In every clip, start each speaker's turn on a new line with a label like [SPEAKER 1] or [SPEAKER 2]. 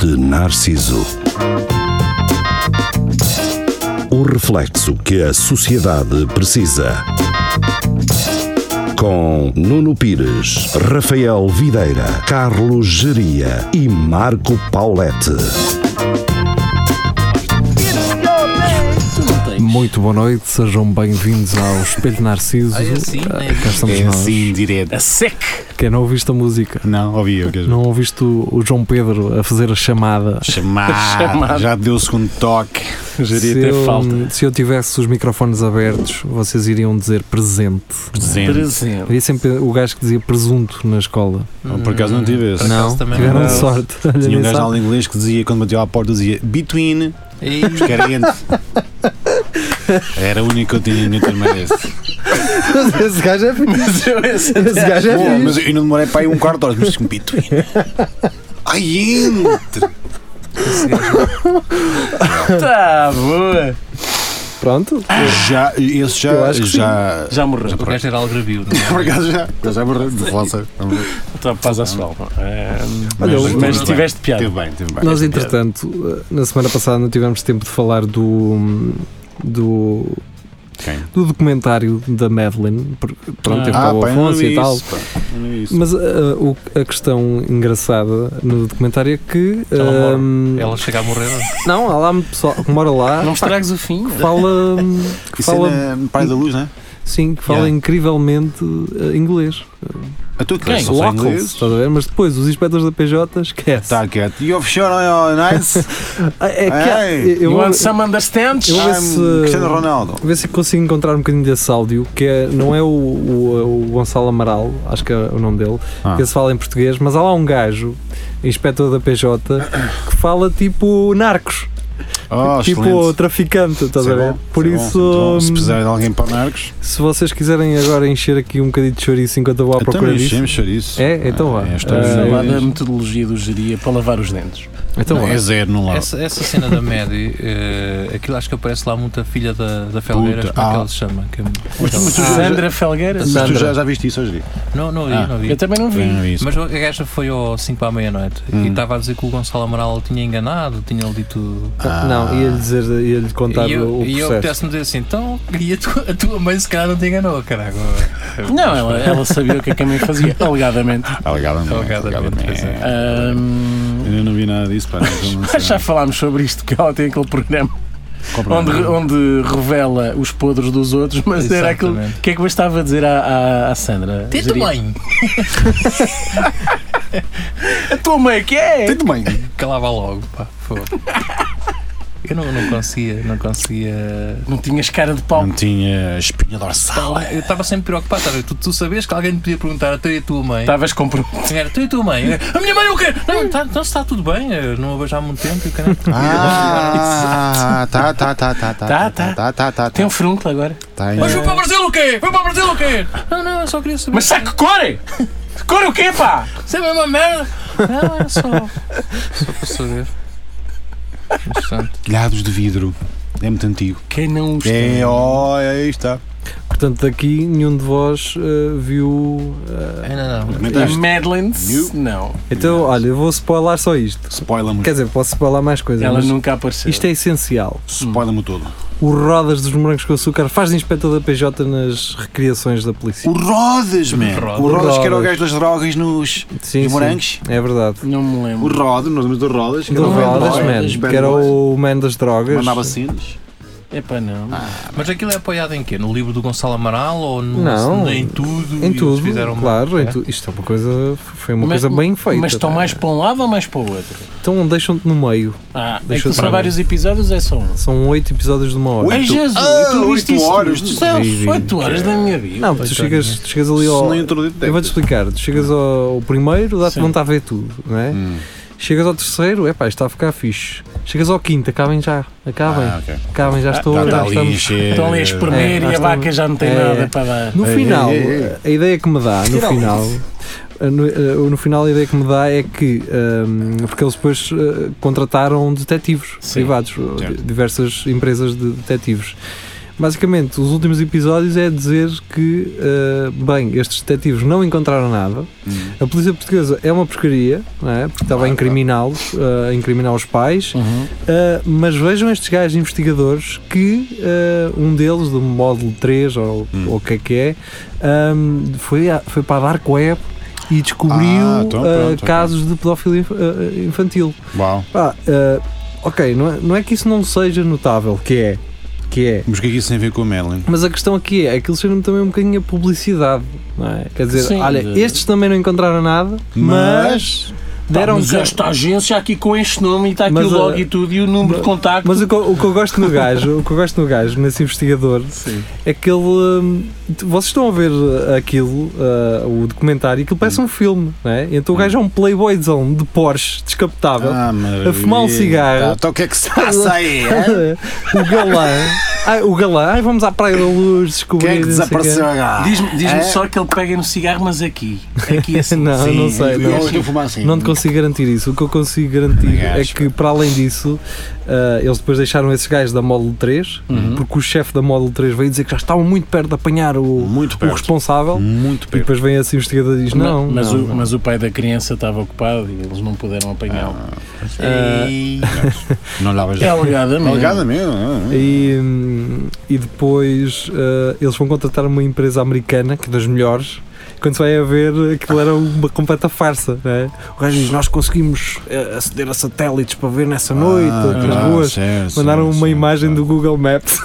[SPEAKER 1] de Narciso. O reflexo que a sociedade precisa. Com Nuno Pires, Rafael Videira, Carlos Geria e Marco Paulette.
[SPEAKER 2] Muito boa noite, sejam bem-vindos ao Espelho Narciso.
[SPEAKER 3] Olha, assim,
[SPEAKER 2] Ah,
[SPEAKER 3] né?
[SPEAKER 2] Cá estamos
[SPEAKER 4] É
[SPEAKER 2] nós.
[SPEAKER 4] assim, direto.
[SPEAKER 3] A SEC!
[SPEAKER 2] Quem não ouviste a música,
[SPEAKER 4] Não, ouvi eu. Que
[SPEAKER 2] não ouviste o, o João Pedro a fazer a chamada.
[SPEAKER 4] Chamar. Já deu o segundo toque.
[SPEAKER 3] Geria
[SPEAKER 2] se,
[SPEAKER 3] até
[SPEAKER 2] eu,
[SPEAKER 3] falta.
[SPEAKER 2] se eu tivesse os microfones abertos, vocês iriam dizer presente.
[SPEAKER 4] Presente.
[SPEAKER 3] Presente.
[SPEAKER 2] Havia sempre o gajo que dizia presunto na escola.
[SPEAKER 4] Por acaso não tive esse.
[SPEAKER 3] Por acaso
[SPEAKER 2] não,
[SPEAKER 3] também
[SPEAKER 2] tiveram
[SPEAKER 3] Ah, não.
[SPEAKER 2] sorte. Olha,
[SPEAKER 4] Tinha um
[SPEAKER 2] nem
[SPEAKER 4] gajo
[SPEAKER 2] sabe.
[SPEAKER 4] na aula de inglês que dizia, quando bateu à porta, dizia between
[SPEAKER 3] E-
[SPEAKER 4] os carentes. Era o único que eu tinha, minha turma era esse.
[SPEAKER 2] Esse gajo é fixe.
[SPEAKER 3] Mas eu esse-
[SPEAKER 2] Esse gajo é
[SPEAKER 4] Bom,
[SPEAKER 2] fixe.
[SPEAKER 4] mas eu não demorei para aí um quarto de hora, mas disse-me, between. Ai, entre.
[SPEAKER 3] Tá boa!
[SPEAKER 2] Pronto.
[SPEAKER 4] Já, esse
[SPEAKER 2] Eu
[SPEAKER 4] já.
[SPEAKER 2] acho que sim.
[SPEAKER 4] Já.
[SPEAKER 3] Já morreu. O gajo era algarvio. não é?
[SPEAKER 4] Por acaso já. Eu já morreu de falar
[SPEAKER 3] Tá, Paz à sua alma. É,
[SPEAKER 4] Olha,
[SPEAKER 3] mas-
[SPEAKER 4] eu-
[SPEAKER 3] Mas
[SPEAKER 4] tudo
[SPEAKER 3] tiveste piada.
[SPEAKER 4] Teve bem, teve bem.
[SPEAKER 2] Nós, entretanto, na semana passada não tivemos tempo de falar do. do
[SPEAKER 4] Quem?
[SPEAKER 2] do documentário da Madeline, porque, pronto,
[SPEAKER 3] Ah.
[SPEAKER 2] teve
[SPEAKER 4] Ah,
[SPEAKER 2] para o
[SPEAKER 4] pá, eu não
[SPEAKER 2] Afonso
[SPEAKER 4] vi
[SPEAKER 2] e tal.
[SPEAKER 4] isso. pá. Eu não vi isso.
[SPEAKER 2] Mas ah, o- a questão engraçada no documentário é que.
[SPEAKER 3] Ela
[SPEAKER 2] ah,
[SPEAKER 3] mora.
[SPEAKER 5] é?
[SPEAKER 3] Ela chega a morrer. não?
[SPEAKER 2] Não, há lá muito pessoal que mora lá.
[SPEAKER 3] Não
[SPEAKER 2] pá,
[SPEAKER 3] estragues o fim.
[SPEAKER 2] que fala. hum, Que
[SPEAKER 4] Isso é
[SPEAKER 2] fala
[SPEAKER 4] na- no Praia da Luz, não é?
[SPEAKER 2] Sim, que fala
[SPEAKER 4] Yeah.
[SPEAKER 2] incrivelmente ah, inglês.
[SPEAKER 4] A tua
[SPEAKER 3] Quem?
[SPEAKER 4] Só sei
[SPEAKER 2] Locals,
[SPEAKER 4] inglês.
[SPEAKER 2] estás a ver? Mas depois os inspectores da PJ esquece.
[SPEAKER 3] Tá.
[SPEAKER 4] Está quieto. E offshore all nights?
[SPEAKER 2] Ah, É que há-
[SPEAKER 4] Ei,
[SPEAKER 2] eu,
[SPEAKER 3] You
[SPEAKER 2] vou-
[SPEAKER 3] want some understands?
[SPEAKER 2] eu-
[SPEAKER 4] I'm
[SPEAKER 2] esse-
[SPEAKER 4] Cristiano Ronaldo.
[SPEAKER 2] Vou ver se consigo encontrar um bocadinho desse áudio, que é- não é o, o- o Gonçalo Amaral, acho que é o nome dele,
[SPEAKER 4] Ah.
[SPEAKER 2] que se fala em português, mas há lá um gajo, inspetor da PJ, que fala tipo narcos,
[SPEAKER 4] Oh,
[SPEAKER 2] tipo
[SPEAKER 4] excelente.
[SPEAKER 2] traficante, estás
[SPEAKER 4] Isso
[SPEAKER 2] a
[SPEAKER 4] é
[SPEAKER 2] ver?
[SPEAKER 4] bom,
[SPEAKER 2] Por
[SPEAKER 4] isso é bom,
[SPEAKER 2] isso,
[SPEAKER 4] muito bom. se
[SPEAKER 2] hum,
[SPEAKER 4] precisarem de alguém para Narcos,
[SPEAKER 2] se vocês quiserem agora encher aqui um bocadinho de chouriço enquanto eu vou à
[SPEAKER 4] até
[SPEAKER 2] procura
[SPEAKER 4] nós
[SPEAKER 2] disso.
[SPEAKER 4] Então, enchemos chouriço.
[SPEAKER 2] É? Então vá.
[SPEAKER 4] É, esta
[SPEAKER 2] Ah,
[SPEAKER 4] é
[SPEAKER 3] Lá
[SPEAKER 4] isso.
[SPEAKER 3] da metodologia do geria para lavar os dentes.
[SPEAKER 2] Então
[SPEAKER 4] Não,
[SPEAKER 2] vá.
[SPEAKER 4] é zero no lado.
[SPEAKER 5] Essa, essa cena da Maddie, eh, aquilo acho que aparece lá muito a filha da, da Felgueiras,
[SPEAKER 4] Puta,
[SPEAKER 5] como é que
[SPEAKER 4] ah.
[SPEAKER 5] ela se chama? Que é muito-
[SPEAKER 4] mas tu já-
[SPEAKER 3] Sandra Felgueira?
[SPEAKER 4] Mas tu
[SPEAKER 2] Sandra.
[SPEAKER 4] já, já viste isso hoje?
[SPEAKER 5] Não, não vi,
[SPEAKER 4] Ah,
[SPEAKER 5] não vi.
[SPEAKER 3] Eu também não
[SPEAKER 4] Também não
[SPEAKER 3] vi.
[SPEAKER 4] vi isso.
[SPEAKER 5] Mas a gaja foi ao 5 para a meia-noite e
[SPEAKER 4] Hum.
[SPEAKER 5] estava a dizer que o Gonçalo Amaral tinha enganado, tinha-lhe dito.
[SPEAKER 4] Ah.
[SPEAKER 2] então, Não, ia-lhe dizer, ia-lhe contar
[SPEAKER 5] e
[SPEAKER 2] o
[SPEAKER 5] eu, e eu
[SPEAKER 2] processo.
[SPEAKER 5] apetece-me dizer assim, então, e a tua, a tua mãe se calhar não te enganou, caralho.
[SPEAKER 3] Não, ela, ela sabia o que é que a mãe fazia, alegadamente.
[SPEAKER 4] Alegadamente.
[SPEAKER 5] Alegadamente, pois é.
[SPEAKER 3] Ahm,
[SPEAKER 4] Eu não vi nada disso, pá. então não sei.
[SPEAKER 3] já falámos sobre isto, que ela tem aquele programa
[SPEAKER 4] Compra
[SPEAKER 3] onde,
[SPEAKER 4] nada.
[SPEAKER 3] onde revela os podres dos outros, mas era aquilo
[SPEAKER 5] Exatamente.
[SPEAKER 3] que é que bastava dizer à, à, à Sandra.
[SPEAKER 5] Tenta
[SPEAKER 3] Diria,
[SPEAKER 5] bem!
[SPEAKER 3] A tua mãe que é?
[SPEAKER 4] Tem-te bem.
[SPEAKER 5] Calava logo, pá, por favor. Eu não, não conseguia, não conseguia.
[SPEAKER 3] Não tinhas cara de pau.
[SPEAKER 4] Não tinha espinha dorsal.
[SPEAKER 2] é?
[SPEAKER 5] Pá, Eu estava sempre preocupado, estás a ver? tu, tu sabias que alguém te podia perguntar a tua e a tua
[SPEAKER 2] Tá.
[SPEAKER 5] mãe.
[SPEAKER 3] Estavas compro...
[SPEAKER 5] Era tu e tua mãe. A minha mãe não quer. Não, tá, então está tudo bem. eu Não a vejo há muito tempo. e o caralho.
[SPEAKER 4] Ah, tá, tá, tá, tá,
[SPEAKER 3] Tá, tá.
[SPEAKER 4] tá, tá, tá,
[SPEAKER 3] Tem um frúnculo agora.
[SPEAKER 4] Tá,
[SPEAKER 5] Mas
[SPEAKER 4] é.
[SPEAKER 5] foi para o Brasil o quê? Foi para o Brasil o quê? Não, não, eu só queria saber.
[SPEAKER 3] Mas sabe que core? Core o quê, pá?
[SPEAKER 5] Isso é a mesma merda. Não, era só. Só para saber. Interessante.
[SPEAKER 4] Telhados de vidro. É muito antigo.
[SPEAKER 3] Quem não os tem?
[SPEAKER 4] É, ó, aí está.
[SPEAKER 2] Portanto, daqui nenhum de vós eh, viu. eh,
[SPEAKER 5] Ainda não.
[SPEAKER 3] A
[SPEAKER 4] Comentaste?
[SPEAKER 3] Madeleine?
[SPEAKER 4] You?
[SPEAKER 3] Não.
[SPEAKER 2] então, olha, eu vou spoiler só isto.
[SPEAKER 4] Spoiler-me.
[SPEAKER 2] Quer dizer, posso falar mais coisas.
[SPEAKER 3] Ela
[SPEAKER 2] mas
[SPEAKER 3] nunca apareceu.
[SPEAKER 2] Isto é essencial.
[SPEAKER 4] Spoiler-me todo.
[SPEAKER 2] O Rodas dos Morangos com Açúcar faz de inspetor da PJ nas recriações da polícia.
[SPEAKER 4] O Rodas, man.
[SPEAKER 5] Rodas.
[SPEAKER 4] O Rodas, que era o
[SPEAKER 2] Rodas.
[SPEAKER 4] gajo das drogas nos
[SPEAKER 2] Sim,
[SPEAKER 4] nos morangos.
[SPEAKER 2] É verdade.
[SPEAKER 3] Não me
[SPEAKER 4] O
[SPEAKER 3] lembro.
[SPEAKER 4] Rodas, nós lembro do Rodas. que
[SPEAKER 2] Do
[SPEAKER 4] era o bad
[SPEAKER 2] Rodas,
[SPEAKER 4] boy,
[SPEAKER 3] man,
[SPEAKER 4] dos
[SPEAKER 2] man,
[SPEAKER 4] bad
[SPEAKER 2] que era
[SPEAKER 4] boys.
[SPEAKER 2] o man das drogas.
[SPEAKER 4] Mandava cenas.
[SPEAKER 3] Epá, não.
[SPEAKER 2] Ah,
[SPEAKER 5] Mas aquilo é apoiado em quê? No livro do Gonçalo Amaral ou no,
[SPEAKER 2] Não.
[SPEAKER 5] em tudo? e
[SPEAKER 2] Em
[SPEAKER 5] eles
[SPEAKER 2] tudo,
[SPEAKER 5] Fizeram uma-
[SPEAKER 2] claro, em
[SPEAKER 5] É?
[SPEAKER 2] tu- isto é uma coisa, foi uma
[SPEAKER 3] Mas-
[SPEAKER 2] coisa bem feita.
[SPEAKER 3] Mas estão
[SPEAKER 2] pá.
[SPEAKER 3] mais para um lado ou mais para o outro?
[SPEAKER 2] Então deixam-te no meio.
[SPEAKER 3] Ah, é
[SPEAKER 2] Deixa
[SPEAKER 3] que
[SPEAKER 2] eu É
[SPEAKER 3] são
[SPEAKER 2] parar.
[SPEAKER 3] vários episódios, é só um.
[SPEAKER 2] São oito episódios de uma hora.
[SPEAKER 4] Oito?
[SPEAKER 3] Ai, Jesus,
[SPEAKER 4] Ah,
[SPEAKER 3] tu viste
[SPEAKER 4] oito
[SPEAKER 3] isso
[SPEAKER 4] horas,
[SPEAKER 3] tudo?
[SPEAKER 4] tu
[SPEAKER 3] São
[SPEAKER 2] vi, vi.
[SPEAKER 3] oito horas da minha vida.
[SPEAKER 2] Não, tu chegas, tu chegas ali
[SPEAKER 4] Se
[SPEAKER 2] ao.
[SPEAKER 4] não introdito
[SPEAKER 2] Eu vou-te explicar. Tu chegas ao, ao primeiro, dá-te
[SPEAKER 3] Sim.
[SPEAKER 2] vontade de ver tudo, não
[SPEAKER 4] Hum.
[SPEAKER 2] é? Chegas ao terceiro, é pá, está a ficar fixe. Chegas ao quinto, acabem já, acabem,
[SPEAKER 4] Ah, ok.
[SPEAKER 2] acabem, já estou,
[SPEAKER 4] Já
[SPEAKER 2] já
[SPEAKER 4] está ali a
[SPEAKER 2] estamos.
[SPEAKER 4] encher.
[SPEAKER 3] Estão ali a espremer
[SPEAKER 2] É,
[SPEAKER 3] e
[SPEAKER 2] nós
[SPEAKER 3] a vaca
[SPEAKER 2] estamos-
[SPEAKER 3] já não tem
[SPEAKER 2] é.
[SPEAKER 3] nada para dar.
[SPEAKER 2] No
[SPEAKER 4] Ei,
[SPEAKER 2] final,
[SPEAKER 4] ei, ei, ei.
[SPEAKER 2] a ideia que me dá, no
[SPEAKER 4] Finalmente.
[SPEAKER 2] final, eh, no, eh, no final a ideia que me dá é que, ehm, porque eles depois eh, contrataram detetives
[SPEAKER 3] Sim,
[SPEAKER 2] privados, eh,
[SPEAKER 4] certo.
[SPEAKER 2] diversas empresas de detetives. Basicamente, os últimos episódios é dizer que, eh, bem, estes detetives não encontraram nada,
[SPEAKER 4] Hum.
[SPEAKER 2] a polícia portuguesa é uma porcaria, não é? porque estava a incriminá-los, eh, a incriminar os pais,
[SPEAKER 3] Uhum.
[SPEAKER 2] Uh, mas vejam estes gajos investigadores que uh, um deles, do módulo 3 ou
[SPEAKER 4] Hum.
[SPEAKER 2] ou o que é que é, um, foi, a- foi para a Dark Web e descobriu
[SPEAKER 4] Ah, então
[SPEAKER 2] uh,
[SPEAKER 4] pronto, ok.
[SPEAKER 2] casos de pedofilia inf- uh, infantil.
[SPEAKER 4] Uau.
[SPEAKER 2] Pá, uh, ok, não é, não é que isso não seja notável, que é, que é.
[SPEAKER 4] Mas o que é que isso tem a ver com a Madeline?
[SPEAKER 2] Mas a questão aqui é, aquilo serve também um bocadinho a publicidade, não é? Quer dizer,
[SPEAKER 3] Sim,
[SPEAKER 2] olha,
[SPEAKER 3] de-
[SPEAKER 2] estes também não encontraram nada, mas, deram
[SPEAKER 3] Deram mas
[SPEAKER 2] ca-
[SPEAKER 3] esta agência aqui com este nome e está aqui
[SPEAKER 2] Mas,
[SPEAKER 3] o
[SPEAKER 2] ah,
[SPEAKER 3] logo e tudo e o número de contacto.
[SPEAKER 2] Mas o que, eu- o que eu gosto no gajo, o que eu gosto no gajo, nesse investigador, é que ele. hum, t- vocês estão a ver uh, aquilo, uh, o documentário, aquilo
[SPEAKER 4] Hum.
[SPEAKER 2] parece um filme, não é? Então o gajo é um playboyzão de Porsche descapotável.
[SPEAKER 4] Ah, maravilha.
[SPEAKER 2] a fumar um cigarro.
[SPEAKER 4] Tá, Então o que é que se passa aí? é?
[SPEAKER 2] o galã. Ai, o galã. Ai, vamos à Praia da Luz descobrir.
[SPEAKER 4] Quem é que
[SPEAKER 2] não sei o quê.
[SPEAKER 4] desapareceu agora?
[SPEAKER 3] Diz-me diz-me
[SPEAKER 4] É?
[SPEAKER 3] só que ele pega no cigarro, mas aqui. Aqui assim.
[SPEAKER 2] Não,
[SPEAKER 4] Sim,
[SPEAKER 2] não sei.
[SPEAKER 4] Eu,
[SPEAKER 2] Não.
[SPEAKER 4] eu, fumar assim.
[SPEAKER 2] Não te consigo garantir isso. O que eu consigo garantir
[SPEAKER 4] Também
[SPEAKER 2] é
[SPEAKER 4] acho.
[SPEAKER 2] que, para além disso, ah, eles depois deixaram esses gajos da Módulo 3,
[SPEAKER 4] Uhum.
[SPEAKER 2] porque o chefe da Módulo 3 veio dizer que já estavam muito perto de apanhar o,
[SPEAKER 4] Muito
[SPEAKER 2] o
[SPEAKER 4] perto.
[SPEAKER 2] responsável.
[SPEAKER 4] Muito
[SPEAKER 2] E
[SPEAKER 4] perto.
[SPEAKER 2] depois vem esse investigador e diz: Não,
[SPEAKER 3] mas,
[SPEAKER 2] não,
[SPEAKER 3] o,
[SPEAKER 2] não.
[SPEAKER 3] mas o pai da criança estava ocupado e eles não puderam apanhá-lo.
[SPEAKER 2] Ah.
[SPEAKER 4] Ei. É. Não lavas
[SPEAKER 2] um
[SPEAKER 3] é alegadamente.
[SPEAKER 4] Algada mesmo.
[SPEAKER 3] é?
[SPEAKER 4] não, não.
[SPEAKER 2] E, hum, e depois ah, eles vão contratar uma empresa americana, que é das melhores. Quando se vai a ver, aquilo era uma completa farsa. não é? O gajo diz: Nós conseguimos eh, aceder a satélites para ver nessa noite,
[SPEAKER 4] Ah,
[SPEAKER 2] outras
[SPEAKER 4] claro,
[SPEAKER 2] ruas.
[SPEAKER 4] certo,
[SPEAKER 2] Mandaram
[SPEAKER 4] certo,
[SPEAKER 2] uma
[SPEAKER 4] certo,
[SPEAKER 2] imagem do Google Maps.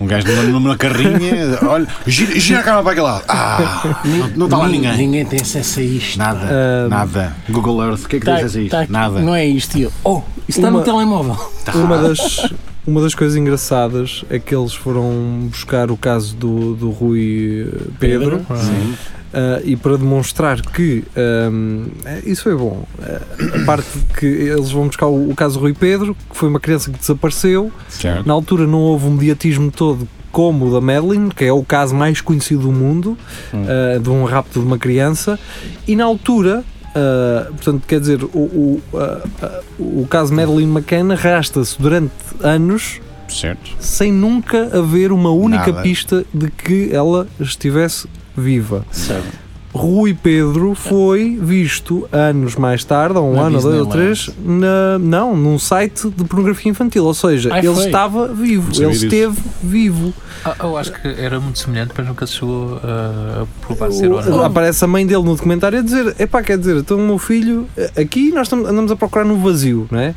[SPEAKER 4] Um gajo numa, numa carrinha, olha, gira, gira a cama para aquele lado. Ah, não- não está lá
[SPEAKER 3] Ninguém-
[SPEAKER 4] ninguém.
[SPEAKER 3] Ninguém tem acesso a isto.
[SPEAKER 4] Nada,
[SPEAKER 2] Ah,
[SPEAKER 4] nada. Google Earth, o que é que
[SPEAKER 3] Tá-
[SPEAKER 4] dizes a isto?
[SPEAKER 3] tá aqui.
[SPEAKER 4] nada.
[SPEAKER 3] Não é isto. E eu, oh, isso está
[SPEAKER 2] Uma-
[SPEAKER 3] no telemóvel.
[SPEAKER 2] Uma das, uma das coisas engraçadas é que eles foram buscar o caso do, do Rui eh, Pedro,
[SPEAKER 3] Sim.
[SPEAKER 2] ah, e para demonstrar que ahm, eh, isso foi bom. Ah, a parte que eles vão buscar o, o caso do Rui Pedro, que foi uma criança que desapareceu.
[SPEAKER 4] Certo.
[SPEAKER 2] Na altura não houve um mediatismo todo como o da Madeline, que é o caso mais conhecido do mundo,
[SPEAKER 3] Hum.
[SPEAKER 2] ah, de um rapto de uma criança, e na altura. ah, portanto, quer dizer, o, o, ah, ah, o caso Madeline McCann arrasta-se durante anos
[SPEAKER 4] Certo.
[SPEAKER 2] sem nunca haver uma única
[SPEAKER 4] Nada.
[SPEAKER 2] pista de que ela estivesse viva.
[SPEAKER 3] Certo.
[SPEAKER 2] Rui Pedro foi visto anos mais tarde, ou um
[SPEAKER 3] Na
[SPEAKER 2] ano, ou dois ou
[SPEAKER 3] Disneyland.
[SPEAKER 2] três, na, não, num site de pornografia infantil. Ou seja,
[SPEAKER 3] Ai,
[SPEAKER 2] ele
[SPEAKER 3] foi.
[SPEAKER 2] estava vivo,
[SPEAKER 4] Não
[SPEAKER 2] ele
[SPEAKER 4] sabia disso.
[SPEAKER 2] esteve vivo.
[SPEAKER 5] Ah, eu acho que era muito semelhante, mas nunca se chegou a a provar ser ou
[SPEAKER 2] O-
[SPEAKER 5] não.
[SPEAKER 2] Aparece a mãe dele no documentário a dizer: epá, quer dizer, então o meu filho, aqui nós tam- andamos a procurar no vazio, não é?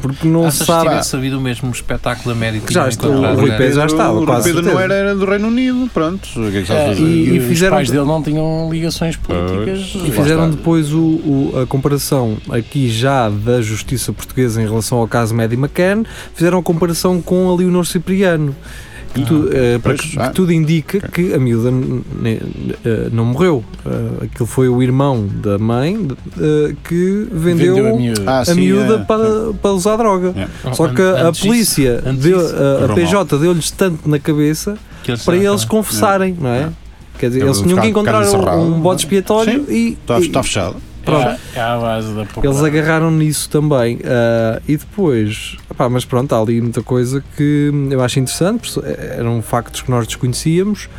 [SPEAKER 2] Porque não se
[SPEAKER 5] Achas que
[SPEAKER 2] sabe.
[SPEAKER 5] tivesse havido o mesmo espetáculo américo?
[SPEAKER 2] Já está, o Rui Pedro já estava,
[SPEAKER 4] O Rui
[SPEAKER 2] quase
[SPEAKER 4] Pedro não
[SPEAKER 2] certeza.
[SPEAKER 4] era, era do Reino Unido, pronto. O que é que estás a
[SPEAKER 3] É,
[SPEAKER 4] fazer?
[SPEAKER 2] e-
[SPEAKER 3] e,
[SPEAKER 2] e fizeram-
[SPEAKER 3] os pais dele não tinham ligações políticas.
[SPEAKER 4] Pois.
[SPEAKER 2] E fizeram depois o- o- a comparação aqui já da justiça portuguesa em relação ao caso Maddie McCann, fizeram a comparação com a Leonor Cipriano. Que, tu- eh, para
[SPEAKER 4] pois,
[SPEAKER 2] que-
[SPEAKER 4] ah.
[SPEAKER 2] que tudo indica que a miúda n- ne- eh, não morreu. Eh, aquilo foi o irmão da mãe eh, que vendeu,
[SPEAKER 3] a
[SPEAKER 2] a,
[SPEAKER 3] miúda.
[SPEAKER 4] Ah, sim,
[SPEAKER 2] miúda
[SPEAKER 4] é.
[SPEAKER 2] para, para usar droga.
[SPEAKER 4] É.
[SPEAKER 2] Só que a polícia,
[SPEAKER 5] antes
[SPEAKER 2] deu,
[SPEAKER 5] disso.
[SPEAKER 2] a, a
[SPEAKER 4] Correu
[SPEAKER 2] PJ deu-lhes tanto na cabeça para eles confessarem, não é?
[SPEAKER 4] É.
[SPEAKER 2] Quer dizer,
[SPEAKER 4] É,
[SPEAKER 2] eles
[SPEAKER 4] vamos
[SPEAKER 2] tinham que
[SPEAKER 4] ficar um
[SPEAKER 2] encontrar
[SPEAKER 4] bocado encerrado.
[SPEAKER 2] um, um bode expiatório e,
[SPEAKER 4] Está,
[SPEAKER 2] e-
[SPEAKER 4] Tá, está fechado.
[SPEAKER 2] pronto.
[SPEAKER 3] É, à base da
[SPEAKER 2] Eles
[SPEAKER 3] propaganda.
[SPEAKER 2] agarraram nisso também. ah, e depois, pá, mas pronto, há ali muita coisa que hum, eu acho interessante, porque eh, eram factos que nós desconhecíamos,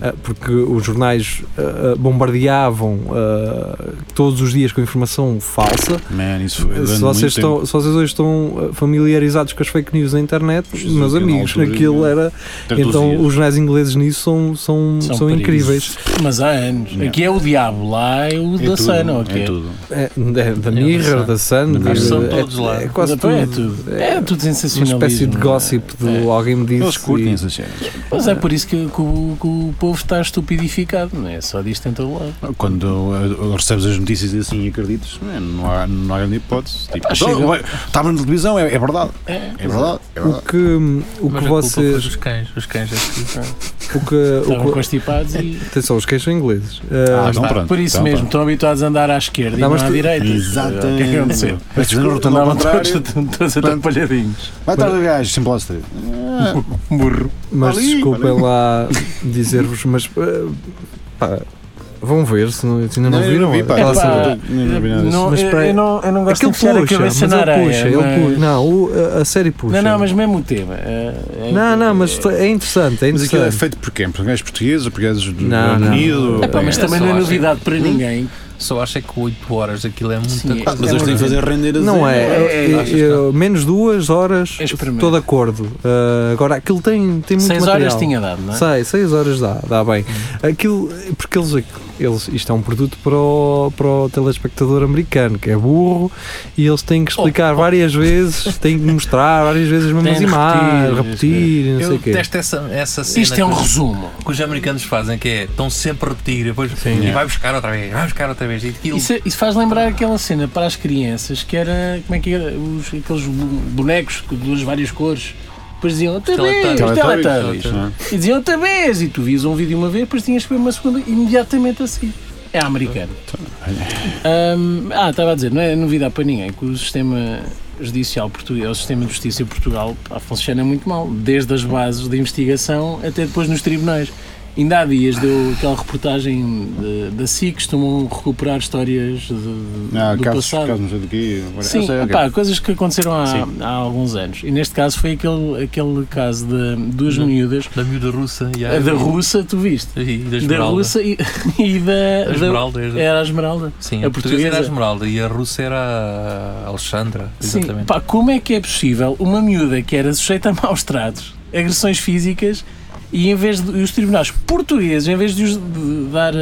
[SPEAKER 2] ah, porque os jornais ah, ah, bombardeavam ah, todos os dias com informação falsa.
[SPEAKER 4] Man, isso foi. durante
[SPEAKER 2] Se
[SPEAKER 4] muito
[SPEAKER 2] vocês,
[SPEAKER 4] tempo.
[SPEAKER 2] estão, se vocês hoje estão ah, familiarizados com as fake news da internet,
[SPEAKER 4] Jesus,
[SPEAKER 2] meus
[SPEAKER 4] aquilo na
[SPEAKER 2] amigos,
[SPEAKER 4] altura,
[SPEAKER 2] aquilo era.
[SPEAKER 4] Tantos
[SPEAKER 2] Então,
[SPEAKER 4] dias.
[SPEAKER 2] os jornais ingleses nisso são, são, são,
[SPEAKER 3] perigos.
[SPEAKER 2] incríveis.
[SPEAKER 3] Mas há anos.
[SPEAKER 4] Não.
[SPEAKER 3] Aqui é o diabo, lá é o
[SPEAKER 4] É
[SPEAKER 3] da
[SPEAKER 4] tudo,
[SPEAKER 3] Sana. ok?
[SPEAKER 4] É tudo.
[SPEAKER 2] É, da- da
[SPEAKER 5] É,
[SPEAKER 2] Mirror,
[SPEAKER 5] da
[SPEAKER 2] da Sun, de-
[SPEAKER 5] Acho que são
[SPEAKER 2] é-
[SPEAKER 5] todos lá.
[SPEAKER 2] é quase
[SPEAKER 3] Depois
[SPEAKER 2] tudo.
[SPEAKER 3] é tudo. É tudo
[SPEAKER 2] uma
[SPEAKER 3] sensacionalismo.
[SPEAKER 2] espécie de gossip do
[SPEAKER 3] É.
[SPEAKER 2] alguém me disse.
[SPEAKER 4] Eles curtem
[SPEAKER 2] e-
[SPEAKER 4] essas séries.
[SPEAKER 3] Mas é por isso que, que o, que o povo está estupidificado, não é? Só disto em todo lado.
[SPEAKER 4] Quando eh, recebes as notícias e assim e acreditas, man, não há, não há grande hipótese. Tipo,
[SPEAKER 3] Ah, chega.
[SPEAKER 4] "Oh, vai- Estava na televisão, é, é verdade.
[SPEAKER 3] É.
[SPEAKER 4] É verdade. É
[SPEAKER 2] O
[SPEAKER 4] verdade.
[SPEAKER 2] que, o que vocês.
[SPEAKER 5] Os cães, os cães aqui.
[SPEAKER 2] O que,
[SPEAKER 3] Estavam
[SPEAKER 2] o que,
[SPEAKER 3] constipados e.
[SPEAKER 2] atenção, os queixos são ingleses.
[SPEAKER 4] Ah,
[SPEAKER 2] Ah,
[SPEAKER 4] então pronto.
[SPEAKER 3] Por isso
[SPEAKER 4] então
[SPEAKER 3] mesmo, estão habituados a andar à esquerda
[SPEAKER 2] Não,
[SPEAKER 3] e
[SPEAKER 2] mas
[SPEAKER 3] não à
[SPEAKER 2] tu-
[SPEAKER 3] direita. O que é que
[SPEAKER 4] Exatamente.
[SPEAKER 3] aconteceu?
[SPEAKER 4] Mas rotando ao
[SPEAKER 3] Andavam todos,
[SPEAKER 4] contrário.
[SPEAKER 3] todos atrapalhadinhos.
[SPEAKER 4] Vai estar o gajo, sem plástica. Ah,
[SPEAKER 3] Burro.
[SPEAKER 2] mas
[SPEAKER 4] ali,
[SPEAKER 2] desculpem lá dizer-vos, mas. ah, eh, pá, Vão ver, se não, se ainda não,
[SPEAKER 4] eu
[SPEAKER 2] viram.
[SPEAKER 4] vi, pá.
[SPEAKER 2] aquela
[SPEAKER 4] Epá,
[SPEAKER 2] cena-
[SPEAKER 4] não vi nada disso.
[SPEAKER 3] É, não,
[SPEAKER 2] Mas
[SPEAKER 3] eu,
[SPEAKER 2] espera aí.
[SPEAKER 3] eu não, eu não gosto
[SPEAKER 2] Aquele
[SPEAKER 3] de puxar
[SPEAKER 2] puxa,
[SPEAKER 3] a cabeça
[SPEAKER 2] mas
[SPEAKER 3] na
[SPEAKER 2] ele
[SPEAKER 3] areia.
[SPEAKER 2] puxa, ele
[SPEAKER 3] mas-
[SPEAKER 2] puxa. Não, o- a, a série puxa.
[SPEAKER 3] é Não, não, mas mesmo o tema. é- é-
[SPEAKER 2] Não, não, mas isto é interessante, é
[SPEAKER 4] Mas aquilo é
[SPEAKER 2] interessante.
[SPEAKER 4] feito por quem? Por gajos portugueses? Por gajos do
[SPEAKER 2] Não,
[SPEAKER 4] Reino
[SPEAKER 2] não.
[SPEAKER 4] Unido?
[SPEAKER 3] Epá, mas
[SPEAKER 4] É.
[SPEAKER 3] também
[SPEAKER 5] só
[SPEAKER 3] não é
[SPEAKER 5] acho-
[SPEAKER 3] novidade para ninguém.
[SPEAKER 5] Só acho é que 8 horas aquilo é muita
[SPEAKER 3] Sim,
[SPEAKER 5] coisa.
[SPEAKER 3] é-
[SPEAKER 4] Mas eles têm que fazer render a
[SPEAKER 2] Não é,
[SPEAKER 3] É, é,
[SPEAKER 2] eu-
[SPEAKER 5] achas
[SPEAKER 2] eu- menos duas horas,
[SPEAKER 3] Experimenta.
[SPEAKER 2] estou de acordo. Ah, agora, aquilo tem, tem muito
[SPEAKER 3] 6
[SPEAKER 2] material.
[SPEAKER 3] horas tinha dado, não é?
[SPEAKER 2] Sei, 6 horas dá, dá bem. Aquilo, porque eles, eles, isto é um produto para o, para o telespectador americano, que é burro, e eles têm que explicar várias vezes, têm que mostrar várias vezes as mesmas
[SPEAKER 3] Tem Oh, de
[SPEAKER 2] imagens,
[SPEAKER 3] repetir,
[SPEAKER 2] repetir, e não sei
[SPEAKER 5] Eu
[SPEAKER 2] o quê.
[SPEAKER 5] detesto essa, essa cena
[SPEAKER 3] Isto é um
[SPEAKER 5] que, os-
[SPEAKER 3] resumo.
[SPEAKER 5] que os americanos fazem, que é estão sempre a repetir depois,
[SPEAKER 2] é.
[SPEAKER 5] e vai buscar outra vez, vai buscar outra vez. E aquilo,
[SPEAKER 3] Isso, isso faz lembrar aquela cena para as crianças que era. Como é que era? Os, aqueles bu- bonecos com duas várias cores. Depois diziam outra vez,
[SPEAKER 5] Teletubbies.
[SPEAKER 3] Teletubbies.
[SPEAKER 5] Teletubbies.
[SPEAKER 4] é?
[SPEAKER 3] E diziam outra vez. E tu vias um vídeo uma vez, depois tinhas que ver uma segunda imediatamente a seguir. É americano. Hum, ah, estava a dizer, não é novidade para ninguém que o sistema judicial português, o sistema de justiça em Portugal pá, funciona muito mal, desde as bases de investigação até depois nos tribunais. Ainda há dias deu aquela reportagem de- da SIC, costumam recuperar histórias de- de-
[SPEAKER 4] Não,
[SPEAKER 3] do
[SPEAKER 4] Ah, casos,
[SPEAKER 3] passado.
[SPEAKER 4] casos não sei do quê. agora-
[SPEAKER 3] Sim,
[SPEAKER 4] Eu sei, ok.
[SPEAKER 3] pá, coisas que aconteceram há,
[SPEAKER 4] Sim.
[SPEAKER 3] há alguns anos. E neste caso foi aquele, aquele caso de duas
[SPEAKER 4] Uhum.
[SPEAKER 5] Não.
[SPEAKER 2] é-
[SPEAKER 3] miúdas,
[SPEAKER 5] da miúda russa e
[SPEAKER 3] a da russa, tu viste?
[SPEAKER 5] e da
[SPEAKER 3] Da
[SPEAKER 5] esmeralda.
[SPEAKER 3] russa e, e da,
[SPEAKER 5] A
[SPEAKER 3] da.
[SPEAKER 5] esmeralda, é-
[SPEAKER 2] é
[SPEAKER 3] Era a Esmeralda.
[SPEAKER 5] Sim,
[SPEAKER 3] a
[SPEAKER 5] a, portuguesa era a
[SPEAKER 3] portuguesa.
[SPEAKER 5] esmeralda e a russa era a Alexandra.
[SPEAKER 3] Sim,
[SPEAKER 5] Exatamente.
[SPEAKER 3] pá, como é que é possível uma miúda que era sujeita a maus tratos, agressões físicas, e em vez de e os tribunais portugueses, em vez de, os de dar,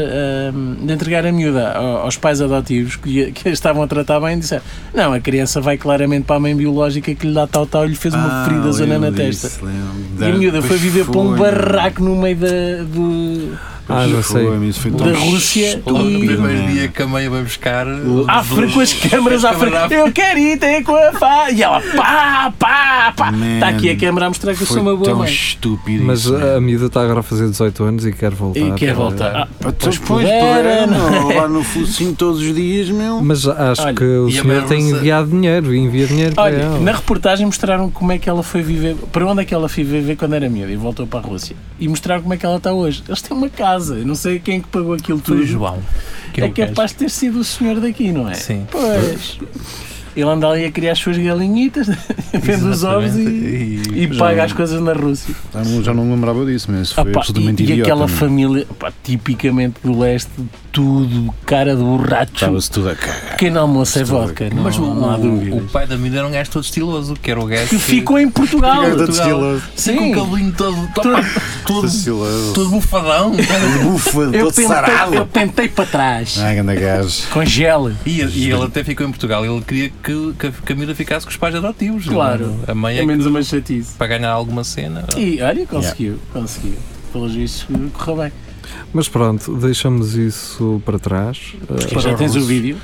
[SPEAKER 3] hum, de entregar a miúda ao- aos pais adotivos que, a- que a estavam a tratar bem, disseram: Não, a criança vai claramente para a mãe biológica que lhe dá tal tal e lhe fez uma
[SPEAKER 4] Ah,
[SPEAKER 3] ferida zona na
[SPEAKER 4] lembro
[SPEAKER 3] testa.
[SPEAKER 4] disso, lembro.
[SPEAKER 3] E a miúda foi
[SPEAKER 4] Pois
[SPEAKER 3] viver para um
[SPEAKER 4] foi.
[SPEAKER 3] barraco no meio da, do-
[SPEAKER 2] Ah, já
[SPEAKER 4] Pois
[SPEAKER 2] sei.
[SPEAKER 4] foi, isso foi
[SPEAKER 3] da
[SPEAKER 5] Então,
[SPEAKER 4] tão
[SPEAKER 3] Rússia
[SPEAKER 5] Logo no
[SPEAKER 3] e.
[SPEAKER 5] primeiro dia que a mãe vai buscar.
[SPEAKER 3] À frente, com as câmaras à frente. Eu quero ir, tem com a fa. E ela, pá, pá, pá.
[SPEAKER 4] Man,
[SPEAKER 3] Está aqui a câmera a mostrar que eu sou
[SPEAKER 4] Foi
[SPEAKER 3] uma boa
[SPEAKER 4] tão
[SPEAKER 3] mãe.
[SPEAKER 4] estúpido
[SPEAKER 2] Mas ah,
[SPEAKER 4] isso, man.
[SPEAKER 2] a miúda está agora a fazer 18 anos e quer voltar.
[SPEAKER 3] E quer voltar. Ah,
[SPEAKER 4] Pá, Pois,
[SPEAKER 3] Pois
[SPEAKER 4] pois,
[SPEAKER 3] pudera,
[SPEAKER 4] pudera,
[SPEAKER 3] não
[SPEAKER 4] meu,
[SPEAKER 3] é?
[SPEAKER 4] lá no focinho todos os dias, meu.
[SPEAKER 2] Mas acho
[SPEAKER 3] Olha,
[SPEAKER 2] que o
[SPEAKER 5] e a
[SPEAKER 2] senhor tem
[SPEAKER 5] Merluza-
[SPEAKER 2] enviado dinheiro, envia dinheiro para
[SPEAKER 3] Olha,
[SPEAKER 2] ela.
[SPEAKER 3] na reportagem mostraram como é que ela foi viver, para onde é que ela foi viver quando era miúda e voltou para a Rússia. E mostraram como é que ela está hoje. Eles têm uma casa, eu não sei quem que pagou aquilo
[SPEAKER 5] Foi o
[SPEAKER 3] tudo.
[SPEAKER 5] João. que
[SPEAKER 3] É
[SPEAKER 5] o gajo.
[SPEAKER 3] capaz de ter sido o senhor daqui, não é?
[SPEAKER 5] Sim.
[SPEAKER 3] Pois. Ele anda ali a criar as suas galinhitas, vende os ovos e,
[SPEAKER 5] Exatamente.
[SPEAKER 3] e paga as coisas na Rússia.
[SPEAKER 4] Já não- Já não me lembrava disso, mas isso
[SPEAKER 3] Ah,
[SPEAKER 4] foi
[SPEAKER 3] pá,
[SPEAKER 4] absolutamente
[SPEAKER 3] e, e
[SPEAKER 4] idiota.
[SPEAKER 3] aquela
[SPEAKER 4] meu.
[SPEAKER 3] família, pá, tipicamente do leste, tudo cara de borracho.
[SPEAKER 4] Estava-se tudo a cagar.
[SPEAKER 3] Pequeno almoço é vodka, não,
[SPEAKER 5] Mas o,
[SPEAKER 3] não há
[SPEAKER 5] o,
[SPEAKER 3] dúvidas.
[SPEAKER 5] o pai da menina era um gajo todo estiloso, que era o gajo.
[SPEAKER 3] Que ficou assim. em Portugal.
[SPEAKER 4] Fica todo
[SPEAKER 5] Portugal.
[SPEAKER 4] estiloso.
[SPEAKER 5] Sim, com o cabelinho todo.
[SPEAKER 3] Todo-
[SPEAKER 5] todo,
[SPEAKER 4] Estiloso.
[SPEAKER 5] todo bufadão. tá
[SPEAKER 4] um Bufa, todo
[SPEAKER 3] Eu tentei, eu
[SPEAKER 4] sarado.
[SPEAKER 3] tentei para trás.
[SPEAKER 4] Ai, ganda gajo.
[SPEAKER 3] Congela.
[SPEAKER 5] E, e ele até ficou em Portugal. Ele queria que, que a Camila ficasse com os pais adotivos.
[SPEAKER 3] Claro.
[SPEAKER 5] A mãe é
[SPEAKER 3] É
[SPEAKER 5] que,
[SPEAKER 3] menos uma chatice.
[SPEAKER 5] para ganhar alguma cena.
[SPEAKER 3] E olha, conseguiu, conseguiu. Pelos vistos, correu bem.
[SPEAKER 2] Mas pronto, deixamos isso para trás. Eh,
[SPEAKER 3] Porque já tens o vídeo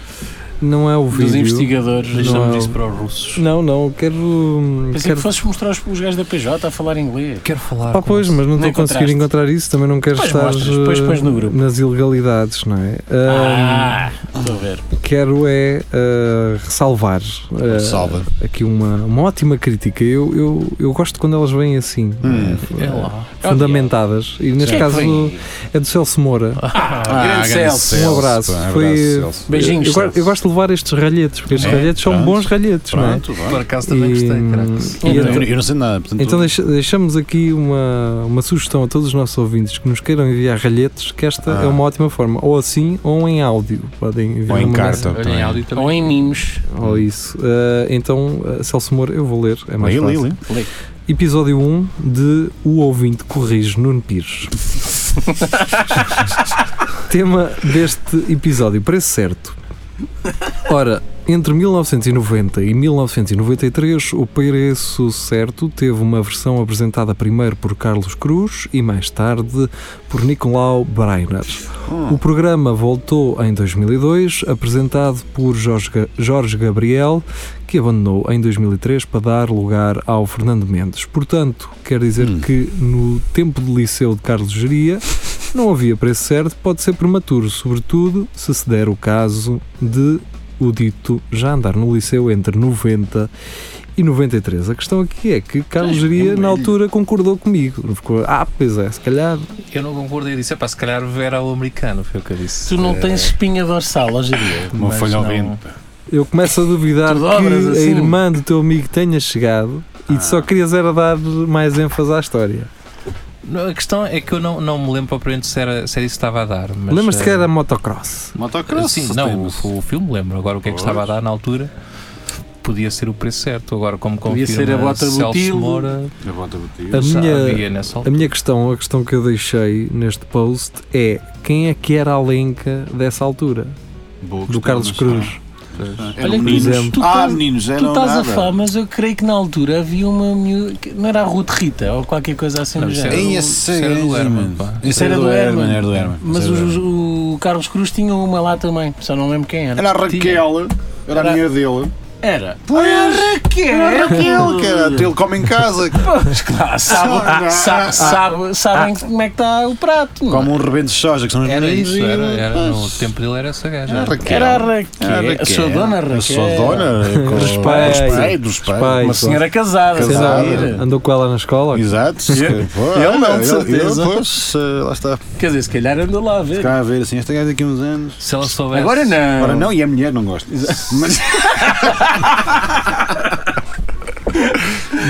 [SPEAKER 2] Não é o
[SPEAKER 3] dos
[SPEAKER 2] vídeo.
[SPEAKER 3] investigadores.
[SPEAKER 2] Não
[SPEAKER 5] Deixamos
[SPEAKER 2] é-
[SPEAKER 5] isso para os russos.
[SPEAKER 2] Não, não, eu quero. hum,
[SPEAKER 3] Pensei
[SPEAKER 2] quero...
[SPEAKER 3] que fosses mostrar os, os gajos da PJ a falar inglês.
[SPEAKER 5] Quero falar.
[SPEAKER 2] Pá,
[SPEAKER 5] com
[SPEAKER 2] pois,
[SPEAKER 5] você.
[SPEAKER 2] mas não estou
[SPEAKER 3] Nem
[SPEAKER 2] a conseguir
[SPEAKER 3] encontraste.
[SPEAKER 2] encontrar isso, também não quero
[SPEAKER 3] Pois
[SPEAKER 2] estar
[SPEAKER 3] mostras, depois
[SPEAKER 2] eh,
[SPEAKER 3] pões no grupo.
[SPEAKER 2] nas ilegalidades, não é? Ah,
[SPEAKER 3] Ah, estou a ver.
[SPEAKER 2] Quero é eh, ressalvar eh,
[SPEAKER 4] Salva.
[SPEAKER 2] aqui uma, uma ótima crítica. Eu, eu, eu gosto quando elas vêm assim,
[SPEAKER 4] Hum.
[SPEAKER 2] eh,
[SPEAKER 5] É lá.
[SPEAKER 2] fundamentadas. E neste
[SPEAKER 3] Quem é que
[SPEAKER 2] caso
[SPEAKER 3] vem?
[SPEAKER 2] é do Celso Moura.
[SPEAKER 3] Ah, grande Celso.
[SPEAKER 2] Um abraço. Foi-
[SPEAKER 3] Beijinhos,
[SPEAKER 2] eu, go-
[SPEAKER 3] Celso.
[SPEAKER 2] eu gosto de levar estes ralhetes, porque estes
[SPEAKER 4] É,
[SPEAKER 2] ralhetes são
[SPEAKER 4] pronto.
[SPEAKER 2] bons ralhetes, não é?
[SPEAKER 4] Pronto,
[SPEAKER 5] Por
[SPEAKER 4] vá.
[SPEAKER 5] acaso também
[SPEAKER 2] E-
[SPEAKER 5] gostei,
[SPEAKER 2] e
[SPEAKER 5] caraca.
[SPEAKER 2] então-
[SPEAKER 4] Eu, eu não sei nada, portanto.
[SPEAKER 2] Então deixa- deixamos aqui uma, uma sugestão a todos os nossos ouvintes que nos queiram enviar ralhetes, que esta
[SPEAKER 4] Ah.
[SPEAKER 2] é uma ótima forma. Ou assim, ou em áudio. Podem enviar
[SPEAKER 4] Ou em
[SPEAKER 2] uma
[SPEAKER 4] carta.
[SPEAKER 2] mensagem.
[SPEAKER 5] Olha, em áudio também.
[SPEAKER 3] Ou em mimos.
[SPEAKER 2] Ou isso. Ah, então, ah, Celso Moura, eu vou ler. É mais
[SPEAKER 4] Lê, lê,
[SPEAKER 2] fácil.
[SPEAKER 4] lê.
[SPEAKER 2] Episódio 1 de O Ouvinte Corrige Nuno Pires. Tema deste episódio, preço certo. Ora, entre 1990 e 1993, o preço certo teve uma versão apresentada primeiro por Carlos Cruz e mais tarde por Nicolau Breiner. O programa voltou em 2002, apresentado por Jorge, Ga- Jorge Gabriel, que abandonou em 2003 para dar lugar ao Fernando Mendes. Portanto, quer dizer
[SPEAKER 4] Hum.
[SPEAKER 2] que no tempo de liceu de Carlos Geria não havia preço certo, pode ser prematuro, sobretudo se se der o caso de o dito já andar no liceu entre 90 e 93. A questão aqui é que Carlos
[SPEAKER 3] um
[SPEAKER 2] Geria, na altura, concordou comigo. Não ficou, ah, pois é, se calhar.
[SPEAKER 5] Eu não concordei. Eu disse, epá, se calhar era o americano, foi o que eu disse.
[SPEAKER 3] Tu não
[SPEAKER 5] Eh,
[SPEAKER 3] tens espinha dorsal hoje em dia.
[SPEAKER 4] Uma
[SPEAKER 5] mas
[SPEAKER 4] folha ao
[SPEAKER 5] não-
[SPEAKER 4] vento.
[SPEAKER 2] Eu começo a duvidar
[SPEAKER 3] Tu
[SPEAKER 2] que
[SPEAKER 3] dobras
[SPEAKER 2] a
[SPEAKER 3] assim. Ah.
[SPEAKER 2] irmã do teu amigo tenha chegado e tu só querias era dar mais ênfase à história.
[SPEAKER 5] Não, a questão é que eu não, não me lembro propriamente se era, se era isso que estava a dar. mas,
[SPEAKER 2] Lembras-te que
[SPEAKER 5] eh,
[SPEAKER 2] era motocross?
[SPEAKER 4] Motocross.
[SPEAKER 5] Sim, não,
[SPEAKER 4] temos.
[SPEAKER 5] o, o filme lembro. Agora o que é que
[SPEAKER 4] Pois.
[SPEAKER 5] estava a dar na altura podia ser o preço certo. Agora, como
[SPEAKER 3] Podia
[SPEAKER 5] confirma
[SPEAKER 3] ser a bota
[SPEAKER 5] Celso
[SPEAKER 3] Botilho.
[SPEAKER 5] Moura,
[SPEAKER 4] Eu volto a bater.
[SPEAKER 2] A
[SPEAKER 5] já
[SPEAKER 2] minha-
[SPEAKER 5] havia nessa
[SPEAKER 2] é A
[SPEAKER 5] altura.
[SPEAKER 2] minha questão, a questão que eu deixei neste post é quem é que era a lenca dessa altura?
[SPEAKER 4] Boa
[SPEAKER 2] Do
[SPEAKER 4] questão,
[SPEAKER 2] Carlos
[SPEAKER 4] mas-
[SPEAKER 2] Cruz.
[SPEAKER 4] Ah,
[SPEAKER 3] Olha
[SPEAKER 4] Eram
[SPEAKER 3] que
[SPEAKER 4] meninos.
[SPEAKER 2] exemplo.
[SPEAKER 3] tu
[SPEAKER 4] Ah,
[SPEAKER 3] estás-
[SPEAKER 4] meninos,
[SPEAKER 3] Tu
[SPEAKER 4] eram
[SPEAKER 3] estás a
[SPEAKER 4] nada.
[SPEAKER 3] falar, mas eu creio que na altura havia uma miúda. que- Não era a Ruth Rita ou qualquer coisa assim
[SPEAKER 5] Não,
[SPEAKER 3] do
[SPEAKER 5] isso
[SPEAKER 3] género.
[SPEAKER 5] era
[SPEAKER 4] Ei,
[SPEAKER 5] do-
[SPEAKER 4] esse
[SPEAKER 5] isso era do
[SPEAKER 4] gajo,
[SPEAKER 5] Herman,
[SPEAKER 4] mano.
[SPEAKER 5] pá.
[SPEAKER 4] Esse era do Herman, era do Herman.
[SPEAKER 3] Mas
[SPEAKER 4] Esse era do
[SPEAKER 3] os-
[SPEAKER 4] Herman.
[SPEAKER 3] o Carlos Cruz tinha uma lá também, só não lembro quem era.
[SPEAKER 4] Era a Raquel, era a
[SPEAKER 3] Era-
[SPEAKER 4] minha dele.
[SPEAKER 3] Era.
[SPEAKER 4] Pois.
[SPEAKER 3] Era a Raquel!
[SPEAKER 4] Era a Raquel, que era dele come em casa.
[SPEAKER 3] Pois claro, sabe, né? sa- sabe- sabem como é que está o prato. não é?
[SPEAKER 4] Como um rebento de soja, que são os
[SPEAKER 5] Era
[SPEAKER 4] meninos.
[SPEAKER 5] isso,
[SPEAKER 4] e-
[SPEAKER 5] era, era no
[SPEAKER 4] Pois.
[SPEAKER 5] tempo dele era essa gaja.
[SPEAKER 4] Era Raquel.
[SPEAKER 3] Era a Raquel.
[SPEAKER 4] é. Era
[SPEAKER 3] A sua dona Raquel.
[SPEAKER 4] A sua dona. com-
[SPEAKER 2] Respeito.
[SPEAKER 4] Respeito, respeito.
[SPEAKER 2] Respeito.
[SPEAKER 3] Uma senhora casada.
[SPEAKER 2] Sei lá,
[SPEAKER 4] Casada.
[SPEAKER 3] sabe?
[SPEAKER 2] andou com ela na escola?
[SPEAKER 4] Exato.
[SPEAKER 3] Ele não, de certeza.
[SPEAKER 4] Ele, pois, eh, lá está.
[SPEAKER 3] Quer dizer, se calhar andou lá a ver.
[SPEAKER 4] Ficar a ver assim, esta gaja daqui a uns anos.
[SPEAKER 5] Se ela soubesse.
[SPEAKER 3] Agora não.
[SPEAKER 4] Ora não, e a mulher não gosta. Mas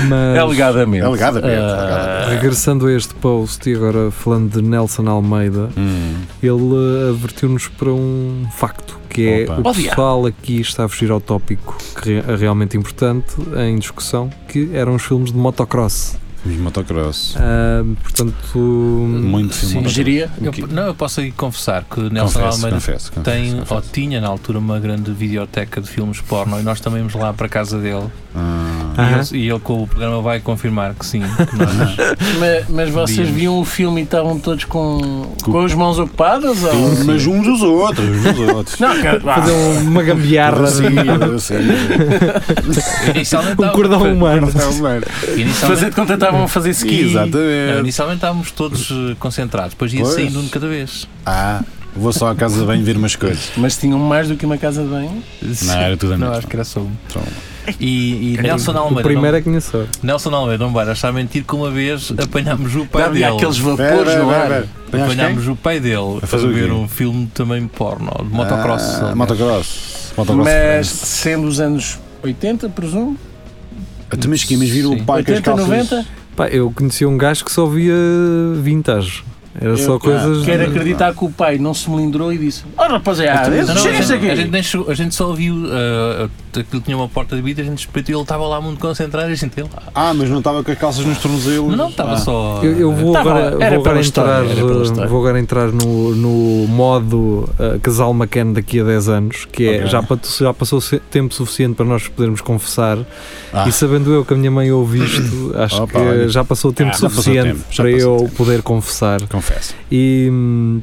[SPEAKER 2] Mas
[SPEAKER 5] É
[SPEAKER 3] Alegadamente.
[SPEAKER 4] alegadamente.
[SPEAKER 3] Ah,
[SPEAKER 4] alegadamente.
[SPEAKER 2] regressando a este post e agora falando de Nelson Almeida,
[SPEAKER 4] Hum,
[SPEAKER 2] ele eh, advertiu-nos para um facto que é
[SPEAKER 4] Opa.
[SPEAKER 2] o
[SPEAKER 5] Oh,
[SPEAKER 3] Ó, diabo.
[SPEAKER 2] pessoal aqui está a fugir ao tópico que re- é realmente importante em discussão, que eram os filmes de motocross.
[SPEAKER 4] Os motocross.
[SPEAKER 2] Ah, portanto,
[SPEAKER 4] Muito
[SPEAKER 5] Hum,
[SPEAKER 4] filme.
[SPEAKER 5] Sim,
[SPEAKER 4] motocross.
[SPEAKER 3] Geria.
[SPEAKER 5] Eu, não, eu posso aí confessar que Nelson
[SPEAKER 4] Confesso,
[SPEAKER 5] Almeida
[SPEAKER 4] confesso, confesso,
[SPEAKER 5] tem ou
[SPEAKER 4] confesso.
[SPEAKER 5] tinha na altura uma grande videoteca de filmes porno e nós também íamos lá para a casa dele.
[SPEAKER 4] Ah,
[SPEAKER 5] E
[SPEAKER 2] Aham.
[SPEAKER 5] ele- E ele com o programa vai confirmar que sim, que nós
[SPEAKER 3] Mas, mas vocês
[SPEAKER 5] Víamos.
[SPEAKER 3] viam o filme e estavam todos com, com as mãos ocupadas? Ou... assim?
[SPEAKER 4] Mas uns dos outros, uns dos outros.
[SPEAKER 3] Não, cara, vá.
[SPEAKER 2] fazer uma gambiarra,
[SPEAKER 4] Sim, sim.
[SPEAKER 5] inicialmente
[SPEAKER 2] um cordão
[SPEAKER 5] estávamos-
[SPEAKER 2] humano.
[SPEAKER 4] Não, mano. um-
[SPEAKER 5] Inicialmente,
[SPEAKER 3] fazer de conta que estavam a fazer ski.
[SPEAKER 5] não,
[SPEAKER 4] Exatamente.
[SPEAKER 5] inicialmente estávamos todos eh, concentrados, depois ia
[SPEAKER 4] Eh, Pois.
[SPEAKER 5] saindo um de cada vez.
[SPEAKER 4] Ah, vou só à casa de banho ver umas coisas.
[SPEAKER 3] Mas tinham mais do que uma casa de banho.
[SPEAKER 4] Não, era tudo a
[SPEAKER 5] Não,
[SPEAKER 4] mesma.
[SPEAKER 5] acho que era só um.
[SPEAKER 4] Só um.
[SPEAKER 5] E, e Nelson
[SPEAKER 2] O
[SPEAKER 5] Almeida.
[SPEAKER 2] primeiro é que conheceu.
[SPEAKER 5] não, Nelson Almeida, não vai achar mentir que uma vez apanhámos o pai
[SPEAKER 3] Dá-lhe
[SPEAKER 5] dele.
[SPEAKER 3] aqueles
[SPEAKER 4] Pera,
[SPEAKER 3] vapores
[SPEAKER 4] pera,
[SPEAKER 3] no ar.
[SPEAKER 4] pera.
[SPEAKER 5] Apanhámos o pai dele a
[SPEAKER 4] fazer o
[SPEAKER 5] ver
[SPEAKER 4] quê?
[SPEAKER 5] um filme também porno, de motocross.
[SPEAKER 4] Ah,
[SPEAKER 5] aliás.
[SPEAKER 4] motocross. Motocross.
[SPEAKER 3] Mas
[SPEAKER 4] Mas.
[SPEAKER 3] sendo os anos 80, presumo?
[SPEAKER 4] Até mas que mas vir
[SPEAKER 5] Sim.
[SPEAKER 4] o pai com as
[SPEAKER 3] 80,
[SPEAKER 4] calças.
[SPEAKER 3] 90?
[SPEAKER 2] Pá, eu conhecia um gajo que só via vintage. Era só
[SPEAKER 3] Eu-
[SPEAKER 2] coisas.
[SPEAKER 3] Quero acreditar que o pai não se melindrou e disse: Ó rapaziada,
[SPEAKER 2] Então,
[SPEAKER 5] Não, não,
[SPEAKER 3] chega isto
[SPEAKER 5] a, gente, a gente
[SPEAKER 3] aqui.
[SPEAKER 5] nem chegou- a gente só viu ah, aquilo tinha uma porta de vidro, a gente espetou e ele estava lá muito concentrado e a gente ele lá.
[SPEAKER 4] Ah, mas não estava com as calças nos tornozelos.
[SPEAKER 5] Não, estava
[SPEAKER 4] Ah.
[SPEAKER 5] só. eh,
[SPEAKER 2] Eu, eu vou
[SPEAKER 3] Tá
[SPEAKER 2] agora,
[SPEAKER 3] bom, era
[SPEAKER 2] vou agora
[SPEAKER 3] pela
[SPEAKER 2] entrar, eh,
[SPEAKER 3] história, era pela história.
[SPEAKER 2] vou agora entrar no, no modo ah, casal McCann daqui a 10 anos, que é
[SPEAKER 4] Ok.
[SPEAKER 2] já, pa- já passou se- tempo suficiente para nós podermos confessar.
[SPEAKER 4] Ah.
[SPEAKER 2] E sabendo eu que a minha mãe ouve isto, acho
[SPEAKER 4] Opa,
[SPEAKER 2] que
[SPEAKER 4] olha.
[SPEAKER 2] já passou tempo
[SPEAKER 4] Ah, já passou
[SPEAKER 2] suficiente
[SPEAKER 4] tempo, já
[SPEAKER 2] para
[SPEAKER 4] passou
[SPEAKER 2] eu
[SPEAKER 4] tempo.
[SPEAKER 2] poder confessar.
[SPEAKER 4] Confesso.
[SPEAKER 2] E hum,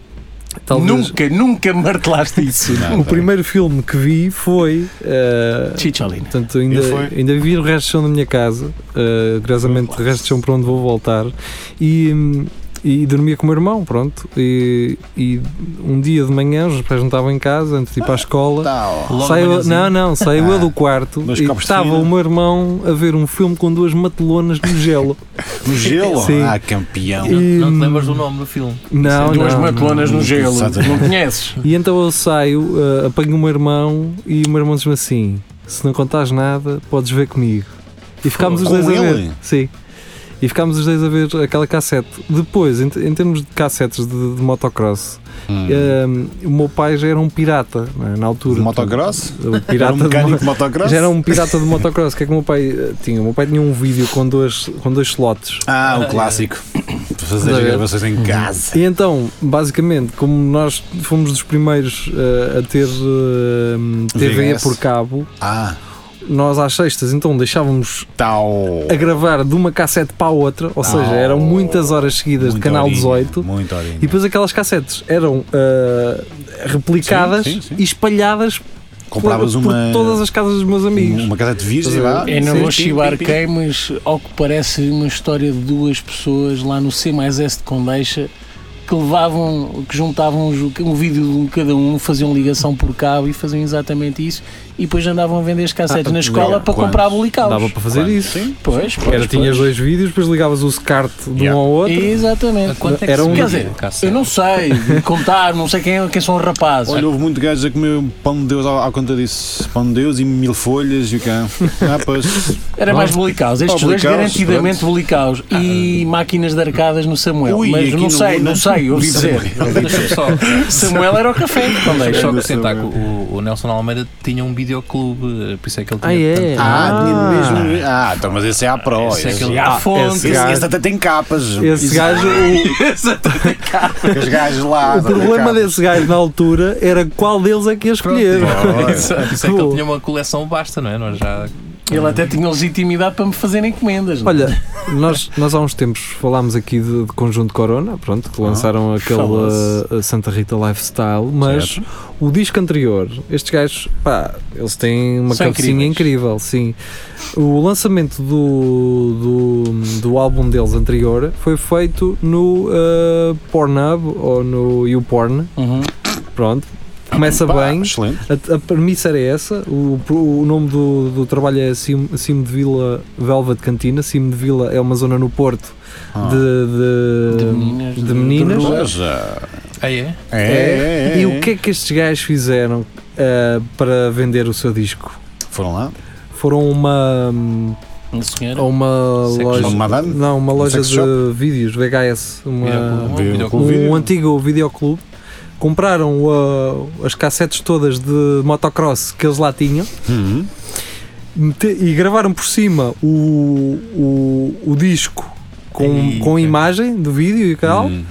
[SPEAKER 2] talvez
[SPEAKER 3] Nunca, nunca martelaste isso.
[SPEAKER 4] Não,
[SPEAKER 2] o
[SPEAKER 4] tá bem.
[SPEAKER 2] primeiro filme que vi foi. ah,
[SPEAKER 3] Chicholina.
[SPEAKER 2] Portanto,
[SPEAKER 4] E
[SPEAKER 2] ainda,
[SPEAKER 4] foi? um
[SPEAKER 2] ainda vi o resto de chão da minha casa, uh, curiosamente, o resto de chão para onde vou voltar, e, hum, e dormia com o meu irmão, pronto. E, e um dia de manhã, os meus pais não estavam em casa, antes de ir para a escola.
[SPEAKER 4] Tá, ó.
[SPEAKER 5] Logo
[SPEAKER 2] Saiu,
[SPEAKER 5] manhãzinho.
[SPEAKER 2] não, não, saiu eu
[SPEAKER 4] Ah,
[SPEAKER 2] do quarto
[SPEAKER 4] dois
[SPEAKER 2] e
[SPEAKER 4] copos de
[SPEAKER 2] estava
[SPEAKER 4] fina.
[SPEAKER 2] o meu irmão a ver um filme com duas matelonas no gelo.
[SPEAKER 4] No gelo?
[SPEAKER 2] Sim.
[SPEAKER 4] Ah, campeão.
[SPEAKER 5] Não, não te
[SPEAKER 2] E-
[SPEAKER 5] lembras do nome do filme?
[SPEAKER 2] Não,
[SPEAKER 3] Duas
[SPEAKER 2] não, não.
[SPEAKER 3] matelonas no gelo.
[SPEAKER 4] Exato.
[SPEAKER 3] Não conheces?
[SPEAKER 2] E então eu saio, uh, apanho o meu irmão e o meu irmão diz-me assim: se não contares nada, podes ver comigo. E ficámos os
[SPEAKER 4] Com
[SPEAKER 2] dois a
[SPEAKER 4] ele?
[SPEAKER 2] ver. Sim. E ficámos os dois a ver aquela cassete. Depois, em, em termos de cassetes de, de motocross,
[SPEAKER 4] Hum.
[SPEAKER 2] um, o meu pai já era um pirata não é? na altura.
[SPEAKER 4] De motocross?
[SPEAKER 2] O
[SPEAKER 4] Era
[SPEAKER 2] pirata
[SPEAKER 4] um
[SPEAKER 2] de mo-
[SPEAKER 4] mecânico de motocross?
[SPEAKER 2] já era um pirata de motocross. O que é que o meu pai eh, tinha? O meu pai tinha um vídeo com dois, com dois slots.
[SPEAKER 4] Ah, o clássico. Fazer
[SPEAKER 2] é?
[SPEAKER 4] as gravações em casa.
[SPEAKER 2] E então, basicamente, como nós fomos dos primeiros eh, a ter eh, TV
[SPEAKER 4] VHS.
[SPEAKER 2] por cabo,
[SPEAKER 4] Ah,
[SPEAKER 2] nós às sextas então deixávamos
[SPEAKER 4] tal.
[SPEAKER 2] a gravar de uma cassete para a outra, ou seja, eram muitas horas seguidas de
[SPEAKER 4] Ah, Muita
[SPEAKER 2] canal
[SPEAKER 4] horinha,
[SPEAKER 2] 18.
[SPEAKER 4] Muita horinha.
[SPEAKER 2] E depois aquelas cassetes eram eh, replicadas
[SPEAKER 4] Sim, sim, sim.
[SPEAKER 2] e espalhadas
[SPEAKER 4] Compravas
[SPEAKER 2] por,
[SPEAKER 4] uma. um-
[SPEAKER 2] por todas as casas dos meus amigos.
[SPEAKER 4] Uma casete virgem lá.
[SPEAKER 3] Eu não
[SPEAKER 2] Sim,
[SPEAKER 3] vou
[SPEAKER 4] sim,
[SPEAKER 3] chibar
[SPEAKER 4] sim, sim.
[SPEAKER 3] quem, mas ao que parece uma história de duas pessoas lá no C mais S de Condeixa que levavam, que juntavam um, ju- um vídeo de um- cada um, faziam ligação por cabo e faziam exatamente isso e depois andavam a vender as cassetes
[SPEAKER 2] Ah,
[SPEAKER 3] na escola
[SPEAKER 2] não,
[SPEAKER 3] para
[SPEAKER 2] quantos?
[SPEAKER 3] comprar bolicaus.
[SPEAKER 2] Dava para fazer isso.
[SPEAKER 3] Pois, pois,
[SPEAKER 2] Era, tinhas
[SPEAKER 3] pois.
[SPEAKER 2] dois vídeos, depois ligavas o SCART de
[SPEAKER 4] Yeah.
[SPEAKER 2] um ao outro.
[SPEAKER 3] Exatamente.
[SPEAKER 5] Quanto é que
[SPEAKER 2] Era
[SPEAKER 5] se
[SPEAKER 2] um-
[SPEAKER 5] vendia
[SPEAKER 3] Quer dizer,
[SPEAKER 5] um cassete?
[SPEAKER 3] Eu não sei contar, não sei quem, quem são os rapazes.
[SPEAKER 4] Olha, houve muito gajo a comer pão de Deus à, à conta disso. Pão de Deus e mil folhas e o cá. Ah, pois.
[SPEAKER 3] Era mais bolicaus. Estes
[SPEAKER 4] Oh,
[SPEAKER 3] dois
[SPEAKER 4] bolicaus, Ah.
[SPEAKER 3] garantidamente bolicaus. E máquinas de arcadas no Samuel.
[SPEAKER 4] Ui,
[SPEAKER 3] Mas
[SPEAKER 4] aqui
[SPEAKER 3] não
[SPEAKER 4] no
[SPEAKER 3] sei,
[SPEAKER 4] Luna.
[SPEAKER 3] não sei, ouvi
[SPEAKER 4] Ouvi dizer.
[SPEAKER 3] dizer.
[SPEAKER 5] Deixa-me só,
[SPEAKER 3] Samuel era o café.
[SPEAKER 5] deixa-me
[SPEAKER 3] Também.
[SPEAKER 5] só
[SPEAKER 4] Não
[SPEAKER 5] acrescentar que
[SPEAKER 4] sou eu.
[SPEAKER 5] o, o Nelson Almeida tinha um videoclube, eh, por isso é que ele tinha
[SPEAKER 2] Ah, é?
[SPEAKER 5] tanto-
[SPEAKER 4] Ah,
[SPEAKER 2] Ah.
[SPEAKER 4] tinha mesmo. Ah, então, mas esse é à pró.
[SPEAKER 5] Esse é aquele-
[SPEAKER 3] E à fonte.
[SPEAKER 2] esse
[SPEAKER 4] Esse,
[SPEAKER 2] gajo-
[SPEAKER 4] esse até tem capas.
[SPEAKER 2] Esse gajo, o,
[SPEAKER 4] Que Os gajos lá.
[SPEAKER 2] o problema desse gajo na altura era qual deles é que ia escolher.
[SPEAKER 5] Por isso é que ele tinha uma coleção vasta, não é? Nós já
[SPEAKER 3] Ele até tinha legitimidade para me fazer encomendas. não é?
[SPEAKER 2] Olha, nós, nós há uns tempos falámos aqui de, de Conjunto Corona, pronto, que lançaram aquele
[SPEAKER 3] falou-se.
[SPEAKER 2] uh, Santa Rita Lifestyle, mas o disco anterior, estes gajos, pá, eles têm uma
[SPEAKER 3] São
[SPEAKER 2] cabecinha incrível, sim. O lançamento do, do, do álbum deles anterior foi feito no uh, Pornhub ou no YouPorn,
[SPEAKER 3] Uhum.
[SPEAKER 2] pronto. Começa bem,
[SPEAKER 4] Excelente.
[SPEAKER 2] a, a premissa era essa, o, o nome do, do trabalho é Cimo, Cimo de Vila Velvet Cantina. Cimo de Vila é uma zona no Porto
[SPEAKER 4] Ah.
[SPEAKER 2] de, de-
[SPEAKER 3] De meninas,
[SPEAKER 2] de
[SPEAKER 3] de-
[SPEAKER 2] meninas.
[SPEAKER 3] de rua.
[SPEAKER 4] Pois, ah,
[SPEAKER 5] Ah, é?
[SPEAKER 4] é, é, é,
[SPEAKER 2] E o que é que estes gajos fizeram ah, para vender o seu disco?
[SPEAKER 4] Foram lá?
[SPEAKER 2] Foram a uma, hum,
[SPEAKER 3] Um senhor.
[SPEAKER 2] a uma
[SPEAKER 5] Sex
[SPEAKER 2] loja.
[SPEAKER 4] shop. Uma van?
[SPEAKER 2] Não, uma
[SPEAKER 4] Um
[SPEAKER 2] loja
[SPEAKER 4] sex
[SPEAKER 2] de
[SPEAKER 4] shop?
[SPEAKER 2] vídeos, VHS. Uma,
[SPEAKER 5] Videoclube.
[SPEAKER 4] Viu.
[SPEAKER 5] videoclube.
[SPEAKER 2] um
[SPEAKER 4] Vídeo.
[SPEAKER 2] antigo videoclube. Compraram ah, as cassetes todas de motocross que eles lá tinham.
[SPEAKER 4] Uhum.
[SPEAKER 2] Mete- e gravaram por cima o, o, o disco com,
[SPEAKER 5] Ei,
[SPEAKER 2] com a
[SPEAKER 5] ok. Uhum.
[SPEAKER 2] imagem do vídeo e tal,
[SPEAKER 4] Hum.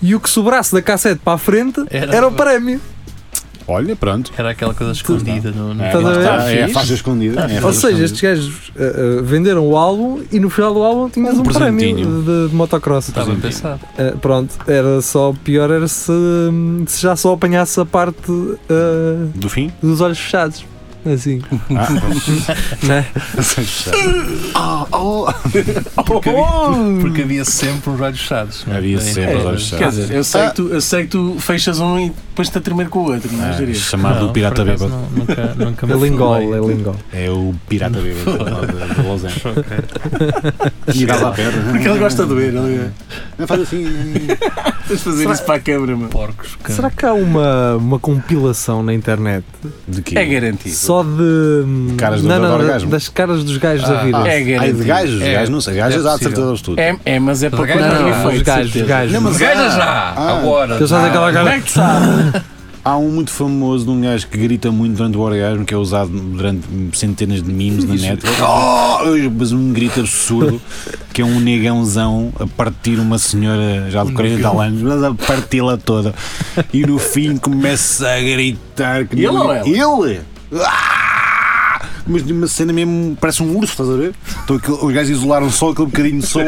[SPEAKER 2] e o que sobrasse da cassete para a frente era,
[SPEAKER 5] Era-
[SPEAKER 2] o prémio.
[SPEAKER 4] Olha, pronto.
[SPEAKER 5] Era aquela coisa escondida no. no-
[SPEAKER 4] É,
[SPEAKER 2] Estás a ver?
[SPEAKER 4] tá, é
[SPEAKER 3] Fixe.
[SPEAKER 4] fácil escondida. é
[SPEAKER 2] Ou
[SPEAKER 4] fácil
[SPEAKER 2] seja,
[SPEAKER 4] escondida.
[SPEAKER 2] estes gajos ah, ah, venderam o álbum e no final do álbum tinhas
[SPEAKER 4] Um
[SPEAKER 2] um, prémio
[SPEAKER 4] presentinho.
[SPEAKER 2] de, de motocross.
[SPEAKER 5] Estava a pensar.
[SPEAKER 2] Ah, pronto, era só pior era se, hum, se já só apanhasse a parte ah,
[SPEAKER 4] Do fim?
[SPEAKER 2] dos olhos fechados. Assim,
[SPEAKER 4] Ah,
[SPEAKER 2] né?
[SPEAKER 4] Ah, oh.
[SPEAKER 5] Porque havia, porque havia sempre uns rádios chados. não é?
[SPEAKER 4] Havia
[SPEAKER 5] É,
[SPEAKER 4] sempre
[SPEAKER 5] é,
[SPEAKER 4] uns rádios
[SPEAKER 3] Quer
[SPEAKER 4] chados.
[SPEAKER 3] dizer, eu sei,
[SPEAKER 4] Ah.
[SPEAKER 3] que tu, eu sei que tu fechas um e depois te a tremer com o outro, não é,
[SPEAKER 4] Ah,
[SPEAKER 3] Jeria?
[SPEAKER 4] Chamado
[SPEAKER 5] Não,
[SPEAKER 4] o Pirata
[SPEAKER 5] por acaso
[SPEAKER 4] Bêbado.
[SPEAKER 5] não, Nunca, nunca me
[SPEAKER 2] É lingol,
[SPEAKER 5] fumei.
[SPEAKER 2] é lingol.
[SPEAKER 4] É o Pirata Bêbado lá de de Los Angeles. E dá lá a perna.
[SPEAKER 3] Porque ele gosta de ver, ele é.
[SPEAKER 4] Não faz assim.
[SPEAKER 3] Tens de fazer isso para a câmara, mano.
[SPEAKER 5] Porcos. Que...
[SPEAKER 2] Será que há uma, uma compilação na internet
[SPEAKER 4] De quê?
[SPEAKER 3] É garantido.
[SPEAKER 2] Só de. hum,
[SPEAKER 4] Caras do-
[SPEAKER 2] não,
[SPEAKER 4] do
[SPEAKER 2] não,
[SPEAKER 4] orgasmo.
[SPEAKER 2] das caras dos gajos da vida.
[SPEAKER 3] É
[SPEAKER 4] Ah, Ai, de
[SPEAKER 3] garantido.
[SPEAKER 4] gajos,
[SPEAKER 5] É,
[SPEAKER 4] gajos não sei,
[SPEAKER 5] é
[SPEAKER 4] gajos há de
[SPEAKER 5] possível.
[SPEAKER 4] certeza aos tudo.
[SPEAKER 3] É, é, mas é para
[SPEAKER 5] Os
[SPEAKER 3] cortar
[SPEAKER 5] gajos
[SPEAKER 3] o
[SPEAKER 5] não,
[SPEAKER 3] efeito,
[SPEAKER 2] os gajos,
[SPEAKER 3] certeza.
[SPEAKER 2] os gajos.
[SPEAKER 5] Mas gajas já!
[SPEAKER 4] Ah.
[SPEAKER 5] agora!
[SPEAKER 2] Eles fazem aquela
[SPEAKER 3] Como
[SPEAKER 2] cara.
[SPEAKER 3] é que tu sabes?
[SPEAKER 4] Há um muito famoso de um gajo que grita muito durante o orgasmo, que é usado durante centenas de memes na net. Oh! Mas um grito absurdo, que é um negãozão a partir uma senhora
[SPEAKER 3] Um
[SPEAKER 4] já de 40 e tal anos, mas a parti-la toda. E no fim começa a gritar. Que
[SPEAKER 3] Ele
[SPEAKER 4] não-
[SPEAKER 3] ou ela?
[SPEAKER 4] Ele! Ah! Mas de uma cena mesmo, parece um urso, estás a ver? Então, aquele- os gajos isolaram só aquele bocadinho de som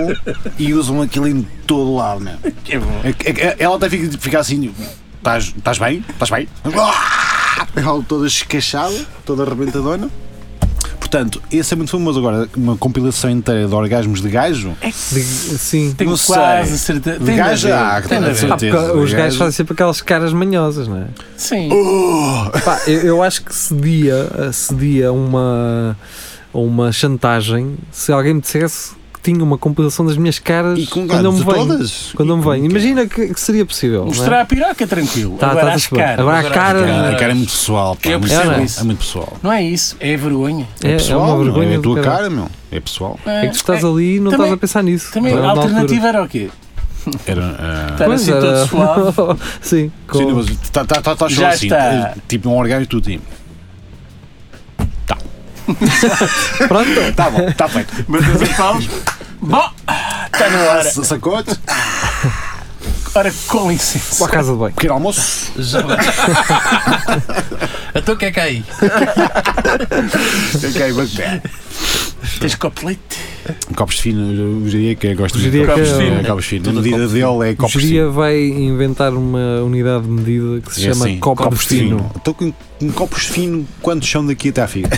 [SPEAKER 4] e usam aquilo em todo lado, né?
[SPEAKER 3] Que bom.
[SPEAKER 4] É que- é que Ela até fica, fica assim: estás estás bem? Estás bem? Ah! Ela toda escachada, toda arrebentadona. Portanto, esse é muito famoso agora. Uma compilação inteira de orgasmos de gajo.
[SPEAKER 2] De- sim.
[SPEAKER 3] Tenho
[SPEAKER 4] Não
[SPEAKER 3] quase
[SPEAKER 4] sei.
[SPEAKER 3] certeza.
[SPEAKER 4] De
[SPEAKER 3] Tem de
[SPEAKER 4] gajo
[SPEAKER 3] haver,
[SPEAKER 4] há,
[SPEAKER 3] tem de
[SPEAKER 4] claro,
[SPEAKER 3] haver.
[SPEAKER 2] Ah, porque
[SPEAKER 4] certeza,
[SPEAKER 2] os
[SPEAKER 4] gajo.
[SPEAKER 2] gajos fazem sempre aquelas caras manhosas, não é?
[SPEAKER 3] Sim.
[SPEAKER 4] Oh!
[SPEAKER 2] Pá, eu, eu acho que cedia, cedia a uma, a uma chantagem se alguém me dissesse que tinha uma compilação das minhas caras
[SPEAKER 4] E com
[SPEAKER 2] quando eu
[SPEAKER 4] gajo
[SPEAKER 2] me
[SPEAKER 4] de
[SPEAKER 2] venho.
[SPEAKER 4] todas.
[SPEAKER 2] Quando eu me venho. Imagina que, que seria possível. é?
[SPEAKER 3] Mostrar a piroca tranquilo.
[SPEAKER 2] Tá,
[SPEAKER 3] Agora
[SPEAKER 2] tá,
[SPEAKER 3] as
[SPEAKER 2] tá-se bem.
[SPEAKER 3] caras.
[SPEAKER 2] Agora a cara-
[SPEAKER 4] Cara, cara, é muito pessoal. Pá,
[SPEAKER 3] Eu
[SPEAKER 4] muito
[SPEAKER 2] percebo
[SPEAKER 4] pessoal.
[SPEAKER 3] isso.
[SPEAKER 4] É muito pessoal.
[SPEAKER 3] Não é isso, é vergonha.
[SPEAKER 2] não é? É, é
[SPEAKER 4] pessoal,
[SPEAKER 2] uma
[SPEAKER 4] meu,
[SPEAKER 2] vergonha
[SPEAKER 4] é a
[SPEAKER 2] do
[SPEAKER 4] tua
[SPEAKER 2] caralho.
[SPEAKER 4] cara, meu. É pessoal.
[SPEAKER 2] É que tu estás ali e não
[SPEAKER 3] Também-
[SPEAKER 2] estás a pensar nisso.
[SPEAKER 3] Também,
[SPEAKER 2] Na
[SPEAKER 3] a
[SPEAKER 2] altura.
[SPEAKER 3] alternativa era o quê?
[SPEAKER 4] Era, ah,
[SPEAKER 3] Estar assim todo suave.
[SPEAKER 2] Sim, com-
[SPEAKER 4] Sim, mas tá, tá, tá, tá só
[SPEAKER 3] Já
[SPEAKER 4] assim,
[SPEAKER 3] está.
[SPEAKER 4] tipo um orgasmo e tudo tipo.
[SPEAKER 2] pronto. então,
[SPEAKER 4] Tá bom, tá feito.
[SPEAKER 3] Batas em paus. Bom, está na hora.
[SPEAKER 4] Sacode,
[SPEAKER 3] Ora, com
[SPEAKER 2] Para
[SPEAKER 3] licença.
[SPEAKER 2] a casa de banho.
[SPEAKER 4] pequeno almoço.
[SPEAKER 5] Já Então o que é que há aí?
[SPEAKER 4] ok, mas bem.
[SPEAKER 3] Tens copo de leite?
[SPEAKER 4] Copos Um de fino, eu diria que eu gosto muito.
[SPEAKER 2] Diria
[SPEAKER 4] de
[SPEAKER 2] que-
[SPEAKER 4] Copos de fino. Copos de fino. A medida dele é
[SPEAKER 2] O
[SPEAKER 4] copos de fino.
[SPEAKER 2] Geria vai inventar uma unidade de medida que se
[SPEAKER 4] É
[SPEAKER 2] chama
[SPEAKER 4] assim,
[SPEAKER 2] copo de fino.
[SPEAKER 4] um Estou com com copos de fino, quantos são daqui até à figa?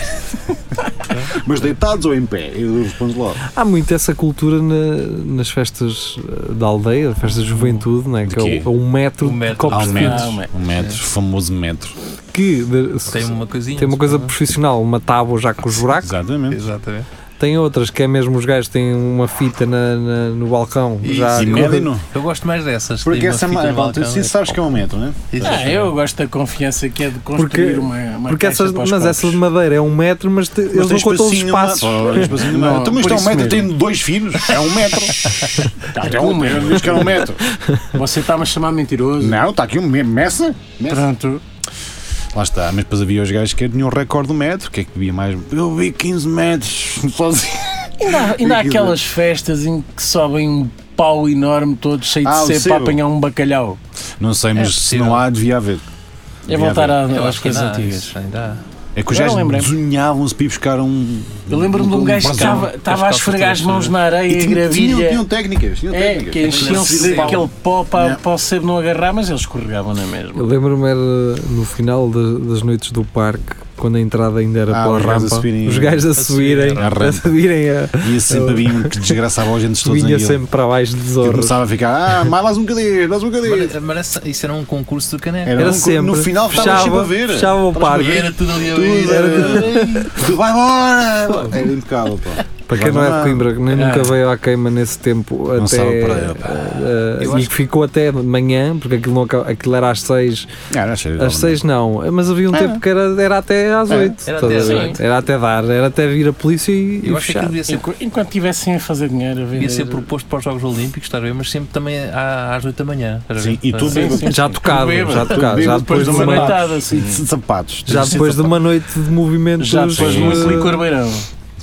[SPEAKER 4] Mas deitados ou em pé? Eu respondo logo.
[SPEAKER 2] Há muito essa cultura na- nas festas eh, da aldeia, festas de juventude, né? que é
[SPEAKER 4] quê?
[SPEAKER 2] o- é um metro,
[SPEAKER 5] Um metro.
[SPEAKER 2] de copos
[SPEAKER 4] Há
[SPEAKER 2] de
[SPEAKER 4] um
[SPEAKER 2] vidro,
[SPEAKER 4] metro,
[SPEAKER 3] Ah,
[SPEAKER 4] um metro, famoso metro.
[SPEAKER 2] que de- se-
[SPEAKER 5] Tem
[SPEAKER 2] tem,
[SPEAKER 5] uma coisinha.
[SPEAKER 2] uma coisa
[SPEAKER 5] não é?
[SPEAKER 2] profissional, uma tábua já com os buracos,
[SPEAKER 4] Exatamente.
[SPEAKER 5] Exatamente.
[SPEAKER 2] tem outras que é mesmo os gajos têm uma fita na- na- no balcão
[SPEAKER 5] Isso.
[SPEAKER 2] já
[SPEAKER 4] E
[SPEAKER 5] Ah,
[SPEAKER 4] médino?
[SPEAKER 5] Eu gosto mais dessas. que
[SPEAKER 4] Porque
[SPEAKER 5] tem uma
[SPEAKER 4] essa
[SPEAKER 5] fita
[SPEAKER 4] ma-
[SPEAKER 5] no
[SPEAKER 4] Val, tu
[SPEAKER 5] balcão,
[SPEAKER 4] sim sabes que é um metro, não é?
[SPEAKER 5] Isso.
[SPEAKER 3] Ah, eu gosto da confiança que é de construir
[SPEAKER 2] Porque-
[SPEAKER 3] uma, uma
[SPEAKER 2] porque
[SPEAKER 3] caixa
[SPEAKER 2] essas,
[SPEAKER 3] para os
[SPEAKER 2] mas
[SPEAKER 3] copos.
[SPEAKER 2] essa de madeira é um metro, mas te- eles não
[SPEAKER 4] tens
[SPEAKER 2] contam os
[SPEAKER 4] espacinho numa-
[SPEAKER 2] espaços.
[SPEAKER 4] Oh, tens espacinho numa-
[SPEAKER 3] Não,
[SPEAKER 4] Então, mas isto
[SPEAKER 3] por
[SPEAKER 4] é um
[SPEAKER 3] isso
[SPEAKER 4] metro,
[SPEAKER 3] mesmo. Tá,
[SPEAKER 4] tem dois filhos. É um metro. É um metro. Diz que é um metro.
[SPEAKER 3] então, Você está-me a chamar mentiroso.
[SPEAKER 4] Não, está aqui um me- Messa. Messa.
[SPEAKER 3] Pronto.
[SPEAKER 4] Lá está, mas depois havia os gajos que tinham o recorde do metro. O que é que bebia mais? Eu vi 15 metros sozinho.
[SPEAKER 3] Ainda há, ainda há
[SPEAKER 4] Aquilo-
[SPEAKER 3] aquelas festas em que sobem um pau enorme todo cheio
[SPEAKER 4] Ah, o
[SPEAKER 3] de sebo
[SPEAKER 4] sebo.
[SPEAKER 3] para apanhar um bacalhau.
[SPEAKER 4] Não sei, mas
[SPEAKER 5] É
[SPEAKER 4] se não há, devia haver.
[SPEAKER 3] É
[SPEAKER 4] Devia
[SPEAKER 3] voltar
[SPEAKER 4] haver.
[SPEAKER 3] à-
[SPEAKER 5] Eu
[SPEAKER 3] às
[SPEAKER 5] acho que
[SPEAKER 3] coisas
[SPEAKER 5] dá,
[SPEAKER 3] é antigas.
[SPEAKER 5] isso ainda dá.
[SPEAKER 4] É que os
[SPEAKER 3] Agora
[SPEAKER 4] gajos
[SPEAKER 3] lembrei-me.
[SPEAKER 4] desunhavam-se para ir buscar um.
[SPEAKER 3] Eu lembro-me de um gajo que
[SPEAKER 5] balcão.
[SPEAKER 3] estava
[SPEAKER 5] As
[SPEAKER 3] estava a
[SPEAKER 5] calças
[SPEAKER 3] esfregar as
[SPEAKER 5] todas
[SPEAKER 3] mãos na
[SPEAKER 5] sujas.
[SPEAKER 3] areia e,
[SPEAKER 4] tinham, tinham,
[SPEAKER 3] gravilha.
[SPEAKER 4] tinham técnicas. Tinham
[SPEAKER 3] é,
[SPEAKER 4] técnicas.
[SPEAKER 3] que enchiam-se
[SPEAKER 5] Sim.
[SPEAKER 3] daquele pó para,
[SPEAKER 4] Não.
[SPEAKER 3] para o sebo não agarrar, mas eles escorregavam é na
[SPEAKER 2] Eu
[SPEAKER 3] mesma.
[SPEAKER 2] lembro-me era no final da- das noites do parque, quando a entrada ainda era
[SPEAKER 4] Ah,
[SPEAKER 2] pela
[SPEAKER 4] os gajos a
[SPEAKER 2] rampa,
[SPEAKER 4] subirem-
[SPEAKER 2] os gajos a
[SPEAKER 5] a subirem
[SPEAKER 2] subirem,
[SPEAKER 4] a rampa.
[SPEAKER 2] a subirem a
[SPEAKER 4] E esse sempre havia um que desgraçava os gentes todos em
[SPEAKER 2] vinha
[SPEAKER 4] ele.
[SPEAKER 2] sempre para baixo de
[SPEAKER 4] Eu
[SPEAKER 2] Zorro.
[SPEAKER 4] começava a ficar, ah, mais mais um bocadinho, mais um bocadinho.
[SPEAKER 5] Mas- mas isso era um concurso do caneco.
[SPEAKER 4] Era
[SPEAKER 2] Era
[SPEAKER 4] um co-
[SPEAKER 2] sempre.
[SPEAKER 4] no final estavas
[SPEAKER 2] fechava,
[SPEAKER 4] sempre a ver.
[SPEAKER 2] Fechava o
[SPEAKER 4] Estavas
[SPEAKER 5] E
[SPEAKER 2] parque.
[SPEAKER 5] era tudo ali a
[SPEAKER 4] Tudo,
[SPEAKER 5] ver.
[SPEAKER 4] era- tu vai embora! Era impecável, pá.
[SPEAKER 2] Para quem não é de
[SPEAKER 4] Não.
[SPEAKER 2] Coimbra, que nem
[SPEAKER 3] Ah.
[SPEAKER 2] nunca veio à queima nesse tempo,
[SPEAKER 4] Não
[SPEAKER 2] até.
[SPEAKER 4] sabe para aí, pá.
[SPEAKER 2] eh,
[SPEAKER 5] Eu
[SPEAKER 2] eh, e
[SPEAKER 5] acho
[SPEAKER 2] que ficou até de manhã, porque aquilo, não, acaba- aquilo era às seis
[SPEAKER 4] Era cheio de
[SPEAKER 2] Às seis não, mas havia um
[SPEAKER 4] Era.
[SPEAKER 2] tempo que era, era até às
[SPEAKER 4] Era.
[SPEAKER 2] oito.
[SPEAKER 5] Era
[SPEAKER 2] estás
[SPEAKER 5] até
[SPEAKER 2] a
[SPEAKER 5] às
[SPEAKER 2] ver?
[SPEAKER 3] oito.
[SPEAKER 2] Era até dar, era até vir a polícia e, e
[SPEAKER 5] Eu acho que
[SPEAKER 2] fechar.
[SPEAKER 5] aquilo devia ser,
[SPEAKER 3] Enqu- Enquanto estivessem a fazer dinheiro, a
[SPEAKER 5] devia
[SPEAKER 3] vender.
[SPEAKER 5] ser proposto para os Jogos Olímpicos, estás a ver? Mas sempre também à- às 8 da manhã. estás a ver?
[SPEAKER 4] Sim, e tudo
[SPEAKER 3] Sim, sim.
[SPEAKER 2] Já tocado,
[SPEAKER 3] Bêbado.
[SPEAKER 2] já tocado, já
[SPEAKER 3] Depois
[SPEAKER 2] depois
[SPEAKER 3] de
[SPEAKER 2] de
[SPEAKER 3] uma
[SPEAKER 2] uma,
[SPEAKER 3] noitada, assim.
[SPEAKER 4] de sapatos.
[SPEAKER 2] já depois de uma noite de movimentos.
[SPEAKER 3] Já depois de um
[SPEAKER 4] Sim,
[SPEAKER 3] muito
[SPEAKER 2] eh,
[SPEAKER 3] licor beirão.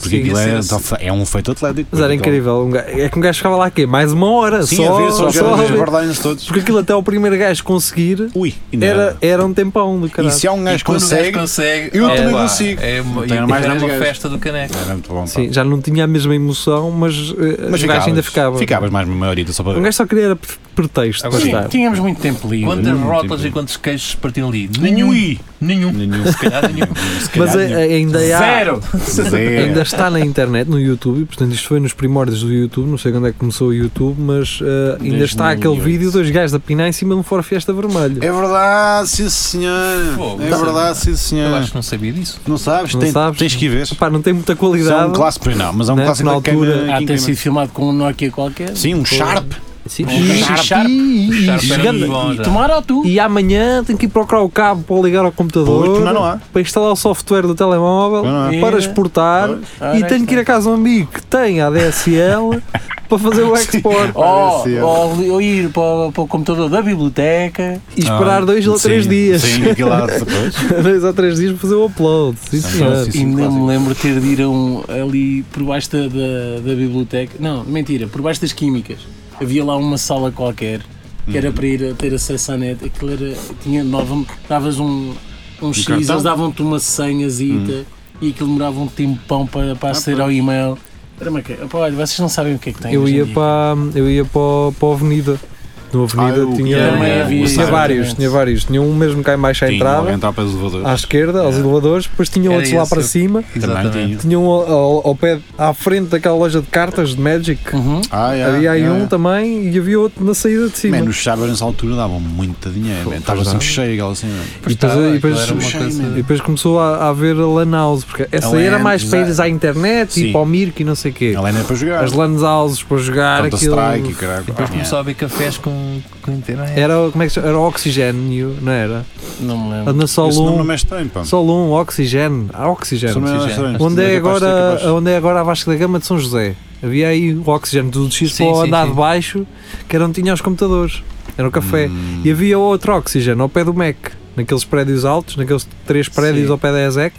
[SPEAKER 4] Porque
[SPEAKER 5] Sim,
[SPEAKER 4] aquilo
[SPEAKER 5] sim,
[SPEAKER 4] é,
[SPEAKER 5] sim.
[SPEAKER 4] tá- é um feito atlético.
[SPEAKER 2] Mas era incrível. um gajo- é que um gajo ficava lá quê? Mais uma hora.
[SPEAKER 4] Sim,
[SPEAKER 2] só,
[SPEAKER 4] a ver, só os
[SPEAKER 2] só a
[SPEAKER 4] gajos
[SPEAKER 2] ver.
[SPEAKER 4] guardarem-se todos.
[SPEAKER 2] Porque aquilo até o primeiro gajo conseguir
[SPEAKER 4] Ui, e não
[SPEAKER 2] era, era um tempão do
[SPEAKER 4] E
[SPEAKER 2] caralho.
[SPEAKER 4] se há um
[SPEAKER 5] E
[SPEAKER 4] gajo que
[SPEAKER 5] quando o gajo
[SPEAKER 4] consegue,
[SPEAKER 5] consegue,
[SPEAKER 4] eu
[SPEAKER 5] opa,
[SPEAKER 4] também consigo.
[SPEAKER 5] É uma,
[SPEAKER 4] Não tenho
[SPEAKER 5] e
[SPEAKER 4] mais
[SPEAKER 5] era
[SPEAKER 4] nada,
[SPEAKER 5] uma
[SPEAKER 4] gajo.
[SPEAKER 5] festa do caneco.
[SPEAKER 4] era muito bom. pá.
[SPEAKER 2] Sim, já não tinha a mesma emoção, mas, eh,
[SPEAKER 4] Mas
[SPEAKER 2] o gajo
[SPEAKER 4] ficavas,
[SPEAKER 2] ainda ficava.
[SPEAKER 4] Ficavas mais uma maioria só para
[SPEAKER 2] Um
[SPEAKER 4] ver.
[SPEAKER 2] gajo só queria era pre- pretexto para
[SPEAKER 5] Agora,
[SPEAKER 3] Sim,
[SPEAKER 2] estar.
[SPEAKER 3] Tínhamos muito tempo livre. Hum.
[SPEAKER 5] Quantas
[SPEAKER 4] nenhum,
[SPEAKER 5] rotas
[SPEAKER 4] tipo-
[SPEAKER 5] e quantos queijos partiram ali?
[SPEAKER 4] Ui!
[SPEAKER 5] Nenhum.
[SPEAKER 4] Nenhum.
[SPEAKER 5] Se calhar nenhum.
[SPEAKER 4] Se
[SPEAKER 2] Mas
[SPEAKER 4] calhar
[SPEAKER 2] eh,
[SPEAKER 4] nenhum.
[SPEAKER 2] ainda há.
[SPEAKER 3] Zero!
[SPEAKER 4] Zero.
[SPEAKER 2] Ainda está na internet, no YouTube, portanto isto foi nos primórdios do YouTube, não sei quando é que começou o YouTube, mas eh, ainda está
[SPEAKER 4] 2008.
[SPEAKER 2] aquele vídeo dos gajos a pinar em cima de um Fora Fiesta Vermelho.
[SPEAKER 4] É verdade, sim senhor.
[SPEAKER 5] Fogo.
[SPEAKER 4] É verdade, sim
[SPEAKER 5] Eu
[SPEAKER 4] senhor.
[SPEAKER 5] acho que não sabia disso.
[SPEAKER 4] Não sabes?
[SPEAKER 2] Não
[SPEAKER 4] Tem-
[SPEAKER 2] sabes?
[SPEAKER 4] Tens que ir ver.
[SPEAKER 2] Pá, não tem muita
[SPEAKER 4] Isso é um
[SPEAKER 2] qualidade.
[SPEAKER 4] clássico, pois não, mas é um
[SPEAKER 2] Né?
[SPEAKER 4] clássico
[SPEAKER 2] Na
[SPEAKER 4] da cana-
[SPEAKER 2] altura-
[SPEAKER 4] aqui
[SPEAKER 3] Ah,
[SPEAKER 4] em
[SPEAKER 3] ter
[SPEAKER 4] Coimbra.
[SPEAKER 3] sido filmado com um Nokia qualquer.
[SPEAKER 4] Sim, um Sharp.
[SPEAKER 2] Sim.
[SPEAKER 5] Um
[SPEAKER 2] E-
[SPEAKER 5] Sharp.
[SPEAKER 2] e- e-
[SPEAKER 5] Sharp era
[SPEAKER 2] chegando-
[SPEAKER 5] bom, já.
[SPEAKER 3] Tomara ou tu?
[SPEAKER 2] E amanhã tenho que ir procurar o cabo para ligar ao computador
[SPEAKER 4] Pois, não, não há.
[SPEAKER 2] para instalar o software do telemóvel
[SPEAKER 4] Não, não
[SPEAKER 3] há.
[SPEAKER 5] É.
[SPEAKER 2] para exportar
[SPEAKER 5] Ah,
[SPEAKER 3] Ora,
[SPEAKER 2] e tenho que ir a casa de um amigo que tem a DSL para fazer o export
[SPEAKER 4] Oh.
[SPEAKER 3] Ou,
[SPEAKER 4] Sim.
[SPEAKER 3] ou, ou ir para, o- para o computador da biblioteca.
[SPEAKER 2] e esperar dois ou
[SPEAKER 4] Ah, Sim,
[SPEAKER 2] três dias.
[SPEAKER 4] Sim, aquilo lá depois.
[SPEAKER 2] dois ou três dias para fazer o upload. Sim,
[SPEAKER 4] Sim,
[SPEAKER 2] senhor.
[SPEAKER 4] sim, sim.
[SPEAKER 3] Ainda
[SPEAKER 4] clássico.
[SPEAKER 3] me lembro de ter de ir a um, ali por baixo da, da, da biblioteca. Não, mentira, por baixo das químicas. Havia lá uma sala qualquer que
[SPEAKER 2] Uhum.
[SPEAKER 3] era para ir a ter acesso à net. Aquilo era. Tinha, davam- davas um, um, X,
[SPEAKER 4] cartão?
[SPEAKER 3] eles davam-te uma senhazita
[SPEAKER 2] Hum.
[SPEAKER 3] e aquilo demorava um tempão para,
[SPEAKER 2] Ah,
[SPEAKER 3] para aceder ao e-mail. Era uma ca- Pá, olha, vocês não sabem o que é que tem.
[SPEAKER 2] Eu
[SPEAKER 3] hoje em
[SPEAKER 2] ia
[SPEAKER 3] dia.
[SPEAKER 2] para, eu ia para, para a Avenida. No Avenida
[SPEAKER 4] Ah, eu-
[SPEAKER 2] tinha,
[SPEAKER 5] também
[SPEAKER 2] tinha
[SPEAKER 5] havia,
[SPEAKER 2] tinha vários,
[SPEAKER 3] exatamente.
[SPEAKER 2] tinha vários. Tinha um mesmo cá em baixo à
[SPEAKER 4] Tinha alguém
[SPEAKER 2] entrada,
[SPEAKER 4] entrar para os elevadores.
[SPEAKER 2] à esquerda, aos elevadores, depois tinha
[SPEAKER 5] Era
[SPEAKER 2] outros lá
[SPEAKER 5] esse
[SPEAKER 2] para
[SPEAKER 5] o-
[SPEAKER 2] cima.
[SPEAKER 4] Também
[SPEAKER 5] Exatamente.
[SPEAKER 4] tinha.
[SPEAKER 2] Tinha um ao, ao- ao pé, à frente daquela loja de cartas de Magic.
[SPEAKER 3] Uhum.
[SPEAKER 4] Ah, é,
[SPEAKER 2] havia aí
[SPEAKER 4] é,
[SPEAKER 2] um
[SPEAKER 4] é.
[SPEAKER 2] também e havia outro na saída de cima.
[SPEAKER 4] Man, os Shabas nessa altura davam muito dinheiro.
[SPEAKER 2] Pô,
[SPEAKER 4] Estava
[SPEAKER 2] pois
[SPEAKER 4] sempre
[SPEAKER 2] dá.
[SPEAKER 4] cheio, aquela assim.
[SPEAKER 2] E depois-
[SPEAKER 5] Estava,
[SPEAKER 2] e depois-
[SPEAKER 5] aquilo era uma coisa-
[SPEAKER 2] E depois começou a, a haver a Lan House, porque essa
[SPEAKER 4] Lan
[SPEAKER 2] aí era mais para
[SPEAKER 4] House,
[SPEAKER 2] ires à internet e
[SPEAKER 4] é Sim.
[SPEAKER 2] para o Mirk e não sei o quê.
[SPEAKER 4] Ela ainda é para jogar.
[SPEAKER 2] As Lan Houses para jogar
[SPEAKER 4] Counter
[SPEAKER 2] aquilo.
[SPEAKER 4] Strike e caralho.
[SPEAKER 5] Depois
[SPEAKER 4] Ah,
[SPEAKER 5] começou a ver cafés com, com internet.
[SPEAKER 2] Era, o- como é que se chama? Era o oxigênio, não era?
[SPEAKER 3] Não me lembro.
[SPEAKER 2] Na
[SPEAKER 4] é. Esse nome não
[SPEAKER 2] Solum,
[SPEAKER 4] me é estranho, pá.
[SPEAKER 2] Solum, oxigênio, há
[SPEAKER 4] Esse nome
[SPEAKER 2] oxigênio.
[SPEAKER 4] não é estranho.
[SPEAKER 2] Onde é,
[SPEAKER 4] capaz de ser capaz de-
[SPEAKER 2] agora, onde é agora a Vasco da Gama de São José? Havia aí o oxigênio do X
[SPEAKER 5] Sim,
[SPEAKER 2] para o
[SPEAKER 5] sim,
[SPEAKER 2] andar
[SPEAKER 5] sim.
[SPEAKER 2] de baixo, que era onde tinha os computadores, era o café. E havia outro oxigênio ao pé do MEC, naqueles prédios altos, naqueles três prédios
[SPEAKER 5] Sim.
[SPEAKER 2] ao pé da ESEC,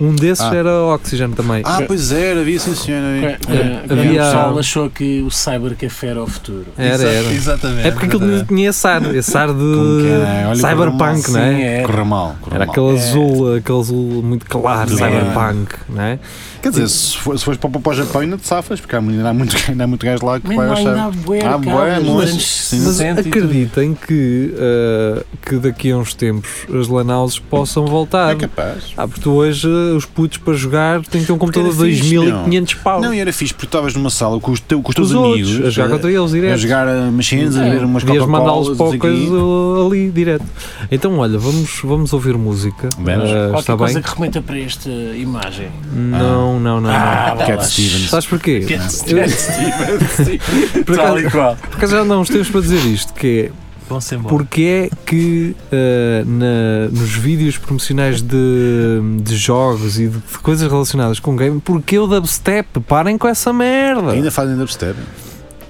[SPEAKER 2] um desses
[SPEAKER 4] Ah.
[SPEAKER 2] era oxigênio também.
[SPEAKER 4] Ah, pois era, havia sim, senhora.
[SPEAKER 3] É,
[SPEAKER 4] havia.
[SPEAKER 3] é,
[SPEAKER 2] havia- É.
[SPEAKER 3] O pessoal achou que o cybercafé era o futuro.
[SPEAKER 2] era,
[SPEAKER 5] Exa-
[SPEAKER 2] era.
[SPEAKER 5] Exatamente.
[SPEAKER 2] É porque aquilo tinha-
[SPEAKER 5] exatamente.
[SPEAKER 2] tinha esse ar, esse ar
[SPEAKER 4] Como que era?
[SPEAKER 2] de
[SPEAKER 4] Olha,
[SPEAKER 2] cyberpunk, não é?
[SPEAKER 3] Sim, é.
[SPEAKER 4] Correu mal, correu
[SPEAKER 2] Era
[SPEAKER 4] mal.
[SPEAKER 2] aquele azul, aquele azul muito claro,
[SPEAKER 4] Sim.
[SPEAKER 2] cyberpunk, não é?
[SPEAKER 4] Quer dizer, se for- se fores para, para o Japão ainda te safas, porque há, ainda, há muito, ainda há muito gajo lá que
[SPEAKER 3] Mas
[SPEAKER 4] vai
[SPEAKER 3] não, ainda
[SPEAKER 4] achar.
[SPEAKER 3] há bué
[SPEAKER 4] Há
[SPEAKER 3] de
[SPEAKER 4] bué,
[SPEAKER 3] cabras dos
[SPEAKER 4] mas-
[SPEAKER 3] anos
[SPEAKER 4] sim.
[SPEAKER 3] 60
[SPEAKER 2] Mas
[SPEAKER 3] e tudo.
[SPEAKER 2] acreditem que, eh, uh, que daqui a uns tempos as lanauses possam voltar.
[SPEAKER 4] É capaz.
[SPEAKER 2] Ah, porque tu hoje hoje eh, os putos para jogar têm que ter um computador de
[SPEAKER 4] era fixe,
[SPEAKER 2] 2500 pau.
[SPEAKER 4] Não, e era fixe, porque estavas numa sala com os, teu, com os
[SPEAKER 2] Com
[SPEAKER 4] teus
[SPEAKER 2] os outros,
[SPEAKER 4] amigos eh,
[SPEAKER 2] a jogar contra eles
[SPEAKER 4] a
[SPEAKER 2] direto.
[SPEAKER 4] jogar a machines, a
[SPEAKER 3] É,
[SPEAKER 4] ver umas
[SPEAKER 2] Podias mandá-los
[SPEAKER 4] Coca-Colas.
[SPEAKER 2] para
[SPEAKER 4] não
[SPEAKER 2] o
[SPEAKER 4] sei o
[SPEAKER 2] coisa
[SPEAKER 4] quê.
[SPEAKER 2] uh, ali direto. Então, olha, vamos, vamos ouvir música.
[SPEAKER 4] Vamos.
[SPEAKER 2] Ah,
[SPEAKER 3] Qualquer
[SPEAKER 2] está
[SPEAKER 3] coisa
[SPEAKER 2] bem?
[SPEAKER 3] que remeta para esta imagem.
[SPEAKER 2] Não, não, não. não.
[SPEAKER 3] Ah,
[SPEAKER 4] Cat
[SPEAKER 3] bolas.
[SPEAKER 4] Stevens.
[SPEAKER 2] Sabes porquê?
[SPEAKER 3] Cat
[SPEAKER 2] Eu-
[SPEAKER 3] Stevens.
[SPEAKER 4] Tá
[SPEAKER 2] Por
[SPEAKER 3] Tal
[SPEAKER 2] acaso-
[SPEAKER 3] e qual.
[SPEAKER 2] Por acaso já não uns tempos para dizer isto, que é
[SPEAKER 5] Vão-se embora.
[SPEAKER 2] porque é que ah, na- nos vídeos promocionais de, de jogos e de, de coisas relacionadas com game, porque o dubstep? Parem com essa merda!
[SPEAKER 4] Ainda fazem dubstep.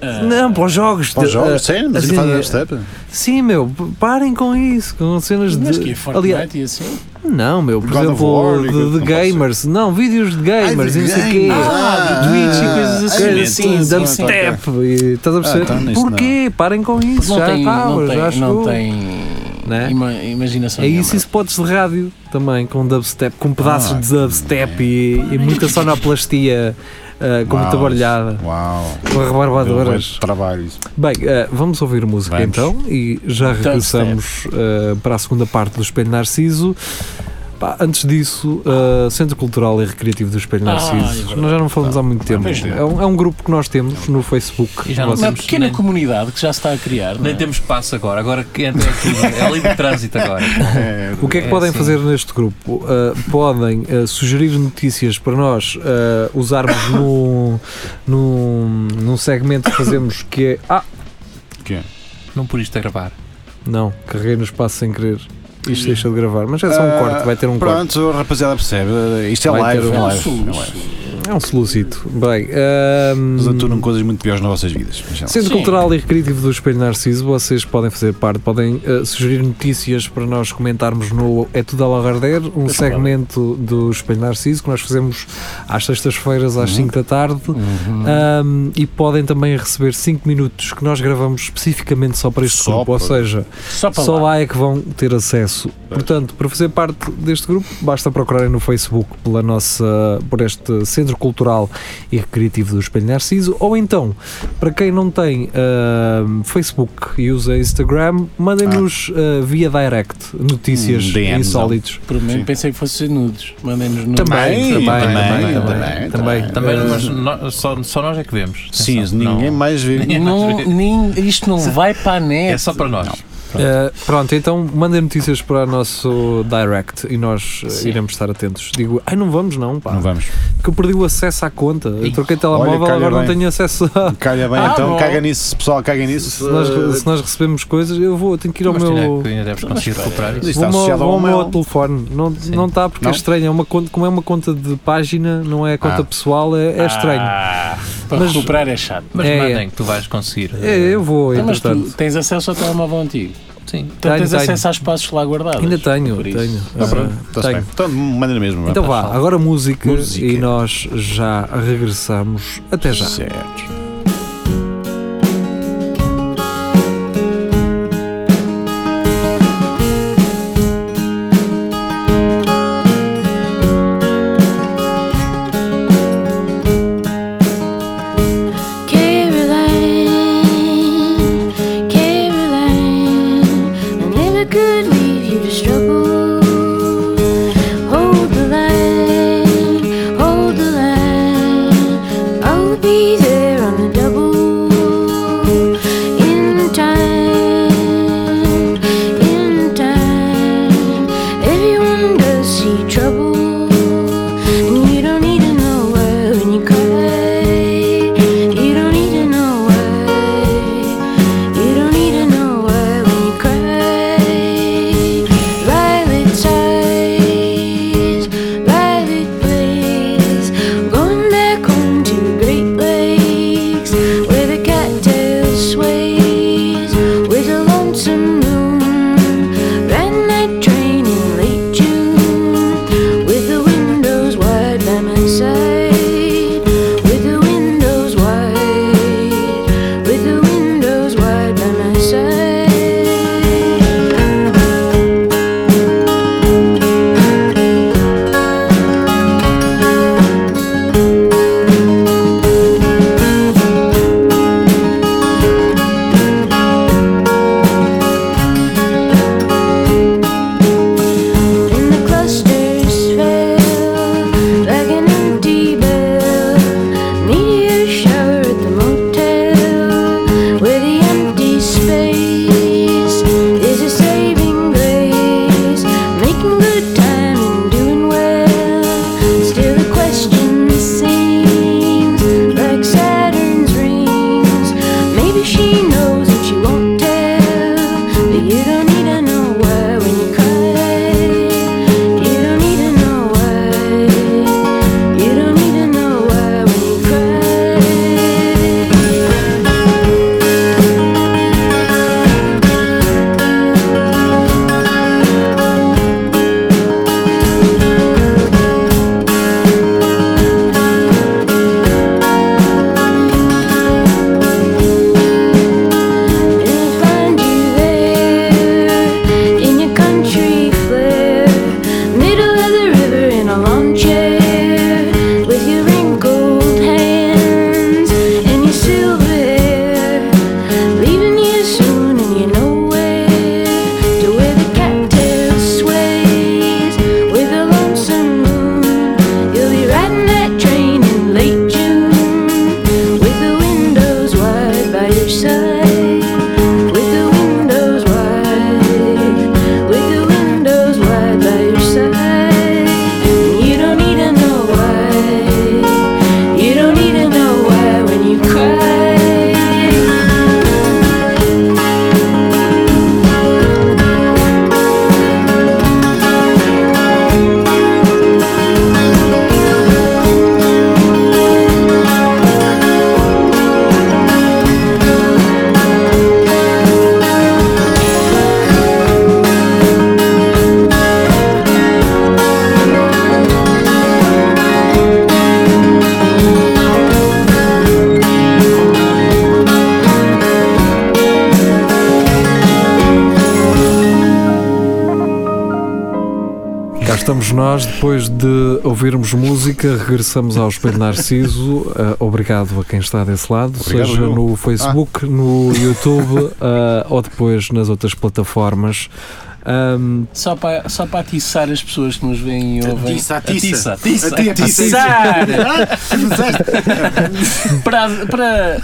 [SPEAKER 3] Ah,
[SPEAKER 2] Não, para os jogos.
[SPEAKER 4] Para os
[SPEAKER 2] de-
[SPEAKER 4] jogos,
[SPEAKER 2] ah,
[SPEAKER 4] sério, mas
[SPEAKER 2] assim,
[SPEAKER 4] ainda fazem
[SPEAKER 2] é-
[SPEAKER 4] dubstep.
[SPEAKER 2] sim, meu, p- parem com isso, com cenas
[SPEAKER 3] Mas
[SPEAKER 2] de.
[SPEAKER 3] que é Fortnite
[SPEAKER 2] aliás,
[SPEAKER 3] e assim?
[SPEAKER 2] não, meu, por
[SPEAKER 4] God of
[SPEAKER 2] exemplo, de,
[SPEAKER 4] War, e coisa-
[SPEAKER 2] de
[SPEAKER 4] não pode
[SPEAKER 2] gamers, não, vídeos de gamers
[SPEAKER 4] de
[SPEAKER 2] e não sei o quê.
[SPEAKER 4] gamers.
[SPEAKER 3] Ah, do Twitch e coisas assim.
[SPEAKER 2] Coisa
[SPEAKER 4] Ah,
[SPEAKER 2] assim,
[SPEAKER 3] sim,
[SPEAKER 2] dubstep,
[SPEAKER 3] sim.
[SPEAKER 2] e estás a perceber?
[SPEAKER 4] então nisso não.
[SPEAKER 2] Porquê? Parem com isso,
[SPEAKER 3] Não
[SPEAKER 2] já tá,
[SPEAKER 3] tem,
[SPEAKER 2] acaba,
[SPEAKER 3] não
[SPEAKER 2] já
[SPEAKER 3] tem, não
[SPEAKER 2] chegou.
[SPEAKER 3] tem
[SPEAKER 2] Né?
[SPEAKER 3] ima- imaginação.
[SPEAKER 2] É isso e
[SPEAKER 3] nenhuma.
[SPEAKER 2] spots de rádio também, com dubstep, com pedaços
[SPEAKER 4] Ah,
[SPEAKER 2] de dubstep e, e muita sonoplastia ah, como
[SPEAKER 4] Uau.
[SPEAKER 2] trabalhada,
[SPEAKER 4] Uau.
[SPEAKER 2] com rebarbadoras.
[SPEAKER 4] Deu trabalho isso.
[SPEAKER 2] Bem, ah, vamos ouvir música
[SPEAKER 4] Vamos.
[SPEAKER 2] então e já regressamos ah, para a segunda parte do Espelho Narciso. Pá, antes disso, ah, Centro Cultural e Recreativo do Espelho
[SPEAKER 3] Ah, é
[SPEAKER 2] Narciso.
[SPEAKER 3] verdade.
[SPEAKER 2] nós já não falamos há muito tempo.
[SPEAKER 4] pois é.
[SPEAKER 2] É um, é um grupo que nós temos no Facebook.
[SPEAKER 5] E já não
[SPEAKER 2] Vocês-
[SPEAKER 3] É Uma
[SPEAKER 5] Temos-
[SPEAKER 3] pequena
[SPEAKER 5] nem-
[SPEAKER 3] comunidade que já se está a criar. não é?
[SPEAKER 5] Nem temos espaço agora. Agora que entra tudo. É ali de trânsito agora.
[SPEAKER 2] O que é que
[SPEAKER 5] É,
[SPEAKER 2] podem
[SPEAKER 5] sim.
[SPEAKER 2] fazer neste grupo? Uh, podem uh, sugerir notícias para nós uh, usarmos num, num, num segmento que fazemos que é. Ah!
[SPEAKER 5] Não por isto a gravar.
[SPEAKER 2] Não, carreguei no espaço sem querer. Isto deixa de gravar, mas é só um
[SPEAKER 4] Ah,
[SPEAKER 2] corte, vai ter um corte.
[SPEAKER 4] Pronto, a rapaziada percebe. Isto é
[SPEAKER 2] Vai
[SPEAKER 4] live.
[SPEAKER 2] ter
[SPEAKER 4] é
[SPEAKER 2] um
[SPEAKER 4] live, é
[SPEAKER 3] soluço.
[SPEAKER 4] live.
[SPEAKER 2] É um solucito. Bem, ah, ahm,
[SPEAKER 4] Nos aturam coisas muito piores nas vossas vidas. Mas é já lá.
[SPEAKER 2] Centro
[SPEAKER 3] Sim.
[SPEAKER 2] Cultural e Recreativo do Espelho Narciso, vocês podem fazer parte, podem eh, sugerir notícias para nós comentarmos no É Tudo ao Larder, um segmento do Espelho Narciso que nós fazemos às sextas-feiras
[SPEAKER 4] Uhum.
[SPEAKER 2] às 5 da tarde. Ahm, e podem também receber 5 minutos que nós gravamos especificamente só para este
[SPEAKER 4] Só
[SPEAKER 2] grupo, ou
[SPEAKER 4] para-
[SPEAKER 2] seja,
[SPEAKER 3] Só para
[SPEAKER 2] só
[SPEAKER 3] lá.
[SPEAKER 2] lá é que vão ter acesso. Portanto, para fazer parte deste grupo, basta procurarem no Facebook pela nossa, por este Centro Cultural e Recreativo do Espelho Narciso, ou então, para quem não tem ahm, Facebook e usa Instagram, mandem-nos ah, via direct notícias
[SPEAKER 4] Hum, DMs,
[SPEAKER 2] insólitos.
[SPEAKER 3] Por mim,
[SPEAKER 4] Sim.
[SPEAKER 3] pensei que fosse ser nudes. Mandem-nos nudes.
[SPEAKER 2] Também, também, também,
[SPEAKER 4] também,
[SPEAKER 2] também,
[SPEAKER 4] também,
[SPEAKER 2] também.
[SPEAKER 5] Também,
[SPEAKER 2] Ah,
[SPEAKER 5] mas nó- só, só nós é que vemos.
[SPEAKER 4] Eh, Sim,
[SPEAKER 5] Atenção,
[SPEAKER 4] ninguém
[SPEAKER 5] não-
[SPEAKER 4] mais vê.
[SPEAKER 3] Não, nem, isto não vai para a net.
[SPEAKER 5] É só para nós.
[SPEAKER 2] ah, pronto, então mandem notícias para o nosso direct e nós ah,
[SPEAKER 3] Sim.
[SPEAKER 2] iremos estar atentos. Digo, ai, não vamos, não, pá.
[SPEAKER 4] Não vamos.
[SPEAKER 2] que eu perdi o acesso à conta. Eu
[SPEAKER 5] Ih,
[SPEAKER 2] troquei telemóvel,
[SPEAKER 4] olha, calha
[SPEAKER 2] agora não
[SPEAKER 4] bem.
[SPEAKER 2] tenho acesso a.
[SPEAKER 4] Calha bem,
[SPEAKER 3] Ah,
[SPEAKER 4] então,
[SPEAKER 3] bom.
[SPEAKER 4] caga nisso, pessoal, caga nisso.
[SPEAKER 2] Se nós, se nós recebemos coisas, eu vou, tenho que ir ao
[SPEAKER 5] Mas
[SPEAKER 2] meu.
[SPEAKER 5] ainda, ainda deves conseguir recuperar isso.
[SPEAKER 4] Isto
[SPEAKER 2] Vou
[SPEAKER 4] está
[SPEAKER 2] ao,
[SPEAKER 4] associado
[SPEAKER 2] vou
[SPEAKER 4] ao
[SPEAKER 2] ao meu
[SPEAKER 4] mail.
[SPEAKER 2] telefone. Não, não está porque
[SPEAKER 4] Não?
[SPEAKER 2] é estranho. É uma conta, como é uma conta de página, não é conta
[SPEAKER 4] Ah.
[SPEAKER 2] pessoal, é, é estranho.
[SPEAKER 3] Ah, para
[SPEAKER 2] Mas-
[SPEAKER 3] recuperar é chato.
[SPEAKER 5] Mas
[SPEAKER 2] É,
[SPEAKER 5] mandem que tu vais conseguir.
[SPEAKER 2] É, eu vou,
[SPEAKER 3] Então, mas tu
[SPEAKER 2] entretanto.
[SPEAKER 3] tens acesso ao telemóvel antigo.
[SPEAKER 5] Sim.
[SPEAKER 3] Então
[SPEAKER 2] Tenho,
[SPEAKER 3] tens
[SPEAKER 2] tenho.
[SPEAKER 3] acesso aos passos lá guardados.
[SPEAKER 2] Ainda tenho,
[SPEAKER 3] Por isso.
[SPEAKER 2] tenho.
[SPEAKER 4] Ah,
[SPEAKER 2] Ah,
[SPEAKER 4] pronto, está-se
[SPEAKER 2] tenho.
[SPEAKER 4] bem. Então, manda mesmo. vá.
[SPEAKER 2] Então vá,
[SPEAKER 5] Fala.
[SPEAKER 2] agora música,
[SPEAKER 4] Música.
[SPEAKER 2] e nós já regressamos. Até já.
[SPEAKER 4] Certo.
[SPEAKER 6] Caroline, Caroline, I never could leave you to struggle. Hold the line, hold the line. I'll be there on the
[SPEAKER 2] Cá estamos nós, depois de ouvirmos música, regressamos ao Espelho Narciso. Ah, obrigado a quem está desse lado,
[SPEAKER 4] Obrigado, Ah.
[SPEAKER 2] seja
[SPEAKER 4] eu.
[SPEAKER 2] no Facebook, no YouTube ah, ou depois nas outras plataformas. Ahm,
[SPEAKER 3] Só para, só para atiçar as pessoas que nos veem e ouvem.
[SPEAKER 4] Atiça, atiça.
[SPEAKER 3] Atiça,
[SPEAKER 4] Ati- atiça. Ah,
[SPEAKER 3] atiçar! para, para,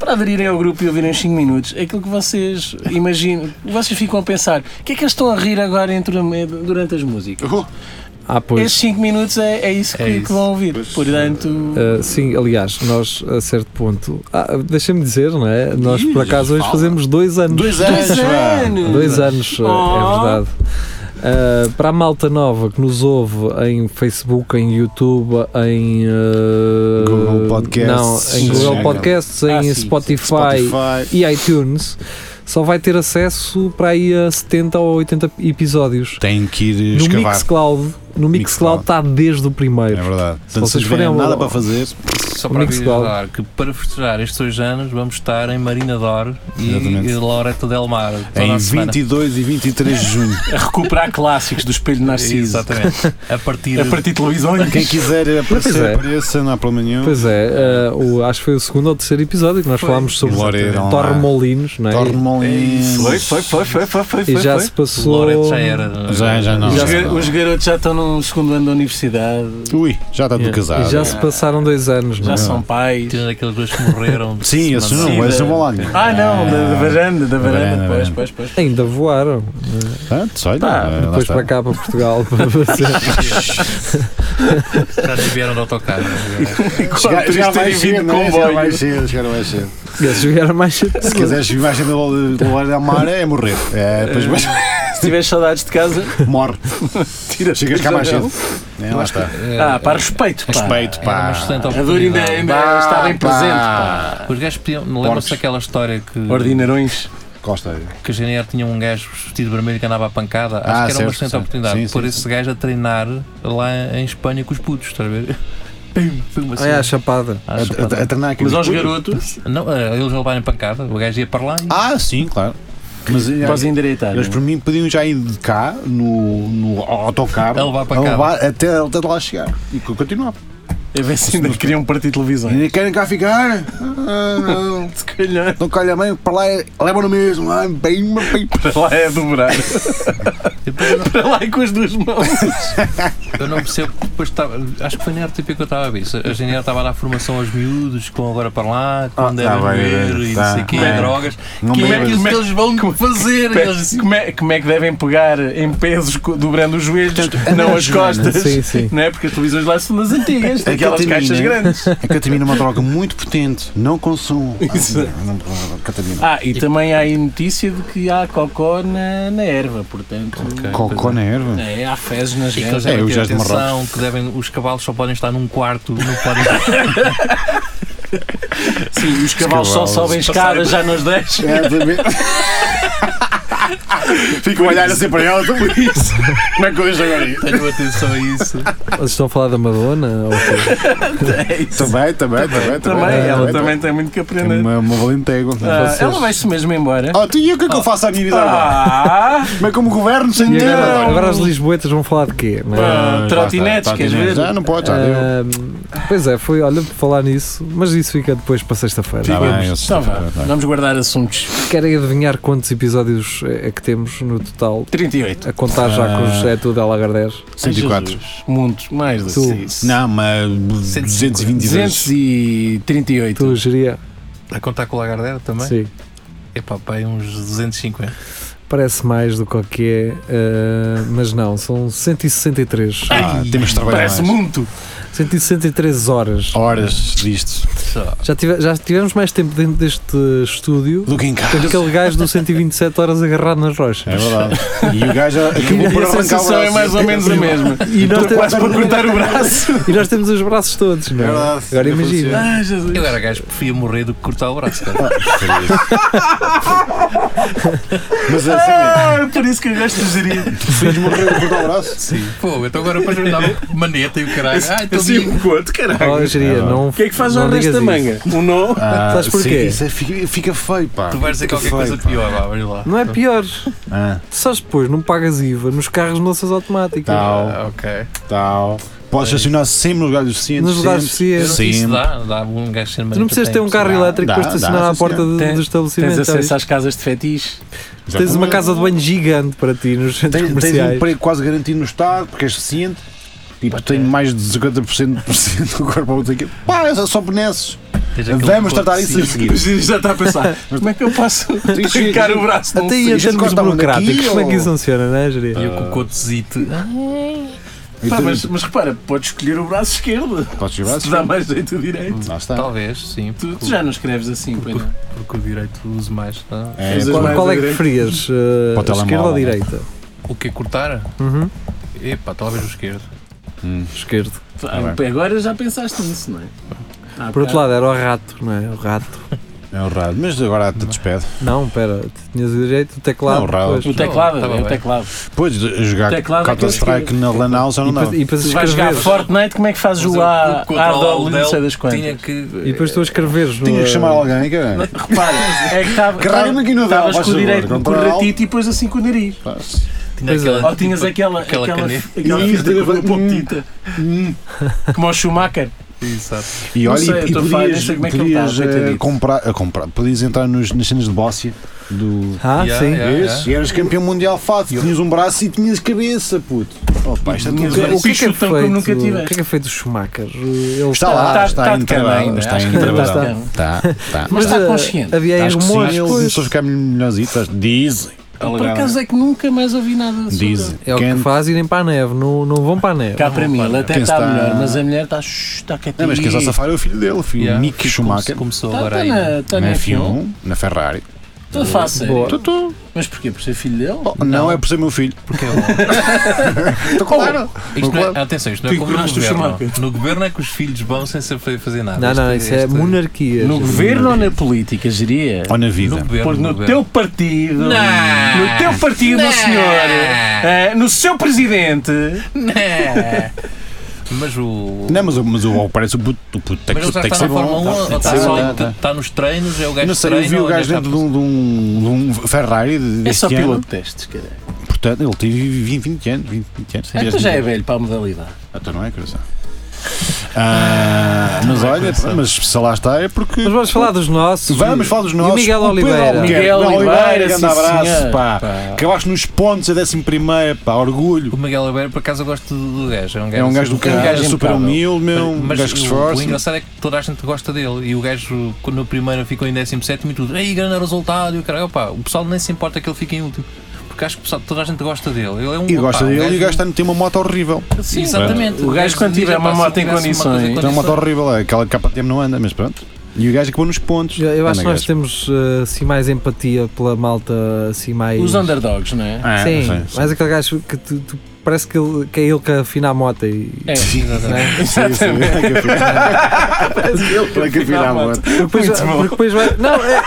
[SPEAKER 3] para aderirem ao grupo e ouvirem os 5 minutos, é aquilo que vocês imaginam, vocês ficam a pensar, o que é que eles estão a rir agora entre, a- durante as músicas?
[SPEAKER 2] ah, pois.
[SPEAKER 3] Esses 5 minutos é, é isso que,
[SPEAKER 5] É
[SPEAKER 3] que
[SPEAKER 5] isso.
[SPEAKER 3] vão ouvir. Portanto,
[SPEAKER 2] Ah, sim, aliás, nós a certo ponto. Ah, Deixa-me dizer, não é? Nós por acaso hoje
[SPEAKER 4] fala.
[SPEAKER 2] fazemos dois anos.
[SPEAKER 4] Dois anos.
[SPEAKER 3] dois
[SPEAKER 4] vá.
[SPEAKER 3] anos!
[SPEAKER 2] Dois anos, é
[SPEAKER 3] Oh.
[SPEAKER 2] verdade. Ah, para a malta nova que nos ouve em Facebook, em YouTube, em ah,
[SPEAKER 4] Google Podcasts.
[SPEAKER 2] não, em Google
[SPEAKER 4] Chega.
[SPEAKER 2] Podcasts,
[SPEAKER 3] Ah,
[SPEAKER 2] em
[SPEAKER 3] sim,
[SPEAKER 2] Spotify, e iTunes, só vai ter acesso para aí a 70 ou 80 episódios.
[SPEAKER 4] Tem que
[SPEAKER 2] No
[SPEAKER 4] ir escavar.
[SPEAKER 2] Mixcloud, no Mixcloud
[SPEAKER 4] Mixcloud.
[SPEAKER 2] está desde o
[SPEAKER 4] É
[SPEAKER 2] primeiro.
[SPEAKER 4] verdade.
[SPEAKER 2] Se
[SPEAKER 4] Portanto, se
[SPEAKER 2] vocês
[SPEAKER 4] não tiverem
[SPEAKER 2] forem ao-
[SPEAKER 4] nada para fazer,
[SPEAKER 5] Só
[SPEAKER 2] O
[SPEAKER 4] é
[SPEAKER 5] para
[SPEAKER 2] Mix Cloud.
[SPEAKER 5] avisar que para festejar estes dois anos vamos estar em Marina Dor e,
[SPEAKER 4] Exatamente.
[SPEAKER 5] e Loreto Del Mar. toda
[SPEAKER 4] em
[SPEAKER 5] a semana.
[SPEAKER 4] 22 e um 23 de junho.
[SPEAKER 3] A recuperar clássicos do espelho de Narciso. é
[SPEAKER 5] Exatamente. A partir,
[SPEAKER 4] É
[SPEAKER 3] A partir de televisões.
[SPEAKER 4] Quem quiser
[SPEAKER 2] Pois
[SPEAKER 4] aparecer,
[SPEAKER 2] é.
[SPEAKER 4] apareça, não há problema nenhum.
[SPEAKER 2] Pois é, ah, o- acho que foi o segundo ou terceiro episódio que nós
[SPEAKER 5] Foi.
[SPEAKER 2] falámos sobre
[SPEAKER 4] Loreirão,
[SPEAKER 2] Torremolinos, não é?
[SPEAKER 4] Tormolins.
[SPEAKER 5] Foi, foi, foi, foi, foi, foi.
[SPEAKER 2] E já
[SPEAKER 5] foi.
[SPEAKER 2] se passou.
[SPEAKER 5] Loreto já era.
[SPEAKER 4] Já, já não.
[SPEAKER 3] Os,
[SPEAKER 2] Já-
[SPEAKER 3] gar- os garotos já estão no segundo ano da universidade,
[SPEAKER 4] Ui, já está tudo casado. é.
[SPEAKER 2] E já se passaram dois anos, não
[SPEAKER 3] já
[SPEAKER 2] é?
[SPEAKER 3] são pais.
[SPEAKER 5] Tirando aqueles dois que morreram.
[SPEAKER 4] Sim, esses
[SPEAKER 5] Mas-
[SPEAKER 4] não, é.
[SPEAKER 3] Sim,
[SPEAKER 4] esses
[SPEAKER 3] da-
[SPEAKER 4] não vão lá nenhum.
[SPEAKER 3] Ah, não, da, da varanda, da varanda.
[SPEAKER 4] varanda,
[SPEAKER 3] pois,
[SPEAKER 4] varanda.
[SPEAKER 3] pois, pois.
[SPEAKER 2] Ainda voaram.
[SPEAKER 4] Pronto, só olha,
[SPEAKER 2] Pá,
[SPEAKER 4] lá
[SPEAKER 2] Ah, depois
[SPEAKER 4] está.
[SPEAKER 2] para cá, para Portugal, para fazer.
[SPEAKER 5] Já te vieram de autocarro.
[SPEAKER 4] Chegar,
[SPEAKER 3] Já
[SPEAKER 4] já
[SPEAKER 3] vai
[SPEAKER 4] vai
[SPEAKER 3] vir
[SPEAKER 4] cedo,
[SPEAKER 3] de
[SPEAKER 4] não é? Chegar
[SPEAKER 3] comboio.
[SPEAKER 4] mais cedo, chegar mais cedo.
[SPEAKER 2] Eles vieram mais cedo.
[SPEAKER 4] Se quiseres vir mais cedo do Loura da Mar, é morrer. É, depois mas,
[SPEAKER 3] Se tiveres saudades de casa,
[SPEAKER 4] morre.
[SPEAKER 3] tira.
[SPEAKER 4] Chegas cá mais cedo. É, lá está.
[SPEAKER 3] Ah, pá, respeito, pá.
[SPEAKER 4] Respeito, pá.
[SPEAKER 3] A dor ainda, ainda
[SPEAKER 4] Pá,
[SPEAKER 3] está bem
[SPEAKER 4] pá.
[SPEAKER 3] presente, pá.
[SPEAKER 5] Os gajos pediam. Lembram-se
[SPEAKER 4] Porcos.
[SPEAKER 5] daquela história que.
[SPEAKER 3] Ordinarões.
[SPEAKER 4] Costa.
[SPEAKER 5] que a GNR tinha um gajo vestido de vermelho que andava à pancada. Acho que
[SPEAKER 4] Ah,
[SPEAKER 5] era uma
[SPEAKER 4] certo,
[SPEAKER 5] excelente
[SPEAKER 4] certo.
[SPEAKER 5] oportunidade
[SPEAKER 4] Sim,
[SPEAKER 5] por
[SPEAKER 4] sim,
[SPEAKER 5] esse gajo a treinar lá em Espanha com os putos, estás a ver? Pum, pum, assim.
[SPEAKER 2] Olha a chapada.
[SPEAKER 5] Ah,
[SPEAKER 4] A, a, a treinar aqui
[SPEAKER 3] Mas
[SPEAKER 4] no
[SPEAKER 3] aos
[SPEAKER 4] estúdio.
[SPEAKER 3] garotos,
[SPEAKER 5] Não, ah, eles a levarem pancada, o gajo ia para lá e.
[SPEAKER 4] Ah, sim, claro. Mas
[SPEAKER 3] para
[SPEAKER 4] eles
[SPEAKER 3] os endireitarem.
[SPEAKER 4] por mim podiam já ir de cá no, no autocarro
[SPEAKER 5] A levar para cá.
[SPEAKER 4] até, até lá chegar e co- continuar.
[SPEAKER 3] A ver se ainda queriam partir televisões.
[SPEAKER 4] Ainda querem cá ficar? Ah, não.
[SPEAKER 3] Se calhar.
[SPEAKER 4] Não calha bem, para lá é, leva no mesmo. Ah, bem, bem.
[SPEAKER 3] Para lá é a dobrar.
[SPEAKER 5] Depois eu, não,
[SPEAKER 3] Para lá é com as duas mãos.
[SPEAKER 5] eu não percebo que depois estava. Acho que foi na RTP que eu estava a ver. A GNR estava a dar formação aos miúdos, que vão agora para lá, que
[SPEAKER 4] Ah,
[SPEAKER 5] não devem
[SPEAKER 4] tá bem,
[SPEAKER 5] beber e
[SPEAKER 4] tá,
[SPEAKER 5] não sei o quê,
[SPEAKER 4] bem.
[SPEAKER 5] drogas.
[SPEAKER 4] Não
[SPEAKER 5] Como é
[SPEAKER 4] bebas.
[SPEAKER 5] que eles- eles vão fazer? Eles-
[SPEAKER 3] Como é, como é que devem pegar em pesos co- dobrando os joelhos, não as costas?
[SPEAKER 2] Sim, sim.
[SPEAKER 3] Não é? Porque as televisões lá são das antigas,
[SPEAKER 4] Aquela
[SPEAKER 3] daquelas
[SPEAKER 4] tinha,
[SPEAKER 3] caixas
[SPEAKER 4] né?
[SPEAKER 3] grandes.
[SPEAKER 4] A catamina é uma droga muito potente, não consumo.
[SPEAKER 3] Isso.
[SPEAKER 4] Ah, não, não, não, Catamina.
[SPEAKER 3] Ah, e também há aí notícia de que há cocó na, na erva, portanto.
[SPEAKER 4] Cocó na erva?
[SPEAKER 3] É, há fezes nas
[SPEAKER 5] E que eles
[SPEAKER 3] grandes.
[SPEAKER 5] devem
[SPEAKER 4] eu
[SPEAKER 5] ter
[SPEAKER 4] já É, de
[SPEAKER 5] atenção, que devem, os cavalos só podem estar num quarto, não podem
[SPEAKER 3] Sim, os cavalos só
[SPEAKER 4] cavalos.
[SPEAKER 3] sobem escadas, já nos deixam.
[SPEAKER 4] É, também. Fico a olhar assim para ela, tudo isso. Como é que eu deixo agora isso?
[SPEAKER 5] ter atenção a isso.
[SPEAKER 2] Vocês estão a falar da Madonna? Ou quê?
[SPEAKER 4] Também, também, também.
[SPEAKER 3] É Também, ela
[SPEAKER 4] também.
[SPEAKER 3] também tem muito que
[SPEAKER 4] Tem
[SPEAKER 3] aprender.
[SPEAKER 4] Uma, uma valente égua.
[SPEAKER 3] Ah,
[SPEAKER 2] Vocês-
[SPEAKER 3] ela vai-se mesmo embora.
[SPEAKER 4] Oh, tu, e o que é que eu faço à minha vida agora?
[SPEAKER 3] Ah!
[SPEAKER 4] Mas como governo sem
[SPEAKER 2] E
[SPEAKER 4] dinheiro.
[SPEAKER 2] agora,
[SPEAKER 4] agora?
[SPEAKER 2] agora as Lisboetas vão falar de quê? não é?
[SPEAKER 3] Ah,
[SPEAKER 4] Ah,
[SPEAKER 3] trotinetes,
[SPEAKER 4] já está,
[SPEAKER 3] queres
[SPEAKER 4] trotinetes.
[SPEAKER 3] ver?
[SPEAKER 4] Já não pode, já deu.
[SPEAKER 2] Ah, pois é, foi, olha, por falar nisso, mas isso fica depois para sexta-feira.
[SPEAKER 4] Tá bem, eu
[SPEAKER 3] Então vá,
[SPEAKER 4] sei.
[SPEAKER 3] vamos guardar assuntos.
[SPEAKER 2] Querem adivinhar quantos episódios é é que temos no total?
[SPEAKER 3] 38.
[SPEAKER 2] A contar já com os
[SPEAKER 4] Ah.
[SPEAKER 2] é tudo Alagardez?
[SPEAKER 4] 104.
[SPEAKER 3] Muitos, mais do
[SPEAKER 2] Tu.
[SPEAKER 3] que isso.
[SPEAKER 4] Não, mas 222.
[SPEAKER 3] 238.
[SPEAKER 2] Tu geria?
[SPEAKER 5] A contar com o Lagardère também?
[SPEAKER 2] Sim.
[SPEAKER 5] Epá, pá, aí uns 250.
[SPEAKER 2] Parece mais do que o que é, ah, mas não, são 163.
[SPEAKER 4] Ah, temos de trabalhar
[SPEAKER 3] Parece
[SPEAKER 4] mais.
[SPEAKER 3] muito.
[SPEAKER 2] 163 horas.
[SPEAKER 4] Horas disto.
[SPEAKER 5] Só.
[SPEAKER 2] Já, tive- já tivemos mais tempo dentro deste estúdio
[SPEAKER 4] Look em cá.
[SPEAKER 2] que aquele gajo do 127 horas agarrado nas rochas.
[SPEAKER 4] É verdade. E o gajo acabou
[SPEAKER 3] E
[SPEAKER 4] por
[SPEAKER 3] a
[SPEAKER 4] arrancar o
[SPEAKER 3] sensação é
[SPEAKER 4] braço.
[SPEAKER 3] mais ou menos a mesma.
[SPEAKER 4] É.
[SPEAKER 2] E nós,
[SPEAKER 3] Estou
[SPEAKER 2] temos,
[SPEAKER 3] quase para cortar o braço.
[SPEAKER 2] e nós temos os braços todos, não
[SPEAKER 4] É
[SPEAKER 2] é?
[SPEAKER 4] verdade.
[SPEAKER 2] Agora imagina.
[SPEAKER 3] Ai, Jesus.
[SPEAKER 5] Eu era gajo que preferia morrer do que cortar o braço. cara.
[SPEAKER 4] Mas é assim,
[SPEAKER 3] Ah, por isso que eu gosto de gerir.
[SPEAKER 4] tu fez morrer por cortar o braço.
[SPEAKER 5] Sim. Pô, então agora depois me dava maneta e o caralho. Ah, então
[SPEAKER 3] Eu
[SPEAKER 7] assim um conto,
[SPEAKER 2] Ó,
[SPEAKER 7] caralho.
[SPEAKER 2] geria,
[SPEAKER 4] Ah,
[SPEAKER 2] não
[SPEAKER 7] O que é que faz
[SPEAKER 2] não
[SPEAKER 7] ao resto
[SPEAKER 2] digas
[SPEAKER 7] da
[SPEAKER 2] isso.
[SPEAKER 7] manga? Um nó?
[SPEAKER 4] Ah,
[SPEAKER 2] Sabes porquê?
[SPEAKER 4] sim, isso é- fica, fica feio, pá.
[SPEAKER 5] Tu vais dizer
[SPEAKER 4] Fica
[SPEAKER 5] qualquer coisa
[SPEAKER 4] feio, pá.
[SPEAKER 5] pior, vá, vamos lá.
[SPEAKER 2] Não é pior.
[SPEAKER 4] Ah,
[SPEAKER 2] Tu sabes depois, não pagas IVA nos carros nossas automáticas.
[SPEAKER 4] tal,
[SPEAKER 5] Ah, ok.
[SPEAKER 4] tal. Podes estacionar sempre nos lugares suficientes.
[SPEAKER 2] Nos lugares
[SPEAKER 4] sempre.
[SPEAKER 5] Eu não
[SPEAKER 2] suficientes.
[SPEAKER 5] sei se
[SPEAKER 4] Sempre.
[SPEAKER 5] dá, dá um gajo ser
[SPEAKER 2] Tu não precisas ter um carro
[SPEAKER 4] dá,
[SPEAKER 2] elétrico para
[SPEAKER 4] dá,
[SPEAKER 2] estacionar
[SPEAKER 4] dá,
[SPEAKER 2] à
[SPEAKER 4] sim,
[SPEAKER 2] porta
[SPEAKER 4] senhor.
[SPEAKER 2] do, do
[SPEAKER 3] Tens-
[SPEAKER 2] estabelecimento.
[SPEAKER 3] Tens
[SPEAKER 2] sabes?
[SPEAKER 3] acesso às casas de fetiche.
[SPEAKER 4] Já
[SPEAKER 2] Tens
[SPEAKER 4] com-
[SPEAKER 2] uma casa de banho gigante para ti nos centros
[SPEAKER 4] Tens, tens um
[SPEAKER 2] comerciais.
[SPEAKER 4] emprego quase garantido no Estado, porque és suficiente. Tipo, tenho mais de 50% por cento do corpo a aqui. Pá, só- só benesses.
[SPEAKER 3] é
[SPEAKER 4] Vamos tratar isso a seguir.
[SPEAKER 7] Já está a pensar.
[SPEAKER 3] Como é que eu posso
[SPEAKER 7] Trincar o braço.
[SPEAKER 2] Até aí, em
[SPEAKER 4] Isto
[SPEAKER 2] termos
[SPEAKER 4] corta a mão daqui,
[SPEAKER 2] burocráticos, como é que isso
[SPEAKER 4] ou- Ah.
[SPEAKER 2] funciona, não é, Jeria?
[SPEAKER 5] E o Ah, cocotezito.
[SPEAKER 4] Então,
[SPEAKER 7] Pá, mas, mas repara, podes escolher o braço esquerdo.
[SPEAKER 4] Podes tirar
[SPEAKER 7] Se
[SPEAKER 4] braços?
[SPEAKER 7] te dá mais jeito o direito.
[SPEAKER 4] Lá
[SPEAKER 3] Tá.
[SPEAKER 4] está.
[SPEAKER 5] Talvez, sim.
[SPEAKER 7] Tu-
[SPEAKER 5] porque
[SPEAKER 3] Tu já não escreves assim, pois não?
[SPEAKER 5] o- Porque o direito uso mais. tá?
[SPEAKER 4] É,
[SPEAKER 7] Mas
[SPEAKER 4] pá,
[SPEAKER 7] as
[SPEAKER 2] Qual,
[SPEAKER 7] mais
[SPEAKER 2] qual
[SPEAKER 7] à
[SPEAKER 2] é que
[SPEAKER 7] direita.
[SPEAKER 2] preferias? eh,
[SPEAKER 4] Para o telemóvel,
[SPEAKER 2] esquerda ou
[SPEAKER 4] né?
[SPEAKER 2] direita?
[SPEAKER 5] O que é cortar?
[SPEAKER 2] Uhum.
[SPEAKER 5] Epá, talvez o esquerdo.
[SPEAKER 4] hum,
[SPEAKER 2] Esquerdo.
[SPEAKER 4] Tá
[SPEAKER 3] Agora já pensaste nisso, não é? Ah,
[SPEAKER 2] Por
[SPEAKER 7] tá.
[SPEAKER 2] outro
[SPEAKER 3] pá.
[SPEAKER 2] lado, era o rato, não é? O rato.
[SPEAKER 4] é um raro. Mas agora te despede.
[SPEAKER 2] Não, pera, tu tinhas o direito, o teclado.
[SPEAKER 4] Não, o rato.
[SPEAKER 2] depois.
[SPEAKER 3] O teclado,
[SPEAKER 5] Tá bem,
[SPEAKER 3] é o
[SPEAKER 5] bem.
[SPEAKER 3] teclado.
[SPEAKER 4] Depois de jogar
[SPEAKER 3] Teclado é
[SPEAKER 4] Counter-Strike na Lanal já
[SPEAKER 2] E
[SPEAKER 4] não dá.
[SPEAKER 2] depois, e depois
[SPEAKER 3] Tu vais jogar
[SPEAKER 2] escreveres.
[SPEAKER 3] Fortnite, como é que fazes
[SPEAKER 5] Mas
[SPEAKER 3] o
[SPEAKER 5] eu-
[SPEAKER 3] A,
[SPEAKER 5] o controle
[SPEAKER 3] A, não sei das
[SPEAKER 5] dele Tinha
[SPEAKER 3] quantas?
[SPEAKER 5] que.
[SPEAKER 2] E depois tu a escreveres. no-
[SPEAKER 4] Tinha que chamar alguém, cara.
[SPEAKER 3] Repara, é que estava.
[SPEAKER 4] Carrega-me aqui no dela,
[SPEAKER 3] Estavas
[SPEAKER 4] faz
[SPEAKER 3] com o direito
[SPEAKER 4] favor.
[SPEAKER 3] com o
[SPEAKER 4] Control.
[SPEAKER 3] ratito e depois assim com o nariz.
[SPEAKER 5] tinha
[SPEAKER 2] Pois é.
[SPEAKER 5] aquela-
[SPEAKER 3] Ou tinhas
[SPEAKER 5] tipo,
[SPEAKER 3] aquela.
[SPEAKER 5] aquela
[SPEAKER 3] Aquela
[SPEAKER 5] caneta.
[SPEAKER 3] aquela
[SPEAKER 4] Isso,
[SPEAKER 3] fita com
[SPEAKER 4] teve-
[SPEAKER 3] a pontita. Como o Schumacher.
[SPEAKER 5] Exato.
[SPEAKER 4] E
[SPEAKER 3] Não
[SPEAKER 4] olha,
[SPEAKER 3] sei, eu
[SPEAKER 4] e- e
[SPEAKER 3] estou a falar, nem
[SPEAKER 4] podias,
[SPEAKER 3] sei como é que ele
[SPEAKER 4] podias
[SPEAKER 3] está,
[SPEAKER 4] eh,
[SPEAKER 3] coitadito.
[SPEAKER 4] comprar, a comprar, podias entrar nos, nas cenas de Bóssia do.
[SPEAKER 2] Ah,
[SPEAKER 5] Yeah,
[SPEAKER 2] sim.
[SPEAKER 5] yeah, yeah.
[SPEAKER 4] Esse, e eras campeão mundial fácil, tinhas um braço e tinhas cabeça, puto. Oh, pá, isto é
[SPEAKER 3] Tinhas
[SPEAKER 4] tudo
[SPEAKER 2] O que é- O que é que é
[SPEAKER 4] bem.
[SPEAKER 3] Sim, chutão como
[SPEAKER 2] feito?
[SPEAKER 3] nunca tiveste.
[SPEAKER 2] O que é que é feito o Schumacher? Ele
[SPEAKER 4] Está lá,
[SPEAKER 3] Tá-
[SPEAKER 4] está
[SPEAKER 3] tá
[SPEAKER 4] em
[SPEAKER 3] de cama
[SPEAKER 4] trabalho.
[SPEAKER 3] ainda,
[SPEAKER 4] Está
[SPEAKER 3] acho
[SPEAKER 4] em
[SPEAKER 3] que ainda
[SPEAKER 2] está
[SPEAKER 4] trabalho. Está, está.
[SPEAKER 2] Mas
[SPEAKER 3] Está
[SPEAKER 2] eh,
[SPEAKER 3] consciente.
[SPEAKER 2] havia aí
[SPEAKER 4] Acho que sim, acho
[SPEAKER 2] rumores.
[SPEAKER 4] que
[SPEAKER 2] pois.
[SPEAKER 4] começou a ficar melhorzinho. estás- Dizem.
[SPEAKER 3] Por acaso é que nunca mais ouvi nada sobre
[SPEAKER 4] Dizem.
[SPEAKER 2] É o que
[SPEAKER 4] Quem-
[SPEAKER 2] faz irem para a neve, não, não vão para a neve.
[SPEAKER 3] Cá para mim, ele até
[SPEAKER 4] Quem
[SPEAKER 3] está
[SPEAKER 4] está-
[SPEAKER 3] melhor, mas a mulher está, shh, está quietinha.
[SPEAKER 4] Não, mas quem está a safar é o filho dele, o filho
[SPEAKER 5] Yeah,
[SPEAKER 4] Mick
[SPEAKER 5] que
[SPEAKER 4] Schumacher.
[SPEAKER 5] come- Começou
[SPEAKER 3] Está,
[SPEAKER 5] agora
[SPEAKER 3] está
[SPEAKER 5] aí.
[SPEAKER 3] Tá na, está
[SPEAKER 4] na
[SPEAKER 3] na F1.
[SPEAKER 4] F1, na Ferrari.
[SPEAKER 3] Estou a falar sério.
[SPEAKER 2] Boa.
[SPEAKER 4] Tutu.
[SPEAKER 3] Mas porquê? Por ser filho dele?
[SPEAKER 4] Oh, não é por ser meu filho.
[SPEAKER 5] Porque é bom.
[SPEAKER 4] Estou claro.
[SPEAKER 5] Isto não é, atenção, isto não é
[SPEAKER 3] Tu
[SPEAKER 5] como no
[SPEAKER 3] ignoraste o
[SPEAKER 5] governo.
[SPEAKER 3] Schumacher.
[SPEAKER 5] No governo é que os filhos vão sem saber fazer nada.
[SPEAKER 2] Não, não,
[SPEAKER 5] Este-
[SPEAKER 2] isso é
[SPEAKER 5] este-
[SPEAKER 2] monarquia.
[SPEAKER 3] No governo ou na política, diria?
[SPEAKER 4] Ou na
[SPEAKER 5] No
[SPEAKER 4] vida.
[SPEAKER 5] governo.
[SPEAKER 3] Porque no
[SPEAKER 5] governo.
[SPEAKER 3] teu partido,
[SPEAKER 5] Não.
[SPEAKER 3] no teu partido,
[SPEAKER 5] Não.
[SPEAKER 3] senhor, eh, no seu presidente,
[SPEAKER 5] Né. Mas o.
[SPEAKER 4] Não, mas, o- mas o, parece o puto, o puto tem,
[SPEAKER 5] Mas
[SPEAKER 4] que,
[SPEAKER 5] ele já
[SPEAKER 4] tem que
[SPEAKER 5] está
[SPEAKER 4] ser
[SPEAKER 5] na
[SPEAKER 4] bom. tá,
[SPEAKER 5] Fórmula 1,
[SPEAKER 4] tem
[SPEAKER 5] ou
[SPEAKER 4] que
[SPEAKER 5] está
[SPEAKER 4] ser bom.
[SPEAKER 5] só- está nos treinos, é o gajo
[SPEAKER 4] Não sei,
[SPEAKER 5] que
[SPEAKER 4] eu
[SPEAKER 5] treina,
[SPEAKER 4] vi o
[SPEAKER 5] ou
[SPEAKER 4] gajo
[SPEAKER 5] já está-
[SPEAKER 4] dentro de um, de um- de um Ferrari de-
[SPEAKER 3] é só
[SPEAKER 4] deste
[SPEAKER 3] piloto
[SPEAKER 4] ano.
[SPEAKER 3] de testes, cara.
[SPEAKER 4] Portanto, ele teve 20, 20 anos. 20, 20 anos. assim.
[SPEAKER 3] Então já é velho para a modalidade.
[SPEAKER 4] Ah, então não é, coração. Ah, mas olha, pá, mas se lá está é porque.
[SPEAKER 2] Mas vamos falar dos nossos.
[SPEAKER 4] Vamos falar dos
[SPEAKER 2] E o
[SPEAKER 4] nossos.
[SPEAKER 2] Miguel
[SPEAKER 4] O Pedro
[SPEAKER 2] Oliveira.
[SPEAKER 4] Albuquerque.
[SPEAKER 3] Miguel Oliveira,
[SPEAKER 4] grande
[SPEAKER 3] sim,
[SPEAKER 4] abraço,
[SPEAKER 3] senhor.
[SPEAKER 4] pá. Acabaste nos pontos a 11 primeiro, pá, orgulho.
[SPEAKER 5] O Miguel Oliveira, por acaso, eu gosto do do gajo. É um gajo,
[SPEAKER 4] É um gajo do
[SPEAKER 5] super-
[SPEAKER 4] caralho, super
[SPEAKER 3] impecável.
[SPEAKER 4] humilde, meu, um
[SPEAKER 5] Mas
[SPEAKER 4] gajo que
[SPEAKER 5] o,
[SPEAKER 4] se
[SPEAKER 5] o
[SPEAKER 4] esforça.
[SPEAKER 5] engraçado é que toda a gente gosta dele e o gajo quando no primeiro ficou em 17 e tudo, aí grande resultado e o caralho, opá, o pessoal nem se importa que ele fique em último. Porque acho que o pessoal- toda a gente gosta dele. Ele é um
[SPEAKER 4] E
[SPEAKER 5] opá,
[SPEAKER 4] gosta
[SPEAKER 5] um
[SPEAKER 4] dele e o
[SPEAKER 5] gajo-
[SPEAKER 4] gajo está a ter uma moto horrível.
[SPEAKER 5] Sim, exatamente.
[SPEAKER 3] O gajo quando
[SPEAKER 5] diz,
[SPEAKER 3] tiver uma
[SPEAKER 5] "Epá, se
[SPEAKER 3] moto em
[SPEAKER 5] tivesse Então, uma coisa
[SPEAKER 3] condições."
[SPEAKER 5] em
[SPEAKER 4] Tem uma moto horrível, é aquela que a KTM não anda, mas pronto. E o gajo acabou nos pontos.
[SPEAKER 2] Eu, eu acho que
[SPEAKER 4] Anda,
[SPEAKER 2] nós
[SPEAKER 4] gajo.
[SPEAKER 2] temos eh, assim mais empatia pela malta assim mais.
[SPEAKER 3] Os underdogs, não é?
[SPEAKER 4] Ah,
[SPEAKER 2] sim,
[SPEAKER 4] não sei,
[SPEAKER 2] mais aquele gajo que tu, tu- parece que, ele, que é ele que afina a moto e.
[SPEAKER 3] É,
[SPEAKER 5] exatamente.
[SPEAKER 3] exatamente.
[SPEAKER 4] é Para é que virar a moto.
[SPEAKER 2] Porque depois,
[SPEAKER 3] Muito bom.
[SPEAKER 2] porque depois vai. Não, é,